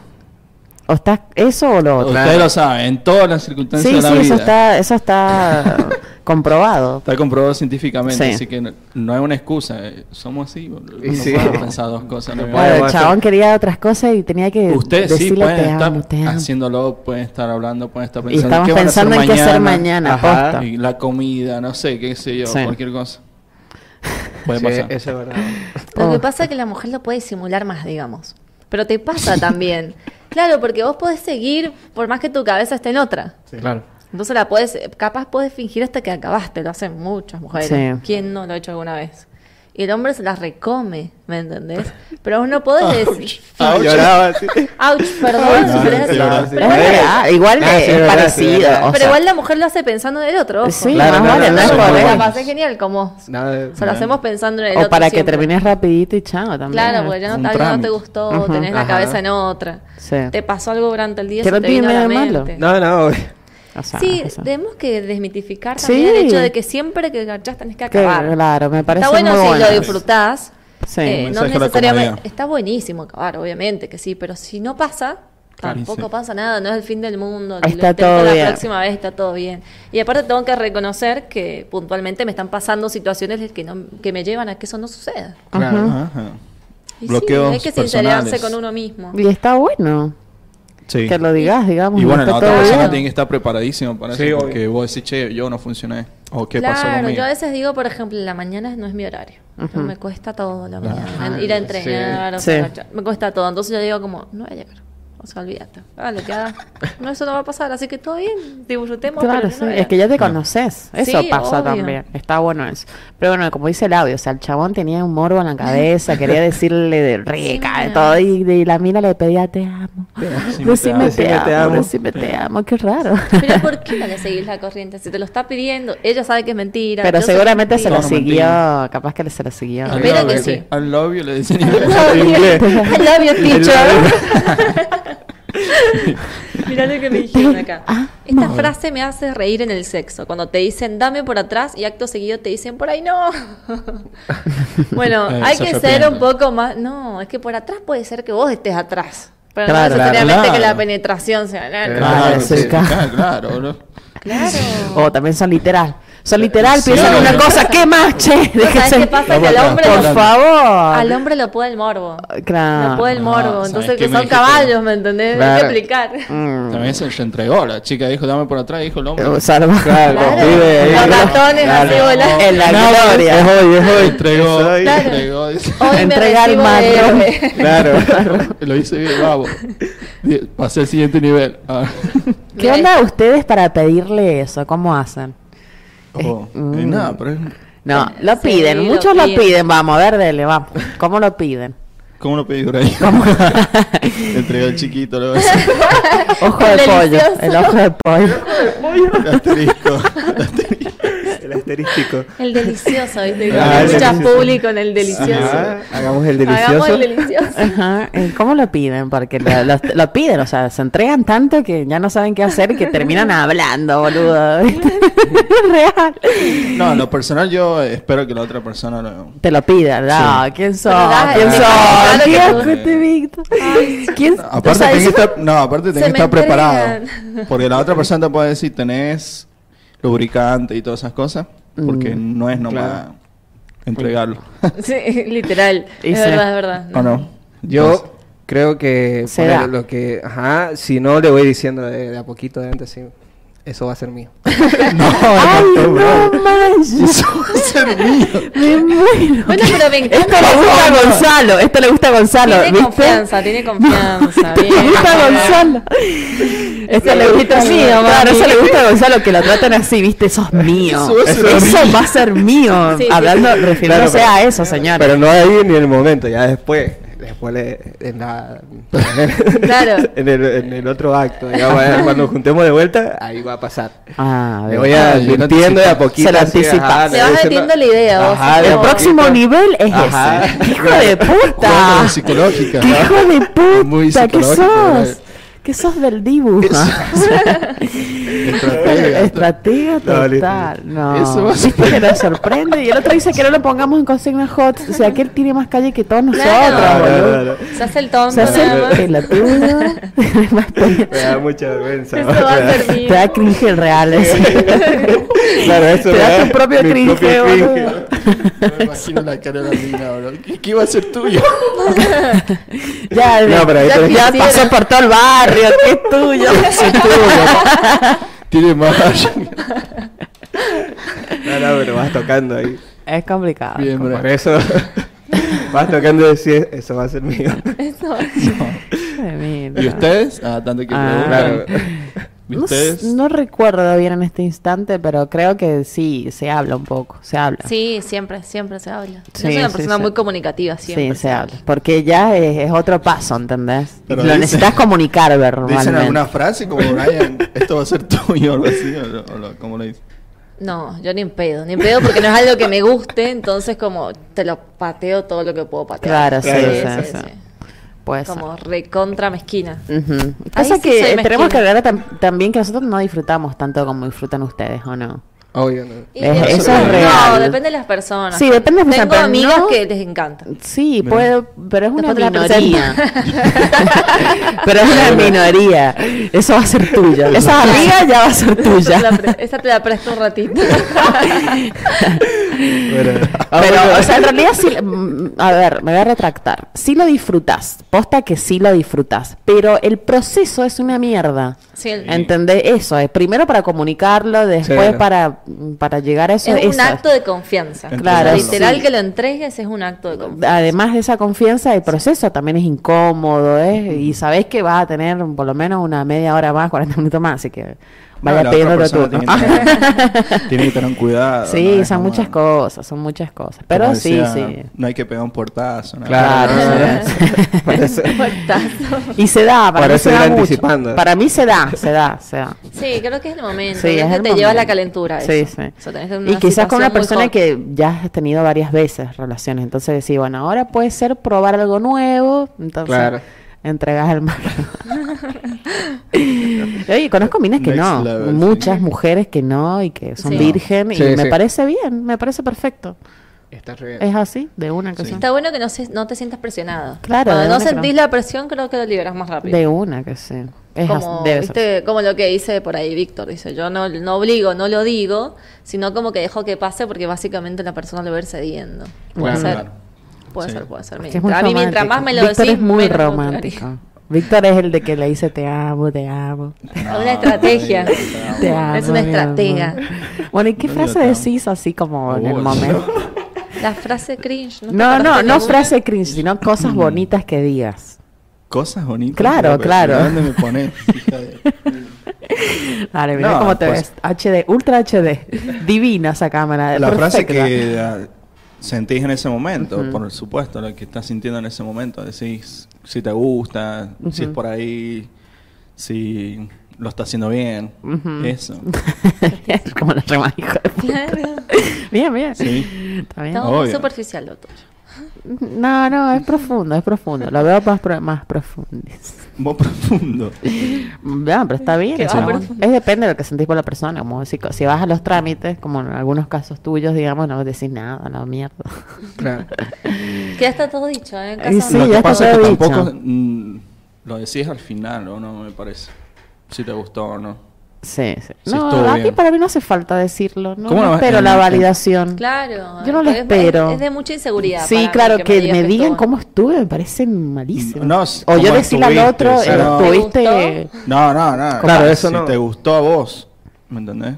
Speaker 2: ¿O está eso o lo otro?
Speaker 4: Ustedes lo saben, en todas las circunstancias
Speaker 2: Sí,
Speaker 4: de la
Speaker 2: sí,
Speaker 4: vida.
Speaker 2: eso está, eso está comprobado.
Speaker 4: Está comprobado científicamente,
Speaker 2: Sí.
Speaker 4: así que no, no hay una excusa. eh, Somos así, boludo.
Speaker 7: Y
Speaker 4: no
Speaker 7: sí.
Speaker 4: podemos pensar dos cosas. No
Speaker 7: Bueno,
Speaker 2: Bueno,
Speaker 7: va
Speaker 2: el
Speaker 7: a
Speaker 2: chabón
Speaker 7: ser-
Speaker 2: quería otras cosas y tenía que
Speaker 4: Ustedes sí
Speaker 2: decirle
Speaker 4: pueden
Speaker 2: te
Speaker 4: estar
Speaker 2: amo, te amo.
Speaker 4: haciéndolo, pueden estar hablando, pueden estar
Speaker 2: Y
Speaker 4: pensando,
Speaker 2: estamos
Speaker 4: ¿qué van a hacer
Speaker 2: pensando en qué hacer mañana,
Speaker 7: Ajá.
Speaker 2: posta.
Speaker 4: Y la comida, no sé, qué sé yo,
Speaker 2: Sí.
Speaker 4: cualquier cosa. Puede
Speaker 7: Sí,
Speaker 4: pasar.
Speaker 7: eso es verdad.
Speaker 5: Lo que
Speaker 7: Oh.
Speaker 5: pasa es que la mujer lo puede simular más, digamos. Pero te pasa también. Claro, porque vos podés seguir por más que tu cabeza esté en otra.
Speaker 7: Claro.
Speaker 5: Entonces la puedes, capaz puedes fingir hasta que acabaste, lo hacen muchas mujeres.
Speaker 2: Sí.
Speaker 5: ¿Quién no lo ha hecho alguna vez? Y el hombre se las recome, ¿me entendés? Pero vos no podés decir.
Speaker 7: Ah, lloraba así.
Speaker 5: Ouch, perdón.
Speaker 7: Ah, sí,
Speaker 5: pero, es-
Speaker 7: sí, sí.
Speaker 2: Es verdad, igual
Speaker 7: Ah, sí,
Speaker 2: es
Speaker 7: verdad,
Speaker 2: parecido.
Speaker 7: sí, verdad.
Speaker 2: o
Speaker 5: pero
Speaker 2: sea,
Speaker 5: igual la mujer lo hace pensando en el otro. Ojo.
Speaker 2: Sí,
Speaker 7: Claro,
Speaker 2: más
Speaker 7: no,
Speaker 2: vale,
Speaker 7: no,
Speaker 2: no
Speaker 7: no,
Speaker 2: es
Speaker 7: no,
Speaker 2: por
Speaker 7: no,
Speaker 5: La
Speaker 2: él.
Speaker 7: no,
Speaker 5: pasé genial como.
Speaker 7: Nada,
Speaker 5: Se lo hacemos pensando en el
Speaker 2: O
Speaker 5: otro.
Speaker 2: para que
Speaker 5: siempre.
Speaker 2: termines rapidito y chao también.
Speaker 5: Claro, pues porque ya no,
Speaker 4: Un
Speaker 5: tal vez no te
Speaker 4: trámite.
Speaker 5: gustó,
Speaker 2: Ujú.
Speaker 5: tenés la
Speaker 7: Ajá.
Speaker 5: cabeza en otra.
Speaker 2: Sí.
Speaker 5: Te pasó algo durante el día,
Speaker 2: Que
Speaker 5: se
Speaker 2: no
Speaker 5: te
Speaker 2: tiene
Speaker 5: vino a
Speaker 2: nada
Speaker 5: la
Speaker 2: de malo.
Speaker 5: mente.
Speaker 7: no, no, obvio.
Speaker 2: O sea,
Speaker 5: Sí,
Speaker 2: eso.
Speaker 5: tenemos que desmitificar
Speaker 2: Sí.
Speaker 5: también el hecho de que siempre que garchás tenés que
Speaker 2: Que,
Speaker 5: acabar.
Speaker 2: claro, me parece
Speaker 5: Está bueno
Speaker 2: muy
Speaker 5: si
Speaker 2: bueno.
Speaker 5: lo disfrutás.
Speaker 2: Sí.
Speaker 5: eh, no
Speaker 4: Mensaje a la
Speaker 5: necesariamente.
Speaker 4: comunidad.
Speaker 5: Está buenísimo acabar, obviamente que sí, pero si no pasa,
Speaker 4: Claro,
Speaker 5: tampoco
Speaker 4: sí.
Speaker 5: pasa nada, no es el fin del mundo.
Speaker 2: Ahí
Speaker 5: lo
Speaker 2: está
Speaker 5: intento
Speaker 2: todo
Speaker 5: la
Speaker 2: bien.
Speaker 5: próxima vez, está todo bien. Y aparte tengo que reconocer que puntualmente me están pasando situaciones que, no, que me llevan a que eso no suceda.
Speaker 7: Claro.
Speaker 4: Ajá.
Speaker 5: Y
Speaker 4: Bloqueos
Speaker 5: sí, hay que sincerarse
Speaker 4: personales.
Speaker 5: con uno mismo.
Speaker 2: Y está bueno
Speaker 4: Sí.
Speaker 2: que lo digas, digamos.
Speaker 4: Y bueno,
Speaker 2: está
Speaker 4: la otra
Speaker 2: todo
Speaker 5: persona
Speaker 2: bien.
Speaker 4: persona tiene que estar preparadísima para
Speaker 7: Sí,
Speaker 4: eso,
Speaker 7: obvio.
Speaker 4: porque vos decís, che, yo no funcioné, o qué pasó
Speaker 5: Claro,
Speaker 4: conmigo.
Speaker 5: yo a veces digo, por ejemplo, la mañana no es mi horario. Pero Me cuesta todo la mañana. Ir a entrenar, o
Speaker 2: Ah, Sí.
Speaker 5: sea, me cuesta todo. Entonces yo digo como, no voy a llegar. O sea, olvídate. Ah, lo que hagas. No, eso no va a pasar. Así que todo bien. Disfrutemos.
Speaker 2: Claro,
Speaker 5: pero
Speaker 2: sí,
Speaker 5: no
Speaker 2: es que ya te
Speaker 3: No.
Speaker 2: conoces. Eso
Speaker 5: Sí,
Speaker 2: pasa
Speaker 5: obvio.
Speaker 2: también. Está bueno eso. Pero bueno, como dice el audio, o sea, el chabón tenía un morbo en la cabeza, quería decirle de rica, de
Speaker 5: Decime.
Speaker 2: todo, y, y la mina le pedía te amo.
Speaker 4: Decime te
Speaker 2: Decime
Speaker 4: amo.
Speaker 2: te
Speaker 7: Decime te
Speaker 2: amo,
Speaker 7: amo.
Speaker 2: decime te amo, qué raro.
Speaker 5: Pero ¿por qué no le seguís la corriente? Si te lo está pidiendo, ella sabe que es mentira.
Speaker 2: Pero
Speaker 5: yo sé que es
Speaker 2: seguramente se lo
Speaker 5: mentira.
Speaker 4: Todo
Speaker 2: siguió,
Speaker 4: mentira.
Speaker 2: capaz que se lo siguió.
Speaker 5: Al Espero que sí.
Speaker 4: Al novio le dicen
Speaker 7: En inglés.
Speaker 5: I love you, teacher. Mirá lo que me dijeron acá.
Speaker 2: Ah,
Speaker 5: Esta frase me hace reír en el sexo. Cuando te dicen dame por atrás y acto seguido te dicen por ahí no. bueno,
Speaker 4: Eh,
Speaker 5: hay
Speaker 4: eso
Speaker 5: que
Speaker 4: yo
Speaker 5: ser
Speaker 4: pienso.
Speaker 5: un poco más. No, es que por atrás puede ser que vos estés atrás. Pero
Speaker 2: Claro,
Speaker 5: no necesariamente
Speaker 4: claro.
Speaker 5: que la penetración sea. Claro.
Speaker 2: Claro, sí, claro.
Speaker 4: claro, bro.
Speaker 2: O Oh, también son literal. Son literal,
Speaker 4: Sí,
Speaker 2: piensan
Speaker 4: obvio.
Speaker 2: una cosa, ¿qué más, che?
Speaker 5: ¿Sabes qué pasa? Que al hombre,
Speaker 2: Por
Speaker 5: lo-
Speaker 2: favor.
Speaker 5: al hombre lo puede el morbo.
Speaker 2: Claro.
Speaker 5: Lo puede el
Speaker 4: Ah,
Speaker 5: morbo.
Speaker 4: ¿sabes
Speaker 5: Entonces,
Speaker 4: qué
Speaker 5: que
Speaker 4: me
Speaker 5: son
Speaker 4: dijiste?
Speaker 5: caballos, ¿me entendés? Hay
Speaker 7: Claro.
Speaker 5: que aplicar.
Speaker 2: Mm.
Speaker 4: También se le entregó. La chica dijo, dame por atrás. Dijo el hombre.
Speaker 2: O sea, lo-
Speaker 7: Claro,
Speaker 5: Claro.
Speaker 7: vive ahí.
Speaker 5: Los ratones así volando.
Speaker 2: En la
Speaker 4: Nada,
Speaker 2: gloria.
Speaker 7: Es hoy, es
Speaker 4: Le
Speaker 7: hoy.
Speaker 4: entregó.
Speaker 7: Es hoy.
Speaker 4: le
Speaker 5: Claro.
Speaker 4: entregó, dice.
Speaker 5: Hoy me
Speaker 2: Entrega el
Speaker 5: recibo de
Speaker 2: marrón.
Speaker 5: héroe.
Speaker 7: Claro.
Speaker 4: Lo hice bien, vamos. Di- Pasé al siguiente nivel. Ah.
Speaker 2: ¿Qué
Speaker 5: Mira,
Speaker 2: onda ustedes para pedirle eso? ¿Cómo hacen?
Speaker 4: Oh, eh,
Speaker 2: Mm.
Speaker 4: nada, pero es-
Speaker 2: No, lo
Speaker 5: Eh, Sí,
Speaker 2: piden,
Speaker 5: lo
Speaker 2: muchos lo piden.
Speaker 5: piden.
Speaker 2: Vamos, a ver, dele, vamos. ¿Cómo lo piden?
Speaker 4: ¿Cómo lo pedí por ahí? Le entregó el chiquito, lo
Speaker 2: Ojo de pollo,
Speaker 5: Delicioso.
Speaker 2: el ojo de pollo.
Speaker 4: asterisco.
Speaker 7: El asterístico.
Speaker 5: El delicioso, ¿viste?
Speaker 7: Ah,
Speaker 5: Hay
Speaker 7: el
Speaker 5: mucho
Speaker 7: delicioso.
Speaker 5: público en el delicioso.
Speaker 7: Ajá, Hagamos el
Speaker 5: Hagamos
Speaker 7: delicioso.
Speaker 5: el delicioso.
Speaker 2: Ajá, ¿y ¿cómo lo piden? Porque lo, lo- lo piden, o sea, se entregan tanto que ya no saben qué hacer y que terminan hablando, boludo. ¿viste? Real.
Speaker 4: No, en lo personal yo espero que la otra persona lo...
Speaker 2: Te lo pidan, no,
Speaker 4: Sí.
Speaker 2: ¿quién sos?
Speaker 5: Pero dale,
Speaker 2: ¿Quién
Speaker 5: claro,
Speaker 2: sos?
Speaker 5: claro que
Speaker 2: Dios,
Speaker 5: tú-
Speaker 2: este Víctor. ¿Quién
Speaker 4: Aparte
Speaker 2: o sea,
Speaker 4: tenés
Speaker 2: eso-
Speaker 4: que estar, no, aparte tenés
Speaker 5: se
Speaker 4: que
Speaker 5: me
Speaker 4: estar preparado.
Speaker 5: entregan.
Speaker 4: Porque la otra persona te puede decir, tenés lubricante y todas esas cosas, porque no es nomás
Speaker 7: Mm. Claro.
Speaker 4: entregarlo.
Speaker 5: Sí, literal.
Speaker 2: Y
Speaker 5: es
Speaker 2: sí.
Speaker 5: verdad, es verdad.
Speaker 4: ¿O no? Entonces,
Speaker 7: Yo creo que
Speaker 2: Se
Speaker 7: poner
Speaker 2: da.
Speaker 7: lo que, ajá, si no le voy diciendo de, de a poquito de antes, sí, eso va a ser mío.
Speaker 5: Ah,
Speaker 2: Ay, no manches. Me muero.
Speaker 5: Bueno, pero me encanta.
Speaker 2: Esto le gusta a Gonzalo, esto le gusta a Gonzalo.
Speaker 5: Tiene
Speaker 2: ¿viste?
Speaker 5: confianza, tiene confianza.
Speaker 2: Esto le
Speaker 5: bien.
Speaker 2: gusta a Gonzalo. Esto le gusta a
Speaker 5: Eres mío,
Speaker 2: Claro,
Speaker 5: mami.
Speaker 2: eso le gusta a Gonzalo, que lo tratan así, viste, sos mío.
Speaker 4: Eso va a
Speaker 2: Eso,
Speaker 4: ser mío.
Speaker 2: va a ser mío.
Speaker 5: Sí, sí.
Speaker 2: Hablando, refiriéndose
Speaker 7: pero-
Speaker 2: a eso, señor.
Speaker 7: Pero no ahí ni en el momento, ya después. Después le- en la.
Speaker 5: Claro.
Speaker 7: en, el, en el otro acto, digamos, eh, cuando nos juntemos de vuelta, ahí va a pasar.
Speaker 2: Ah, a
Speaker 7: Le
Speaker 2: ver.
Speaker 7: voy a
Speaker 4: Ah, yo no
Speaker 7: mintiendo de a
Speaker 4: anticipé.
Speaker 7: poquito.
Speaker 2: Se lo
Speaker 7: así,
Speaker 2: anticipa.
Speaker 7: ajá,
Speaker 5: Se
Speaker 7: le
Speaker 5: vas
Speaker 7: voy diciendo-
Speaker 5: metiendo la idea, vos,
Speaker 7: Ajá,
Speaker 5: así
Speaker 7: de a
Speaker 2: El
Speaker 5: como-
Speaker 7: poquito.
Speaker 2: próximo nivel es
Speaker 7: Ajá.
Speaker 2: ese. ¡Qué hijo de
Speaker 4: jugando a la
Speaker 2: puta!
Speaker 4: psicológica.
Speaker 2: ¡Qué
Speaker 4: ¿no?
Speaker 2: hijo de
Speaker 4: Muy
Speaker 2: puta! ¿Qué
Speaker 4: psicológico,
Speaker 2: sos?
Speaker 4: ¿verdad?
Speaker 2: ¿Qué sos del dibujo?
Speaker 4: Estratega.
Speaker 2: Estratega
Speaker 7: Dale.
Speaker 2: total. No.
Speaker 4: Eso va a
Speaker 2: Viste que nos sorprende. Y el otro dice que no lo pongamos en consigna hot. O sea, que él tiene más calle que todos nosotros.
Speaker 5: Claro.
Speaker 7: Claro,
Speaker 2: boludo.
Speaker 7: claro, claro.
Speaker 5: Se hace el tonto.
Speaker 2: Se hace
Speaker 5: nada más.
Speaker 2: el pelotudo. Más pe-
Speaker 7: Me da mucha vergüenza.
Speaker 5: Eso va a ser mío.
Speaker 2: Te da cringe el real. eso.
Speaker 7: Claro, eso
Speaker 2: Te
Speaker 7: me
Speaker 2: da
Speaker 7: da
Speaker 2: tu propio
Speaker 7: mi
Speaker 2: cringe,
Speaker 7: propio
Speaker 2: boludo.
Speaker 7: cringe.
Speaker 4: No me imagino la cara de la mina, bro. ¿Qué, qué iba a ser tuyo?
Speaker 2: Ya,
Speaker 7: No, pero ahí
Speaker 2: ya,
Speaker 7: tenés-
Speaker 2: ya pasó por todo el barrio. Que es tuyo.
Speaker 4: Tiene más.
Speaker 7: No, no, pero vas tocando ahí.
Speaker 2: es complicado.
Speaker 4: Bien, bro.
Speaker 7: Por eso vas tocando y decís, eso va a ser mío.
Speaker 5: Eso.
Speaker 2: Ay, mira.
Speaker 4: ¿Y ustedes? Ah, tanto que
Speaker 2: Ah.
Speaker 4: preguntan. ¿Y
Speaker 2: No, s-
Speaker 4: ustedes?
Speaker 2: no recuerdo bien en este instante, pero creo que sí, se habla un poco, se habla.
Speaker 5: Sí, siempre, siempre se habla.
Speaker 2: Sí,
Speaker 5: Yo soy una
Speaker 2: sí,
Speaker 5: persona
Speaker 2: sí.
Speaker 5: muy comunicativa, siempre.
Speaker 2: Sí, se habla. Porque ya es, es otro paso, ¿entendés?
Speaker 4: Pero
Speaker 2: Lo
Speaker 4: dicen-
Speaker 2: necesitas comunicar
Speaker 4: ¿Dicen alguna
Speaker 2: verbalmente.
Speaker 4: frase como Brian, esto va a ser tuyo o algo así? O, lo- o lo- ¿Cómo lo dice?
Speaker 5: No, yo ni en pedo, ni en pedo porque no es algo que me guste, entonces como te lo pateo todo lo que puedo patear.
Speaker 2: Claro, sí, sí, sí. Pues.
Speaker 5: Como recontra mezquina.
Speaker 2: Ujú.
Speaker 5: Ahí
Speaker 2: Pasa
Speaker 5: sí
Speaker 2: que
Speaker 5: soy
Speaker 2: eh, tenemos
Speaker 5: mezquina.
Speaker 2: que aclarar tam- también que nosotros no disfrutamos tanto como disfrutan ustedes, ¿o no?
Speaker 7: Obvio, no.
Speaker 5: Y
Speaker 2: Es-
Speaker 5: depende-
Speaker 4: eso es
Speaker 5: No,
Speaker 2: real.
Speaker 5: depende de las personas.
Speaker 2: Sí, depende de las
Speaker 5: Tengo
Speaker 2: personas,
Speaker 5: amigas
Speaker 2: pero no-
Speaker 5: que les encanta.
Speaker 2: Sí, puede, pero es una
Speaker 5: Después te la
Speaker 2: minoría. pero es una minoría. Eso va a ser tuyo. Esa amiga ya va a ser
Speaker 5: Esta te la
Speaker 2: tuya.
Speaker 5: pre- Esta te la presto un ratito.
Speaker 2: Pero, o sea, en realidad sí. mm, A ver, me voy a retractar. Sí lo disfrutas. Posta que sí lo disfrutas. Pero el proceso es una mierda.
Speaker 5: Sí, el-
Speaker 2: ¿Entendés? Eso es. Primero para comunicarlo, después
Speaker 7: Sí.
Speaker 2: para para, para llegar a eso.
Speaker 5: Es un
Speaker 2: eso.
Speaker 5: acto de confianza.
Speaker 4: Claro,
Speaker 5: Literal
Speaker 2: sí.
Speaker 5: que lo entregues es un acto de confianza.
Speaker 2: Además de esa confianza, el proceso también es incómodo, ¿eh? Y sabés que vas a tener por lo menos una media hora más, 40 minutos más, así que vaya
Speaker 4: la otra
Speaker 2: pidiendo tu
Speaker 4: persona
Speaker 2: turno.
Speaker 4: tiene que tener- Tiene que tener cuidado.
Speaker 2: sí,
Speaker 4: ¿no? Es
Speaker 2: son
Speaker 4: como-
Speaker 2: muchas cosas, son muchas cosas. Pero
Speaker 4: como
Speaker 2: sí,
Speaker 4: decía,
Speaker 2: sí.
Speaker 4: No hay que pegar un portazo. ¿no?
Speaker 7: Claro,
Speaker 2: Claro.
Speaker 7: Parece-
Speaker 5: Portazo.
Speaker 2: Y se da, para mí
Speaker 7: Parece
Speaker 2: se
Speaker 7: ir
Speaker 2: da mucho.
Speaker 7: anticipando.
Speaker 2: Para mí se da, se da, se da.
Speaker 5: Sí, creo que es el momento.
Speaker 2: Sí,
Speaker 5: creo
Speaker 2: es
Speaker 5: que
Speaker 2: el
Speaker 5: te lleva
Speaker 2: momento.
Speaker 5: la calentura.
Speaker 2: Sí,
Speaker 5: eso.
Speaker 2: sí.
Speaker 5: O sea, tenés una
Speaker 2: Y quizás con una
Speaker 5: situación muy
Speaker 2: persona
Speaker 5: hot.
Speaker 2: que ya has tenido varias veces relaciones. Entonces decís, bueno, ahora puede ser probar algo nuevo. Entonces
Speaker 7: Claro.
Speaker 2: entregas el mar. Oye, conozco minas que
Speaker 4: Next
Speaker 2: no.
Speaker 4: level,
Speaker 2: Muchas
Speaker 4: sí.
Speaker 2: mujeres que no y que son
Speaker 5: Sí.
Speaker 2: virgen.
Speaker 7: Sí,
Speaker 2: y me
Speaker 7: sí.
Speaker 2: parece bien, me parece perfecto.
Speaker 7: Está re bien.
Speaker 2: Es así, de una que
Speaker 4: Sí.
Speaker 2: son.
Speaker 5: Está bueno que no, se- no te sientas presionado.
Speaker 2: Claro, de
Speaker 5: Cuando no
Speaker 2: una que
Speaker 5: sentís
Speaker 2: no.
Speaker 5: la presión, creo que lo liberas más rápido.
Speaker 2: De una que sí. Es
Speaker 5: como,
Speaker 2: así, debe ser.
Speaker 5: ¿viste? como lo que dice por ahí Víctor, dice, yo no, no obligo, no lo digo, sino como que dejo que pase porque básicamente la persona lo va a ir cediendo. Puede
Speaker 7: Claro.
Speaker 5: ser, puede
Speaker 4: Sí.
Speaker 5: ser, puede ser.
Speaker 2: Es que es muy
Speaker 5: a mí mientras
Speaker 2: romántico.
Speaker 5: más me lo
Speaker 2: Víctor
Speaker 5: decís,
Speaker 2: es muy
Speaker 5: menos me gustaría.
Speaker 2: romántico. Víctor es el de que le dice te amo, te amo.
Speaker 4: No,
Speaker 5: Una estrategia.
Speaker 4: no digas,
Speaker 2: Te
Speaker 4: no.
Speaker 2: amo,
Speaker 5: Es una
Speaker 2: mi
Speaker 5: estratega.
Speaker 2: amor. Bueno, ¿y qué
Speaker 4: No digo
Speaker 2: frase
Speaker 4: te amo.
Speaker 2: decís así como en el
Speaker 4: Uy.
Speaker 2: momento?
Speaker 5: La frase cringe. te
Speaker 2: No, no,
Speaker 5: parece
Speaker 2: no
Speaker 5: alguna?
Speaker 2: frase cringe, sino cosas bonitas que digas.
Speaker 4: Cosas bonitas.
Speaker 2: Claro,
Speaker 4: Mm. pero
Speaker 2: claro.
Speaker 4: ¿Dónde me pones? hija de-
Speaker 2: Dale, mira
Speaker 4: No,
Speaker 2: cómo te
Speaker 4: pues-
Speaker 2: ves. HD, ultra HD. Divina esa cámara.
Speaker 4: La frase
Speaker 2: perfecta.
Speaker 4: que ah, sentís en ese momento, por supuesto, lo que estás sintiendo en ese momento. Decís si te gusta, si es por ahí, si lo está haciendo bien.
Speaker 2: Ujú.
Speaker 4: Eso.
Speaker 2: Bien, como la rema, hijo de puta.
Speaker 5: Claro.
Speaker 2: Bien, bien.
Speaker 4: Sí.
Speaker 2: Está bien.
Speaker 5: Estamos muy
Speaker 4: Obvio.
Speaker 5: superficial lo tuyo.
Speaker 2: No, no, es profundo, es profundo. Lo veo más, pro- más profundo.
Speaker 4: Vos profundo.
Speaker 2: Ya, pero está bien.
Speaker 5: Que
Speaker 2: eso,
Speaker 5: va
Speaker 2: ¿no?
Speaker 5: profundo.
Speaker 2: Es depende de lo que sentís por la persona. Como si, si vas a los trámites, como en algunos casos tuyos, digamos, no decís nada, no mierda.
Speaker 7: Claro.
Speaker 5: Que ya está todo dicho, ¿eh? En
Speaker 2: Ay,
Speaker 5: casa
Speaker 2: sí,
Speaker 5: no.
Speaker 4: lo
Speaker 2: ya
Speaker 4: que
Speaker 2: está
Speaker 4: pasa es que
Speaker 2: todo dicho.
Speaker 4: tampoco mm, lo decís al final, ¿o no? Me parece. Si te gustó o no.
Speaker 2: Sí, sí.
Speaker 4: Sí,
Speaker 2: No,
Speaker 4: estuvo
Speaker 2: a mí-
Speaker 4: bien.
Speaker 2: para mí no hace falta decirlo. No,
Speaker 4: ¿Cómo
Speaker 2: no
Speaker 4: no?
Speaker 2: espero
Speaker 4: En-
Speaker 2: la
Speaker 4: en-
Speaker 2: validación.
Speaker 5: Claro.
Speaker 2: Yo no lo
Speaker 5: es- es-
Speaker 2: espero.
Speaker 5: Es, de mucha inseguridad. para
Speaker 2: Sí,
Speaker 5: mí
Speaker 2: claro, que, me,
Speaker 5: digas
Speaker 2: digan
Speaker 5: estuvo-
Speaker 2: cómo estuve me parece malísimo.
Speaker 4: No, s-
Speaker 2: o yo
Speaker 4: cómo
Speaker 2: decirle al
Speaker 4: estuviste,
Speaker 2: otro,
Speaker 4: sí.
Speaker 2: eh,
Speaker 4: No.
Speaker 2: estuviste...
Speaker 4: No, no, no.
Speaker 7: Claro, eso
Speaker 4: si
Speaker 7: no.
Speaker 4: te gustó a vos. ¿Me entendés?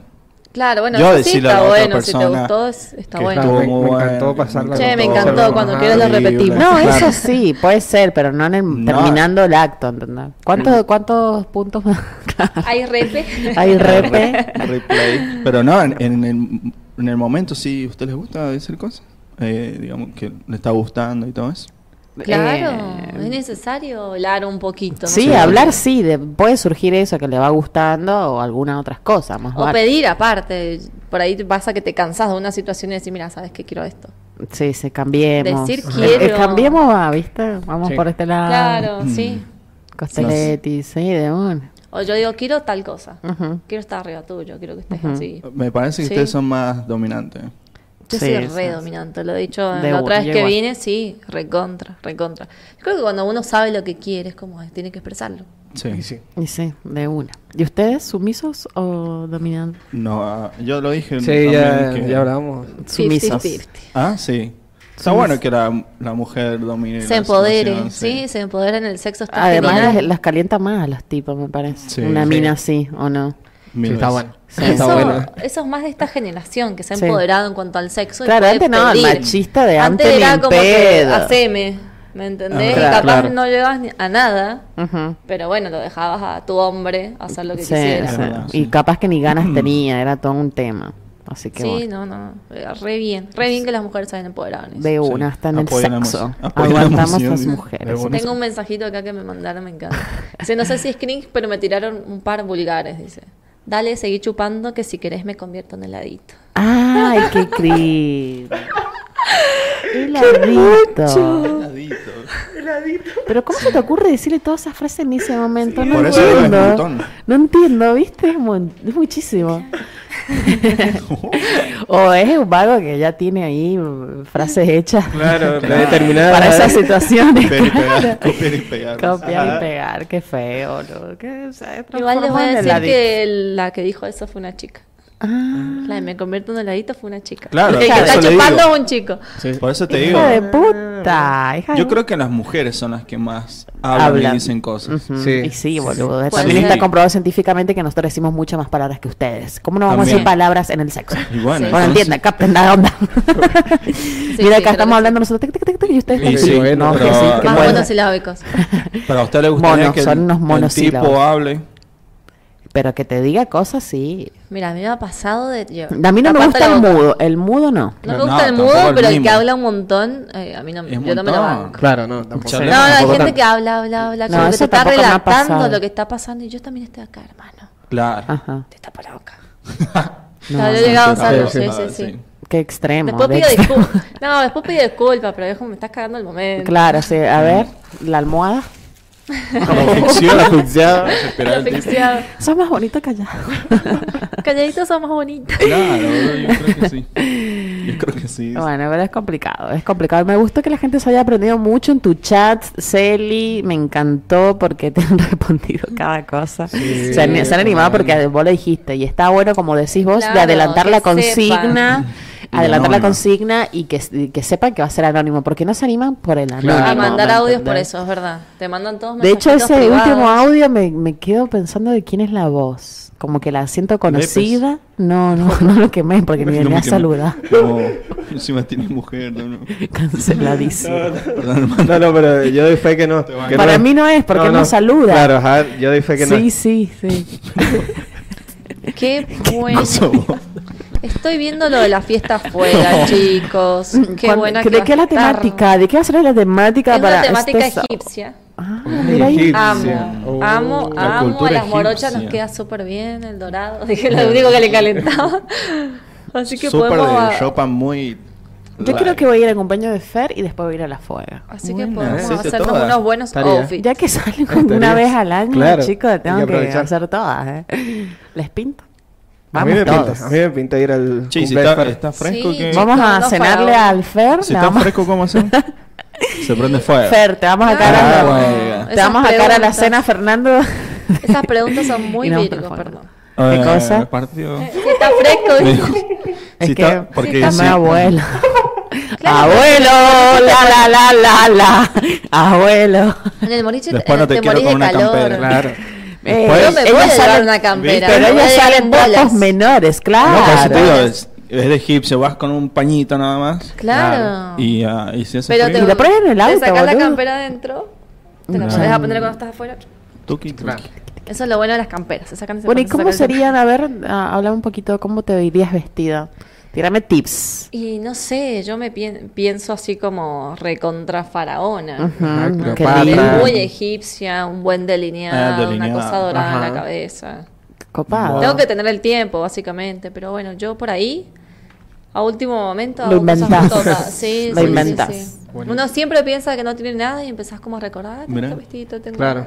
Speaker 5: Claro, bueno,
Speaker 4: Yo
Speaker 5: eso sí
Speaker 4: decirle
Speaker 5: está
Speaker 4: a la otra
Speaker 5: bueno. Si te
Speaker 4: persona
Speaker 5: gustó, es- está
Speaker 4: que
Speaker 5: bueno.
Speaker 4: estuvo
Speaker 7: Me- me
Speaker 4: muy bueno,
Speaker 7: encantó pasarla
Speaker 5: Che, me
Speaker 7: Todo,
Speaker 5: encantó.
Speaker 7: todo,
Speaker 5: Cuando
Speaker 7: ajá,
Speaker 5: quieras lo
Speaker 4: horrible.
Speaker 5: repetimos.
Speaker 2: No,
Speaker 4: Claro.
Speaker 2: eso sí, puede ser, pero no en el-
Speaker 4: No.
Speaker 2: terminando el acto, ¿entendés? ¿Cuántos, cuántos puntos más?
Speaker 5: Hay repe.
Speaker 2: Hay repe.
Speaker 4: Re- replay. Pero no, en, en el, en el momento sí, ¿a usted les gusta decir cosas? Eh, digamos que le está gustando y todo eso.
Speaker 5: Claro,
Speaker 2: Eh,
Speaker 5: es necesario hablar un poquito. ¿no?
Speaker 2: Sí,
Speaker 5: Sé.
Speaker 2: hablar sí, de- puede surgir eso que le va gustando o alguna otras cosas más
Speaker 5: O
Speaker 2: vale.
Speaker 5: pedir aparte. Por ahí pasa que te cansas de una situación y decís, mira, ¿sabes qué? Quiero esto.
Speaker 2: Sí, sí, cambiemos.
Speaker 5: Decir
Speaker 2: Eh, eh,
Speaker 5: quiero.
Speaker 2: cambiemos, va, ¿viste? Vamos
Speaker 7: Sí.
Speaker 2: por este lado.
Speaker 5: Claro,
Speaker 4: Mm.
Speaker 5: sí.
Speaker 2: Costeletti, sí, de una.
Speaker 5: O yo digo, quiero tal cosa.
Speaker 2: Ujú.
Speaker 5: Quiero estar arriba tuyo. Quiero que estés así.
Speaker 4: Me parece que
Speaker 5: Sí.
Speaker 4: ustedes son más dominantes.
Speaker 5: Yo
Speaker 2: Sí,
Speaker 5: soy
Speaker 2: sí,
Speaker 5: re
Speaker 2: sí.
Speaker 5: dominante, lo he dicho
Speaker 2: De
Speaker 5: la
Speaker 2: una,
Speaker 5: otra vez
Speaker 2: yo
Speaker 5: que
Speaker 2: igual.
Speaker 5: vine, sí, recontra, recontra. Yo creo que cuando uno sabe lo que quiere, es como, eh, tiene que expresarlo.
Speaker 4: Sí.
Speaker 7: Y sí.
Speaker 2: Y sí, de una. ¿Y ustedes, sumisos o dominantes?
Speaker 4: No, ah, yo lo dije.
Speaker 7: Sí,
Speaker 4: también
Speaker 7: ya,
Speaker 4: que-
Speaker 7: ya hablamos.
Speaker 2: Sumisos.
Speaker 5: 50-50.
Speaker 4: Ah, sí. Está bueno que la, la mujer domine.
Speaker 5: Se
Speaker 4: la
Speaker 5: empodere,
Speaker 4: situación,
Speaker 5: sí. se empodera en el sexo. Está
Speaker 2: Además,
Speaker 5: genial.
Speaker 2: las, las calienta más a los tipos, me parece.
Speaker 4: Sí.
Speaker 2: Una
Speaker 4: Sí.
Speaker 2: mina así, ¿o no?
Speaker 4: Mil
Speaker 7: Sí, está
Speaker 4: veces.
Speaker 7: bueno.
Speaker 2: Sí.
Speaker 7: Está
Speaker 5: eso,
Speaker 7: bueno.
Speaker 5: eso es más de esta generación que se ha
Speaker 2: Sí.
Speaker 5: empoderado en cuanto al sexo. y
Speaker 2: Claro,
Speaker 5: puede
Speaker 2: antes no, el
Speaker 5: pedir.
Speaker 2: machista de antes
Speaker 5: era
Speaker 2: ni en
Speaker 5: como que
Speaker 2: pedo.
Speaker 5: haceme, ¿me entendés?
Speaker 4: Ah,
Speaker 5: Y
Speaker 4: claro,
Speaker 5: capaz
Speaker 7: claro.
Speaker 5: no llegabas ni- a nada,
Speaker 2: Ujú.
Speaker 5: pero bueno, lo dejabas a tu hombre hacer lo que
Speaker 2: Sí,
Speaker 5: quisiera.
Speaker 2: sí.
Speaker 4: verdad,
Speaker 2: Y
Speaker 4: sí.
Speaker 2: capaz que ni ganas
Speaker 4: Mm.
Speaker 2: tenía, era todo un tema. Así que
Speaker 5: Sí,
Speaker 2: bueno.
Speaker 5: no, no, no, re bien, re bien que las mujeres se hayan empoderado en eso.
Speaker 2: De una, hasta en el
Speaker 4: Apoya la
Speaker 2: sexo.
Speaker 4: emoción. Apoya la
Speaker 2: Aguantamos
Speaker 4: emoción.
Speaker 2: las
Speaker 7: De
Speaker 2: mujeres.
Speaker 7: una.
Speaker 5: Tengo un mensajito acá que me mandaron, me encanta. Dice, no sé si es cringe, pero me tiraron un par vulgares, dice. Dale, seguí chupando, que si querés me convierto en heladito.
Speaker 2: ¡Ay, qué cringe! ¡Heladito! Pero ¿cómo se te ocurre decirle todas esas frases en ese momento? no
Speaker 4: por eso digo, es un
Speaker 2: entiendo.
Speaker 4: montón.
Speaker 2: no entiendo, ¿viste? Es, mon- es muchísimo. o es un vago que ya tiene ahí mm, frases hechas
Speaker 7: Claro,
Speaker 2: para esas situaciones.
Speaker 4: Copiar y
Speaker 2: claro.
Speaker 4: pegar. Copiar y pegar. Ah,
Speaker 2: Copiar y pegar, qué feo, ¿no? Que se
Speaker 5: Igual les voy
Speaker 2: transforman
Speaker 5: a
Speaker 2: en
Speaker 5: decir
Speaker 2: la
Speaker 5: que la que dijo eso fue una chica.
Speaker 2: Ah.
Speaker 5: La de me convierto en heladito fue una chica.
Speaker 4: Claro,
Speaker 5: El que
Speaker 4: por
Speaker 5: está
Speaker 4: eso le digo.
Speaker 5: chupando a un chico.
Speaker 2: Ah,
Speaker 4: Sí, Por eso te digo.
Speaker 2: Hija de puta. Hija
Speaker 4: Yo
Speaker 2: de-
Speaker 4: creo que las mujeres son las que más hablan,
Speaker 2: Hablan.
Speaker 4: y dicen cosas.
Speaker 2: Ujú.
Speaker 7: Sí.
Speaker 2: Y sí, boludo. eh,
Speaker 5: Puede
Speaker 2: También
Speaker 5: ser.
Speaker 2: está comprobado científicamente que nosotros decimos muchas más palabras que ustedes. ¿Cómo no vamos a decir
Speaker 5: También.
Speaker 2: palabras en el sexo?
Speaker 4: Y bueno,
Speaker 5: Sí.
Speaker 2: Bueno,
Speaker 4: entonces-
Speaker 2: entiendan, capten la onda. Mira,
Speaker 5: sí, creo
Speaker 2: acá
Speaker 5: que
Speaker 2: estamos hablando
Speaker 5: sí.
Speaker 2: nosotros tic, tic, tic, tic, y ustedes
Speaker 4: Y
Speaker 2: tic,
Speaker 4: sí,
Speaker 2: tic, no,
Speaker 4: pero-
Speaker 2: que sí, que
Speaker 5: Más
Speaker 4: Bueno.
Speaker 5: monosilábicos.
Speaker 4: Pero a usted le gustaría
Speaker 2: Monos,
Speaker 4: que el-
Speaker 2: son unos
Speaker 4: el
Speaker 2: monosílabos.
Speaker 4: tipo hable.
Speaker 2: Pero que te diga cosas, sí.
Speaker 5: Mira, a mí me ha pasado de. yo-
Speaker 2: A mí no me
Speaker 5: Aparte
Speaker 2: gusta
Speaker 5: la
Speaker 2: el
Speaker 5: boca.
Speaker 2: mudo. El mudo no.
Speaker 5: No me
Speaker 4: No,
Speaker 5: gusta el
Speaker 4: tampoco
Speaker 5: mudo,
Speaker 4: el
Speaker 5: pero el
Speaker 4: mimo.
Speaker 5: que habla un montón, eh, a mí no,
Speaker 4: Es
Speaker 5: yo
Speaker 4: un
Speaker 5: no me lo
Speaker 4: montón.
Speaker 5: banco.
Speaker 7: Claro, no, tampoco.
Speaker 5: No,
Speaker 4: Hablemos
Speaker 5: hay
Speaker 4: un poco
Speaker 5: gente
Speaker 4: tanto.
Speaker 5: que habla, habla, habla,
Speaker 2: No,
Speaker 5: como que
Speaker 2: eso
Speaker 5: te está
Speaker 2: tampoco me ha
Speaker 5: relatando
Speaker 2: pasado.
Speaker 5: lo que está pasando y yo también estoy acá, hermano.
Speaker 4: Claro.
Speaker 2: Ajá.
Speaker 5: Te está por la boca.
Speaker 2: No,
Speaker 5: No, yo
Speaker 2: no,
Speaker 5: he llegado a
Speaker 4: Sí,
Speaker 5: usarlo,
Speaker 4: sí,
Speaker 5: sí,
Speaker 4: sí.
Speaker 5: sí, sí.
Speaker 2: Qué extremo.
Speaker 5: Después
Speaker 2: de
Speaker 5: pido
Speaker 2: extremo.
Speaker 5: disculpas. No, después pido disculpas, pero viejo, me estás cagando el momento.
Speaker 2: Claro, sí. A
Speaker 4: Mm.
Speaker 2: ver, la almohada.
Speaker 4: Asfixiado, asfixiado. Esperar el tipo.
Speaker 5: Asfixiado.
Speaker 2: Son más bonito callado.
Speaker 5: Calladitos somos bonitos.
Speaker 4: Claro, yo creo que sí. Yo creo que sí.
Speaker 2: Bueno, pero es complicado, es complicado. Me gustó que la gente se haya aprendido mucho en tu chat, Celi. Me encantó porque te han respondido cada cosa. se, han, se han animado porque vos lo dijiste. Y está bueno, como decís vos, de
Speaker 5: Claro,
Speaker 2: adelantar
Speaker 5: que
Speaker 2: la consigna.
Speaker 4: Y
Speaker 2: Adelantar la
Speaker 4: anónimo.
Speaker 2: consigna y que, y que sepan que va a ser anónimo, porque no se animan por el anónimo.
Speaker 5: A mandar
Speaker 2: ¿me
Speaker 5: audios por
Speaker 2: entendés?
Speaker 5: eso, es verdad. Te mandan todos
Speaker 2: De hecho, ese
Speaker 5: mensajitos privados.
Speaker 2: último audio me, me quedo pensando de quién es la voz. Como que la siento conocida. No, no, no lo quemé porque ni
Speaker 4: Imagino
Speaker 2: venía a
Speaker 4: que-
Speaker 2: saludar.
Speaker 4: No, encima tiene mujer. No, no.
Speaker 2: Canceladísimo.
Speaker 4: Perdón, hermano.
Speaker 7: No, no, pero yo doy fe que no. que
Speaker 2: Para mí no es, porque no saluda.
Speaker 7: Claro, ajá, yo doy fe que no.
Speaker 2: Sí,
Speaker 7: es.
Speaker 2: sí, sí.
Speaker 5: Qué bueno.
Speaker 4: Coso vos.
Speaker 5: Estoy viendo lo de la fiesta afuera, chicos. Qué
Speaker 2: Cuando-
Speaker 5: buena que
Speaker 2: ¿De
Speaker 5: va
Speaker 2: Mm, qué
Speaker 5: a
Speaker 2: es la
Speaker 5: estar.
Speaker 2: temática? ¿De qué va a ser la temática
Speaker 5: Es
Speaker 2: para
Speaker 5: una temática
Speaker 2: este so-
Speaker 5: egipcia.
Speaker 2: Ah,
Speaker 7: Ay,
Speaker 2: mira ahí.
Speaker 7: egipcia.
Speaker 5: Amo,
Speaker 7: Oh.
Speaker 5: amo, amo.
Speaker 4: La
Speaker 5: A
Speaker 4: cultura
Speaker 5: las morochas
Speaker 4: egipcia.
Speaker 5: nos queda súper bien el dorado. Dije lo único que le calentaba. Así que
Speaker 4: Súper
Speaker 5: podemos.
Speaker 4: de
Speaker 5: a-
Speaker 4: ropa muy.
Speaker 2: Yo creo que voy a ir al cumpleaños de Fer y después voy a ir a la fuega.
Speaker 5: Así
Speaker 4: Buena,
Speaker 5: que podemos
Speaker 4: hiciste
Speaker 5: hacernos
Speaker 4: todas.
Speaker 5: unos buenos
Speaker 7: Tarea.
Speaker 5: outfits.
Speaker 2: Ya que salen como una
Speaker 7: Estarías-
Speaker 2: vez al año,
Speaker 7: Claro, hay
Speaker 2: chicos,
Speaker 7: que
Speaker 2: tengo que,
Speaker 7: aprovechar.
Speaker 2: hacer todas. ¿eh? Les pinto.
Speaker 7: A mí
Speaker 2: Vamos
Speaker 7: me
Speaker 2: todos.
Speaker 7: pinta, a mí me pinta ir al
Speaker 4: Che, y si
Speaker 7: cumpleaños
Speaker 4: está,
Speaker 7: para-
Speaker 4: está fresco,
Speaker 5: Sí,
Speaker 4: que.
Speaker 5: chicos.
Speaker 2: Vamos a
Speaker 5: No, no,
Speaker 2: cenarle
Speaker 5: para-
Speaker 2: al Fer.
Speaker 4: Si
Speaker 2: le
Speaker 4: está
Speaker 2: vamos-
Speaker 4: fresco, ¿cómo hacemos? Se prende fuego.
Speaker 2: Fer, te vamos a sacar
Speaker 4: Ah,
Speaker 2: a, la-
Speaker 4: bueno.
Speaker 2: te
Speaker 5: Esas
Speaker 2: vamos a sacar a la
Speaker 5: preguntas.
Speaker 2: cena, Fernando.
Speaker 5: Esas preguntas son muy
Speaker 2: Y no,
Speaker 5: virgos,
Speaker 2: por favor.
Speaker 5: perdón.
Speaker 2: ¿Qué
Speaker 4: Eh,
Speaker 2: cosa?
Speaker 4: partido.
Speaker 5: Si está fresco,
Speaker 4: Me
Speaker 5: ¿viste?
Speaker 4: dijo,
Speaker 2: Es
Speaker 4: si
Speaker 2: que
Speaker 4: está- porque
Speaker 2: es
Speaker 4: si-
Speaker 2: mi abuelo.
Speaker 5: Claro,
Speaker 2: abuelo, la la la la la. Abuelo.
Speaker 5: en el moriche te,
Speaker 4: Después no te
Speaker 5: te
Speaker 4: quiero
Speaker 5: morís
Speaker 4: con
Speaker 5: de
Speaker 4: una campera.
Speaker 5: calor.
Speaker 7: Claro.
Speaker 2: Eh,
Speaker 5: Yo me voy a
Speaker 2: ellos
Speaker 5: llevar
Speaker 2: salen-
Speaker 5: una campera.
Speaker 2: Pero
Speaker 5: me voy a
Speaker 2: ellos
Speaker 5: llevar
Speaker 2: salen
Speaker 5: en
Speaker 2: votos
Speaker 5: bolas.
Speaker 2: menores,
Speaker 4: No, por eso te digo,
Speaker 2: claro.
Speaker 4: es, es de egipcio, vas con un pañito nada más.
Speaker 5: Claro.
Speaker 4: Y, ah, y si hace
Speaker 5: Pero
Speaker 4: frío,
Speaker 5: te,
Speaker 2: Y la pones en el auto,
Speaker 5: Te sacas la
Speaker 2: boludo.
Speaker 5: campera adentro, te la
Speaker 4: No.
Speaker 5: pones a poner cuando estás afuera.
Speaker 4: tuqui, tuqui.
Speaker 5: Eso es lo bueno de las camperas. Se sacan y se
Speaker 2: Bueno, ¿y
Speaker 5: ponen, se
Speaker 2: cómo
Speaker 5: sacan, se
Speaker 2: serían? A ver, a- habla un poquito, ¿cómo te irías vestida? Tírame tips.
Speaker 5: ponen. Y no sé, yo me pien- pienso así como recontra faraona.
Speaker 2: Ujú, qué
Speaker 7: Cleopatra.
Speaker 2: lindo.
Speaker 5: Muy egipcia, un buen delineado,
Speaker 4: Ah, delineado.
Speaker 5: una cosa dorada en
Speaker 2: Ajá.
Speaker 5: la cabeza.
Speaker 2: Copado.
Speaker 5: Tengo que tener el tiempo, básicamente, pero bueno, yo por ahí, a último momento,
Speaker 2: Lo
Speaker 5: hago cosas
Speaker 2: inventás.
Speaker 5: totas. Sí,
Speaker 2: Lo
Speaker 5: sí, sí,
Speaker 2: inventás.
Speaker 5: sí.
Speaker 7: Buenísimo.
Speaker 5: Uno siempre piensa que no tiene nada y empezás como a recordar, "Ah, tengo
Speaker 4: Mirá.
Speaker 5: este vestidito, tengo...
Speaker 7: Claro.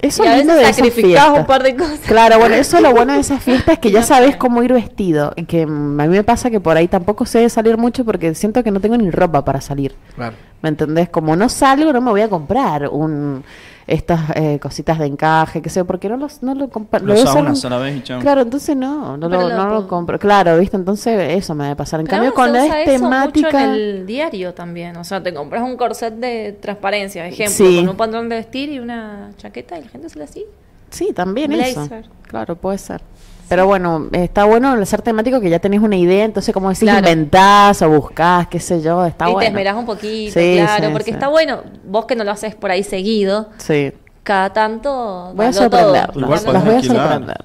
Speaker 2: Eso
Speaker 5: y a
Speaker 2: es lindo de
Speaker 5: veces
Speaker 2: esas
Speaker 5: sacrificás
Speaker 2: fiestas.
Speaker 5: un par de cosas.
Speaker 2: Claro, bueno, eso es lo bueno de esas fiestas que ya sabes cómo ir vestido. y Que mm, a mí me pasa que por ahí tampoco sé salir mucho porque siento que no tengo ni ropa para salir.
Speaker 7: Claro.
Speaker 2: ¿Me entendés? Como no salgo, no me voy a comprar un estas eh, cositas de encaje, que sé, porque no los no lo compa-
Speaker 4: Lo
Speaker 2: voy a
Speaker 4: usaba
Speaker 2: usar
Speaker 4: una
Speaker 2: un-
Speaker 4: sola vez y chao.
Speaker 2: Claro, entonces no, no, lo,
Speaker 5: Pero
Speaker 2: no
Speaker 5: lo-
Speaker 2: lo compro. Claro, ¿viste? Entonces eso me debe pasar. En
Speaker 5: Pero
Speaker 2: cambio,
Speaker 5: ahora
Speaker 2: con
Speaker 5: se
Speaker 2: la
Speaker 5: usa eso mucho
Speaker 2: temática...
Speaker 5: en el diario también. O sea, te compras un corset de transparencia, ejemplo,
Speaker 2: Sí.
Speaker 5: con un pantalón de vestir y una chaqueta y la gente sale así.
Speaker 2: Sí, también
Speaker 5: Blazer.
Speaker 2: eso. Claro, puede ser. Pero bueno, está bueno el ser temático que ya tenés una idea, entonces como decís,
Speaker 5: Claro.
Speaker 2: inventás o buscás, qué sé yo, está
Speaker 5: y
Speaker 2: bueno.
Speaker 5: te esmerás un poquito,
Speaker 2: Sí,
Speaker 5: claro,
Speaker 2: sí,
Speaker 5: porque
Speaker 2: sí.
Speaker 5: está bueno. Vos que no lo haces por ahí seguido,
Speaker 2: Sí.
Speaker 5: cada tanto.
Speaker 2: Voy a
Speaker 5: dalo
Speaker 2: sorprenderlas.
Speaker 5: todo.
Speaker 4: Igual
Speaker 5: Dalo
Speaker 2: Las voy a
Speaker 4: podés alquilar.
Speaker 2: sorprender.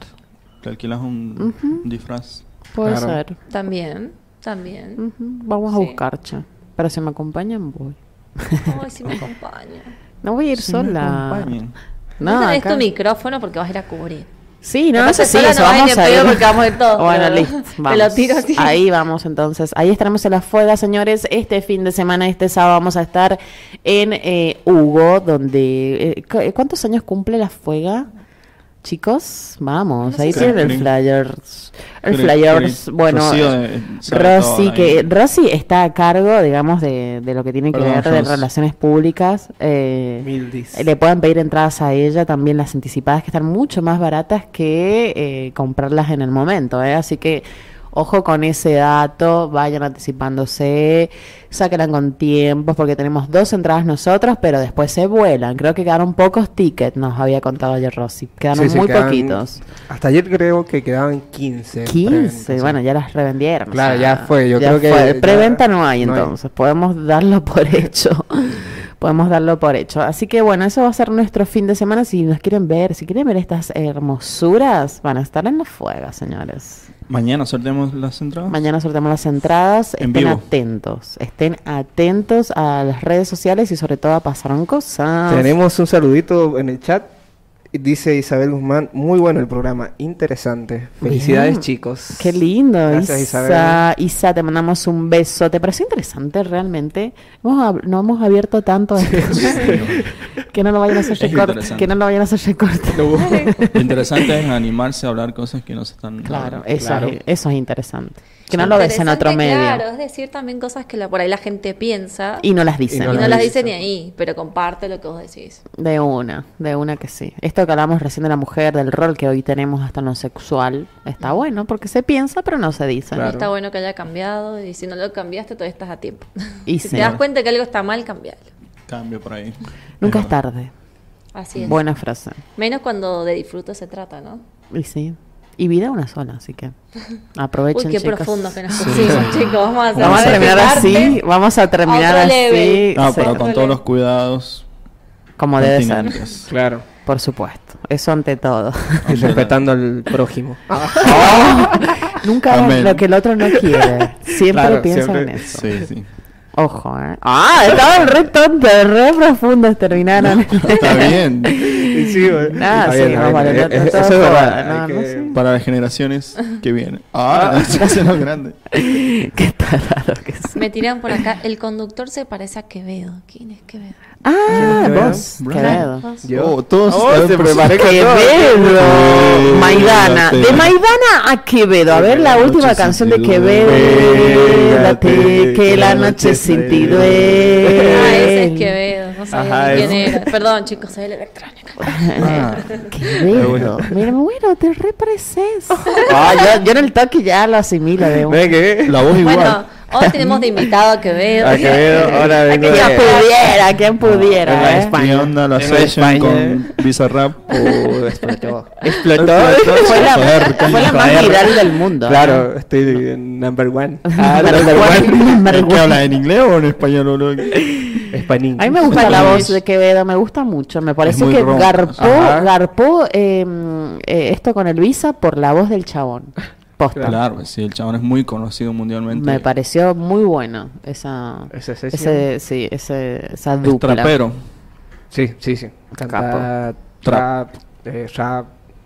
Speaker 4: Te alquilas un, un disfraz.
Speaker 2: Puede
Speaker 7: Claro.
Speaker 2: ser.
Speaker 5: todo. También, también.
Speaker 2: Ujú, Vamos a
Speaker 5: Sí.
Speaker 2: buscar, che. Pero si me acompañan, voy.
Speaker 5: Ay, si me acompaña.
Speaker 2: No voy a ir
Speaker 4: Si me
Speaker 2: sola.
Speaker 4: acompañan.
Speaker 5: No, tenés
Speaker 2: acá-
Speaker 5: tu micrófono porque vas a ir a cubrir.
Speaker 2: Sí, no,
Speaker 5: Capaz
Speaker 2: eso
Speaker 5: que
Speaker 2: sí,
Speaker 5: sola
Speaker 2: eso
Speaker 5: no vas ni
Speaker 2: vamos
Speaker 5: en
Speaker 2: a ir.
Speaker 5: pedo porque vamos a ir todos,
Speaker 2: Bueno,
Speaker 5: pero-
Speaker 2: listo,
Speaker 5: me
Speaker 2: vamos.
Speaker 5: lo tiro así.
Speaker 2: Ahí vamos entonces. Ahí estaremos en la fuega, señores. Este fin de semana, este sábado, vamos a estar en eh, Hugo, donde... eh, cu- ¿Cuántos años cumple la fuega? chicos. Vamos,
Speaker 5: No sé
Speaker 2: ahí
Speaker 5: si-
Speaker 2: tienen el
Speaker 4: Crin,
Speaker 2: flyers. El
Speaker 4: Crin,
Speaker 2: flyers,
Speaker 4: crin.
Speaker 2: bueno,
Speaker 4: Rocío,
Speaker 2: eh,
Speaker 4: eh, sabe
Speaker 2: Rosy,
Speaker 4: todo
Speaker 2: que
Speaker 4: ahí.
Speaker 2: Rosy está a cargo, digamos, de, de lo que tiene que
Speaker 4: Perdón,
Speaker 2: ver de
Speaker 4: Ros.
Speaker 2: relaciones públicas. eh,
Speaker 7: Mil dis.
Speaker 2: le pueden pedir entradas a ella, también las anticipadas, que están mucho más baratas que eh, comprarlas en el momento. ¿eh? Así que ojo con ese dato, vayan anticipándose, sáquenla con tiempos, porque tenemos dos entradas nosotros, pero después se vuelan. Creo que quedaron pocos tickets, nos había contado ayer Rosy. Quedaron
Speaker 7: Sí, sí,
Speaker 2: muy
Speaker 7: quedan-
Speaker 2: poquitos.
Speaker 7: Hasta ayer creo que quedaban 15.
Speaker 2: 15,
Speaker 7: preventa,
Speaker 2: bueno,
Speaker 7: sí.
Speaker 2: ya las revendieron.
Speaker 7: Claro, ya fue, yo creo que
Speaker 2: fue.
Speaker 7: ya-
Speaker 2: Preventa no hay
Speaker 7: no hay.
Speaker 2: entonces, podemos darlo por hecho. podemos darlo por hecho. Así que bueno, eso va a ser nuestro fin de semana. Si nos quieren ver, si quieren ver estas hermosuras, van a estar en la fuega, señores.
Speaker 4: Mañana sorteamos las
Speaker 7: Ah.
Speaker 4: entradas.
Speaker 2: Mañana sorteamos las entradas.
Speaker 4: En
Speaker 2: estén
Speaker 4: vivo.
Speaker 2: atentos, estén atentos a las redes sociales y sobre todo a pasaron cosas.
Speaker 7: Tenemos un saludito en el chat. Dice Isabel Guzmán, muy bueno el programa, interesante. Felicidades
Speaker 2: Bien.
Speaker 7: chicos.
Speaker 2: Qué lindo,
Speaker 7: Gracias,
Speaker 2: Isa. Isa, te mandamos un beso. ¿Te pareció interesante realmente? Hemos ab- no hemos abierto tanto esto. que no lo vayan a hacer
Speaker 4: Es
Speaker 2: recorte.
Speaker 4: interesante.
Speaker 2: Que no lo vayan a hacer recorte.
Speaker 4: Lo interesante es animarse a hablar cosas que no se están.
Speaker 2: Claro,
Speaker 4: hablando.
Speaker 2: eso,
Speaker 7: Claro.
Speaker 2: Es, eso es interesante. Que no lo ves en otro medio.
Speaker 5: Claro, es decir también cosas que la- por ahí la gente piensa
Speaker 2: Y no las dicen.
Speaker 7: Y
Speaker 5: y
Speaker 7: no
Speaker 5: no
Speaker 7: las
Speaker 5: las
Speaker 7: dice.
Speaker 5: dice ni ahí, pero comparte lo que vos decís.
Speaker 2: De una, de una que sí. Esto que hablamos recién de la mujer, del rol que hoy tenemos hasta no sexual, está bueno porque se piensa pero no se dice.
Speaker 7: Claro.
Speaker 5: Está bueno que haya cambiado y si no lo cambiaste todavía estás a tiempo.
Speaker 2: Y
Speaker 5: si
Speaker 2: sí.
Speaker 5: te das cuenta que algo está mal, cambiarlo.
Speaker 4: Cambio por ahí.
Speaker 2: Nunca es
Speaker 4: verdad.
Speaker 2: tarde.
Speaker 5: Así es.
Speaker 2: Buena frase.
Speaker 5: Menos cuando de disfruto se trata, ¿no?
Speaker 2: Y sí. Y vida una sola, así que
Speaker 5: Uy,
Speaker 2: aprovechen,
Speaker 5: qué
Speaker 2: chicos.
Speaker 5: profundo que nos pusimos, chicos. Vamos a, hacer
Speaker 2: Vamos a
Speaker 5: de
Speaker 2: terminar
Speaker 5: arte
Speaker 2: así, vamos a terminar
Speaker 5: otro
Speaker 2: así.
Speaker 5: level.
Speaker 4: No,
Speaker 2: sí,
Speaker 4: Ah, pero con
Speaker 5: Vale.
Speaker 4: todos los cuidados.
Speaker 2: como debe ser,
Speaker 4: pertinentes.
Speaker 7: Claro.
Speaker 2: por supuesto. Eso ante todo.
Speaker 7: Y respetando al prójimo.
Speaker 2: Ah. Nunca hagan
Speaker 4: Amén.
Speaker 2: lo que el otro no quiere. Siempre
Speaker 7: Claro,
Speaker 2: piensan en
Speaker 7: siempre.
Speaker 2: eso.
Speaker 4: Sí, sí.
Speaker 2: Ojo, ¿eh? Ah, estaban re tontos, re profundos terminaron.
Speaker 4: Está bien.
Speaker 7: Y sí, güey.
Speaker 2: Nada,
Speaker 7: Está
Speaker 2: sí,
Speaker 7: bien, está
Speaker 2: no,
Speaker 7: bien,
Speaker 2: vale,
Speaker 7: eh,
Speaker 2: no- no
Speaker 7: eh,
Speaker 2: todo
Speaker 7: Eso es
Speaker 2: joda,
Speaker 7: verdad.
Speaker 2: no,
Speaker 7: hay
Speaker 2: no
Speaker 7: que-
Speaker 2: sé.
Speaker 4: Para las generaciones que vienen. Ah, se hacen los grandes.
Speaker 2: Qué tarado que es.
Speaker 5: Me tiran por acá. El conductor se parece a Quevedo. ¿Quién es Quevedo?
Speaker 2: Ah,
Speaker 7: Quevedo.
Speaker 2: vos,
Speaker 4: Brian.
Speaker 2: Quevedo.
Speaker 5: Vos.
Speaker 7: Yo.
Speaker 4: Oh, todos
Speaker 7: Oh,
Speaker 4: están
Speaker 7: se
Speaker 4: por-
Speaker 7: preparé con todo.
Speaker 2: Quevedo,
Speaker 4: Eh,
Speaker 2: Maidana,
Speaker 4: la
Speaker 2: de
Speaker 4: tele.
Speaker 2: Maidana a Quevedo, a ver la
Speaker 4: noche
Speaker 2: última
Speaker 4: sin
Speaker 2: canción
Speaker 4: ti
Speaker 2: de Quevedo,
Speaker 4: duele.
Speaker 2: Quédate, que la noche sin ti duele.
Speaker 5: Ah, ese
Speaker 2: Eh.
Speaker 5: es Quevedo. No sabía
Speaker 7: Ajá,
Speaker 5: ni quién
Speaker 7: es-
Speaker 5: era. Perdón, chicos, soy el electrónico.
Speaker 2: Quevedo, mira, Ah, bueno, te represes. yo, yo en el toque ya lo asimilo de una.
Speaker 7: ¿Ven que?
Speaker 4: La voz igual.
Speaker 5: Bueno, hoy tenemos de invitado a Quevedo.
Speaker 7: A Quevedo, Ah, ahora vengo
Speaker 2: Ah, Quien
Speaker 7: de...
Speaker 2: pudiera, quien
Speaker 7: Vengo de
Speaker 2: pudiera. ¿eh?
Speaker 7: España.
Speaker 4: ¿Qué onda la
Speaker 7: Vengo de
Speaker 4: session
Speaker 7: España.
Speaker 4: con Bizarrap?
Speaker 7: Oh, explotó. Explotó.
Speaker 2: Fue la,
Speaker 4: Joder,
Speaker 2: fue la más
Speaker 7: joder.
Speaker 2: viral del mundo. eh.
Speaker 7: Claro, estoy en number one.
Speaker 2: Ah, number one. Number
Speaker 4: ¿Qué
Speaker 2: one.
Speaker 4: habla en inglés o en español, boludo?
Speaker 7: Español.
Speaker 2: A mí me gusta la voz de Quevedo, me gusta mucho. Me parece
Speaker 4: muy
Speaker 2: que
Speaker 4: ronca.
Speaker 2: garpó,
Speaker 7: Ajá.
Speaker 2: garpó eh, eh, esto con el Visa por la voz del chabón. Posta.
Speaker 4: Claro, pues sí, el chabón es muy conocido mundialmente.
Speaker 2: Me pareció muy bueno esa,
Speaker 7: Esa sesión.
Speaker 2: ese, sí, ese, esa
Speaker 4: Es
Speaker 2: dupla.
Speaker 4: trapero.
Speaker 7: Sí, sí, sí. Canta trap, eh, rap.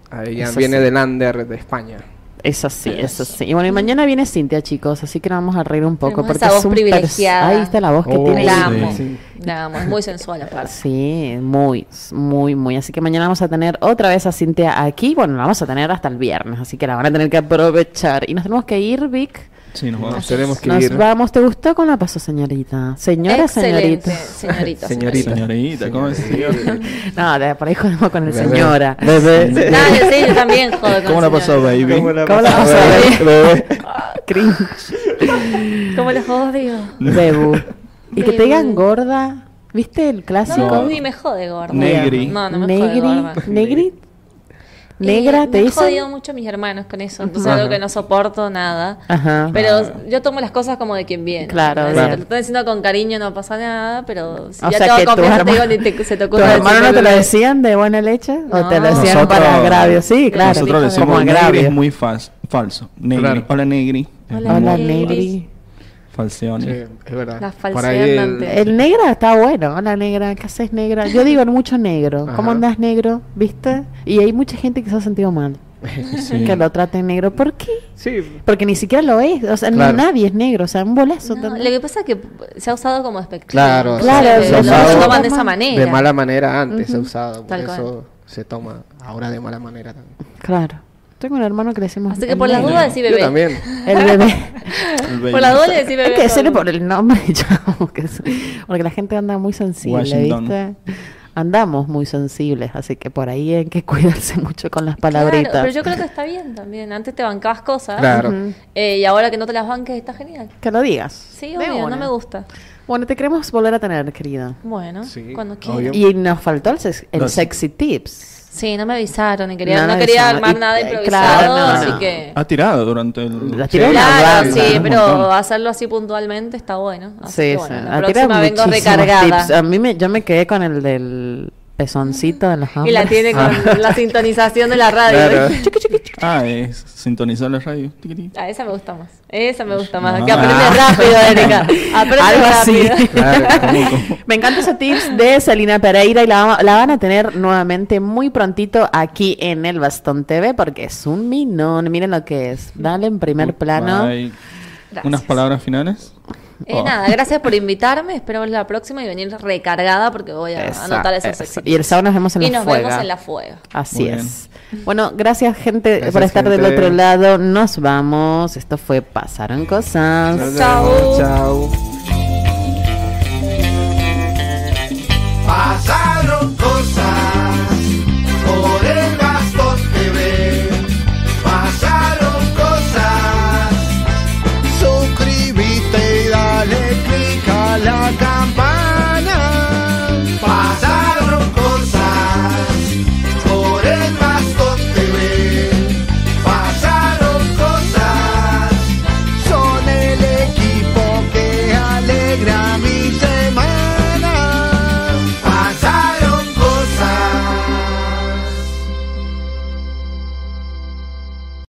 Speaker 7: Ahí ya
Speaker 2: Eso
Speaker 7: viene
Speaker 2: sí.
Speaker 7: del under de España.
Speaker 2: Eso sí, eso sí. Y bueno, y mañana viene Cintia, chicos, así que nos vamos a reír un poco.
Speaker 5: Tenemos
Speaker 2: porque
Speaker 5: esa
Speaker 2: es
Speaker 5: voz
Speaker 2: un pers-
Speaker 5: privilegiada.
Speaker 2: Ahí está la voz que
Speaker 7: Oh,
Speaker 2: tiene.
Speaker 5: La amo.
Speaker 4: Sí.
Speaker 5: La amo. Es muy sensual, aparte.
Speaker 2: Sí, muy, muy, muy. Así que mañana vamos a tener otra vez a Cintia aquí. Bueno, la vamos a tener hasta el viernes, así que la van a tener que aprovechar. Y nos tenemos que ir, Vic.
Speaker 4: Sí, nos vamos.
Speaker 7: Nos tenemos que
Speaker 2: Nos
Speaker 7: ir.
Speaker 2: vamos. ¿Te gustó cómo la pasó, señorita? Señora,
Speaker 5: Excelente,
Speaker 2: señorita.
Speaker 5: señorita.
Speaker 7: Señorita.
Speaker 4: Señorita, ¿cómo es?
Speaker 2: No, de- por ahí jodemos con el
Speaker 7: Bebé.
Speaker 2: señora.
Speaker 7: Bebé.
Speaker 5: Dale, sí, yo Ah, también jodo con
Speaker 4: ¿Cómo la pasó,
Speaker 5: señora.
Speaker 4: baby?
Speaker 2: ¿Cómo la pasó, Ah,
Speaker 7: Bebé, bebé.
Speaker 2: Cringe.
Speaker 5: ¿Cómo les odio?
Speaker 2: Bebu. Y que te
Speaker 5: Bebu.
Speaker 2: digan gorda. ¿Viste el
Speaker 5: No,
Speaker 2: clásico?
Speaker 5: no, ni me jode gorda.
Speaker 4: Negri.
Speaker 5: No, no me
Speaker 2: Negri,
Speaker 5: jode gorda.
Speaker 2: negri,
Speaker 5: Y
Speaker 2: negra, te
Speaker 5: me han
Speaker 2: dicen.
Speaker 5: jodido mucho mis hermanos con eso, entonces es algo que no soporto nada.
Speaker 2: Ajá.
Speaker 5: Pero yo tomo las cosas como de quien viene.
Speaker 2: Claro,
Speaker 5: ¿entendés?
Speaker 2: claro.
Speaker 5: Te lo estoy diciendo con cariño, no pasa nada, pero si
Speaker 2: O
Speaker 5: ya
Speaker 2: sea
Speaker 5: tengo
Speaker 2: que tu
Speaker 5: confianza, te
Speaker 2: hermano-
Speaker 5: digo, ni te, se te
Speaker 2: ¿Tus
Speaker 5: ocurra
Speaker 2: hermanos no te lo
Speaker 5: decirme.
Speaker 2: decían de buena leche? ¿O te lo
Speaker 5: No.
Speaker 2: decían
Speaker 4: Nosotros-
Speaker 2: para agravio? Sí, claro.
Speaker 4: Nosotros
Speaker 2: como
Speaker 4: le decimos negri
Speaker 2: agravio.
Speaker 4: es muy fals- falso. Negri.
Speaker 7: Claro.
Speaker 4: Hola, negri. Es
Speaker 5: Hola,
Speaker 4: muy
Speaker 2: Hola,
Speaker 5: Negris.
Speaker 2: negri.
Speaker 4: falseón.
Speaker 7: Sí, es verdad.
Speaker 5: Las
Speaker 7: Por ahí el-
Speaker 5: falseantes.
Speaker 2: El negra está bueno. Hola, negra. ¿Qué haces, negra? Yo digo mucho negro.
Speaker 7: Ajá.
Speaker 2: ¿Cómo andas, negro? ¿Viste? Y hay mucha gente que se ha sentido mal.
Speaker 4: Sí.
Speaker 2: Que lo traten negro. ¿Por qué?
Speaker 7: Sí,
Speaker 2: Porque ni siquiera lo es. O sea, ni
Speaker 7: Claro.
Speaker 2: nadie es negro. O sea, un bolazo.
Speaker 5: No,
Speaker 2: ¿entendés?
Speaker 5: lo que pasa es que se ha usado como despectivo.
Speaker 7: claro.
Speaker 2: Claro,
Speaker 5: Entonces,
Speaker 7: se ha
Speaker 5: lo
Speaker 7: usado
Speaker 5: toman de esa manera.
Speaker 7: De mala manera antes se ha
Speaker 5: Ujú.
Speaker 7: usado. Por
Speaker 5: Tal cual.
Speaker 7: eso se toma ahora de mala manera también.
Speaker 2: Claro. Tengo un hermano que le decimos.
Speaker 5: Así que
Speaker 2: el
Speaker 5: por las
Speaker 2: nene.
Speaker 5: dudas decí bebé.
Speaker 7: Yo también.
Speaker 2: El bebé.
Speaker 5: Por las dudas decí bebé.
Speaker 2: Hay que decirle
Speaker 5: todo.
Speaker 2: por el nombre, chavo, que es- porque la gente anda muy sensible,
Speaker 4: Washington.
Speaker 2: ¿viste? Andamos muy sensibles, así que por ahí hay que cuidarse mucho con las
Speaker 5: Claro,
Speaker 2: palabritas.
Speaker 5: pero yo creo que está bien también. Antes te bancabas cosas.
Speaker 7: Claro.
Speaker 2: Ujú.
Speaker 5: eh, y ahora que no te las banques está genial.
Speaker 2: Mm. Que lo digas.
Speaker 5: Sí,
Speaker 2: De
Speaker 5: obvio,
Speaker 2: una.
Speaker 5: no me gusta.
Speaker 2: Bueno, te queremos volver a tener, querida.
Speaker 5: Bueno,
Speaker 7: Sí,
Speaker 5: cuando
Speaker 7: obvio.
Speaker 5: quieras.
Speaker 2: Y nos faltó el, sex- el
Speaker 4: No, sí.
Speaker 2: sexy tips.
Speaker 5: Sí, no me avisaron. y quería-
Speaker 2: No
Speaker 5: no
Speaker 2: me
Speaker 5: quería
Speaker 2: avisaron.
Speaker 5: armar
Speaker 2: Y-
Speaker 5: nada
Speaker 2: eh, claro,
Speaker 5: improvisado,
Speaker 2: no,
Speaker 5: así
Speaker 2: no.
Speaker 5: que...
Speaker 4: Ha tirado durante el...
Speaker 2: La
Speaker 4: Sí.
Speaker 2: tiró una
Speaker 5: Claro,
Speaker 2: banda.
Speaker 5: Mm. sí,
Speaker 4: Un
Speaker 5: pero
Speaker 4: montón.
Speaker 5: hacerlo así puntualmente está bueno. Así
Speaker 2: Sí,
Speaker 5: que
Speaker 2: sí.
Speaker 5: bueno,
Speaker 2: Ah,
Speaker 5: la
Speaker 2: tiras
Speaker 5: próxima vengo
Speaker 2: muchísimos
Speaker 5: recargada.
Speaker 2: tips. A mí me, yo me quedé con el del pezoncito en los
Speaker 5: Y la
Speaker 2: hombros.
Speaker 5: tiene con
Speaker 2: Ah.
Speaker 5: la sintonización de la radio.
Speaker 7: Claro.
Speaker 5: ¿ves? Chiqui, chiqui, chiqui.
Speaker 4: Ah, es sintonizar la radio.
Speaker 5: Ah, esa me gusta más. Esa me gusta más.
Speaker 4: Ah.
Speaker 5: Que aprende rápido, Erika. Aprende
Speaker 2: Algo así.
Speaker 5: rápido.
Speaker 7: Claro,
Speaker 4: ¿cómo, cómo?
Speaker 2: Me encanta ese tips de Selina Pereira y la, vamos- la van a tener nuevamente muy prontito aquí en el Bastón TV porque es un minón. Miren lo que es. Dale en primer plano.
Speaker 4: Hay
Speaker 5: Gracias.
Speaker 4: unas palabras finales.
Speaker 5: Eh, Nada, gracias por invitarme. Espero ver la próxima y venir recargada porque voy a
Speaker 2: Esa-
Speaker 5: anotar esos
Speaker 2: esa.
Speaker 5: éxitos.
Speaker 2: Y el sábado nos vemos en
Speaker 5: Y
Speaker 2: la
Speaker 5: nos
Speaker 2: fuega.
Speaker 5: vemos en la fuega.
Speaker 2: Así
Speaker 4: Muy bien.
Speaker 2: es. Bueno, gracias gente
Speaker 7: Gracias,
Speaker 2: por estar del
Speaker 7: gente.
Speaker 2: otro lado. Nos vamos. Esto fue Pasaron Cosas.
Speaker 7: Nos vemos.
Speaker 5: Chao.
Speaker 7: Chao.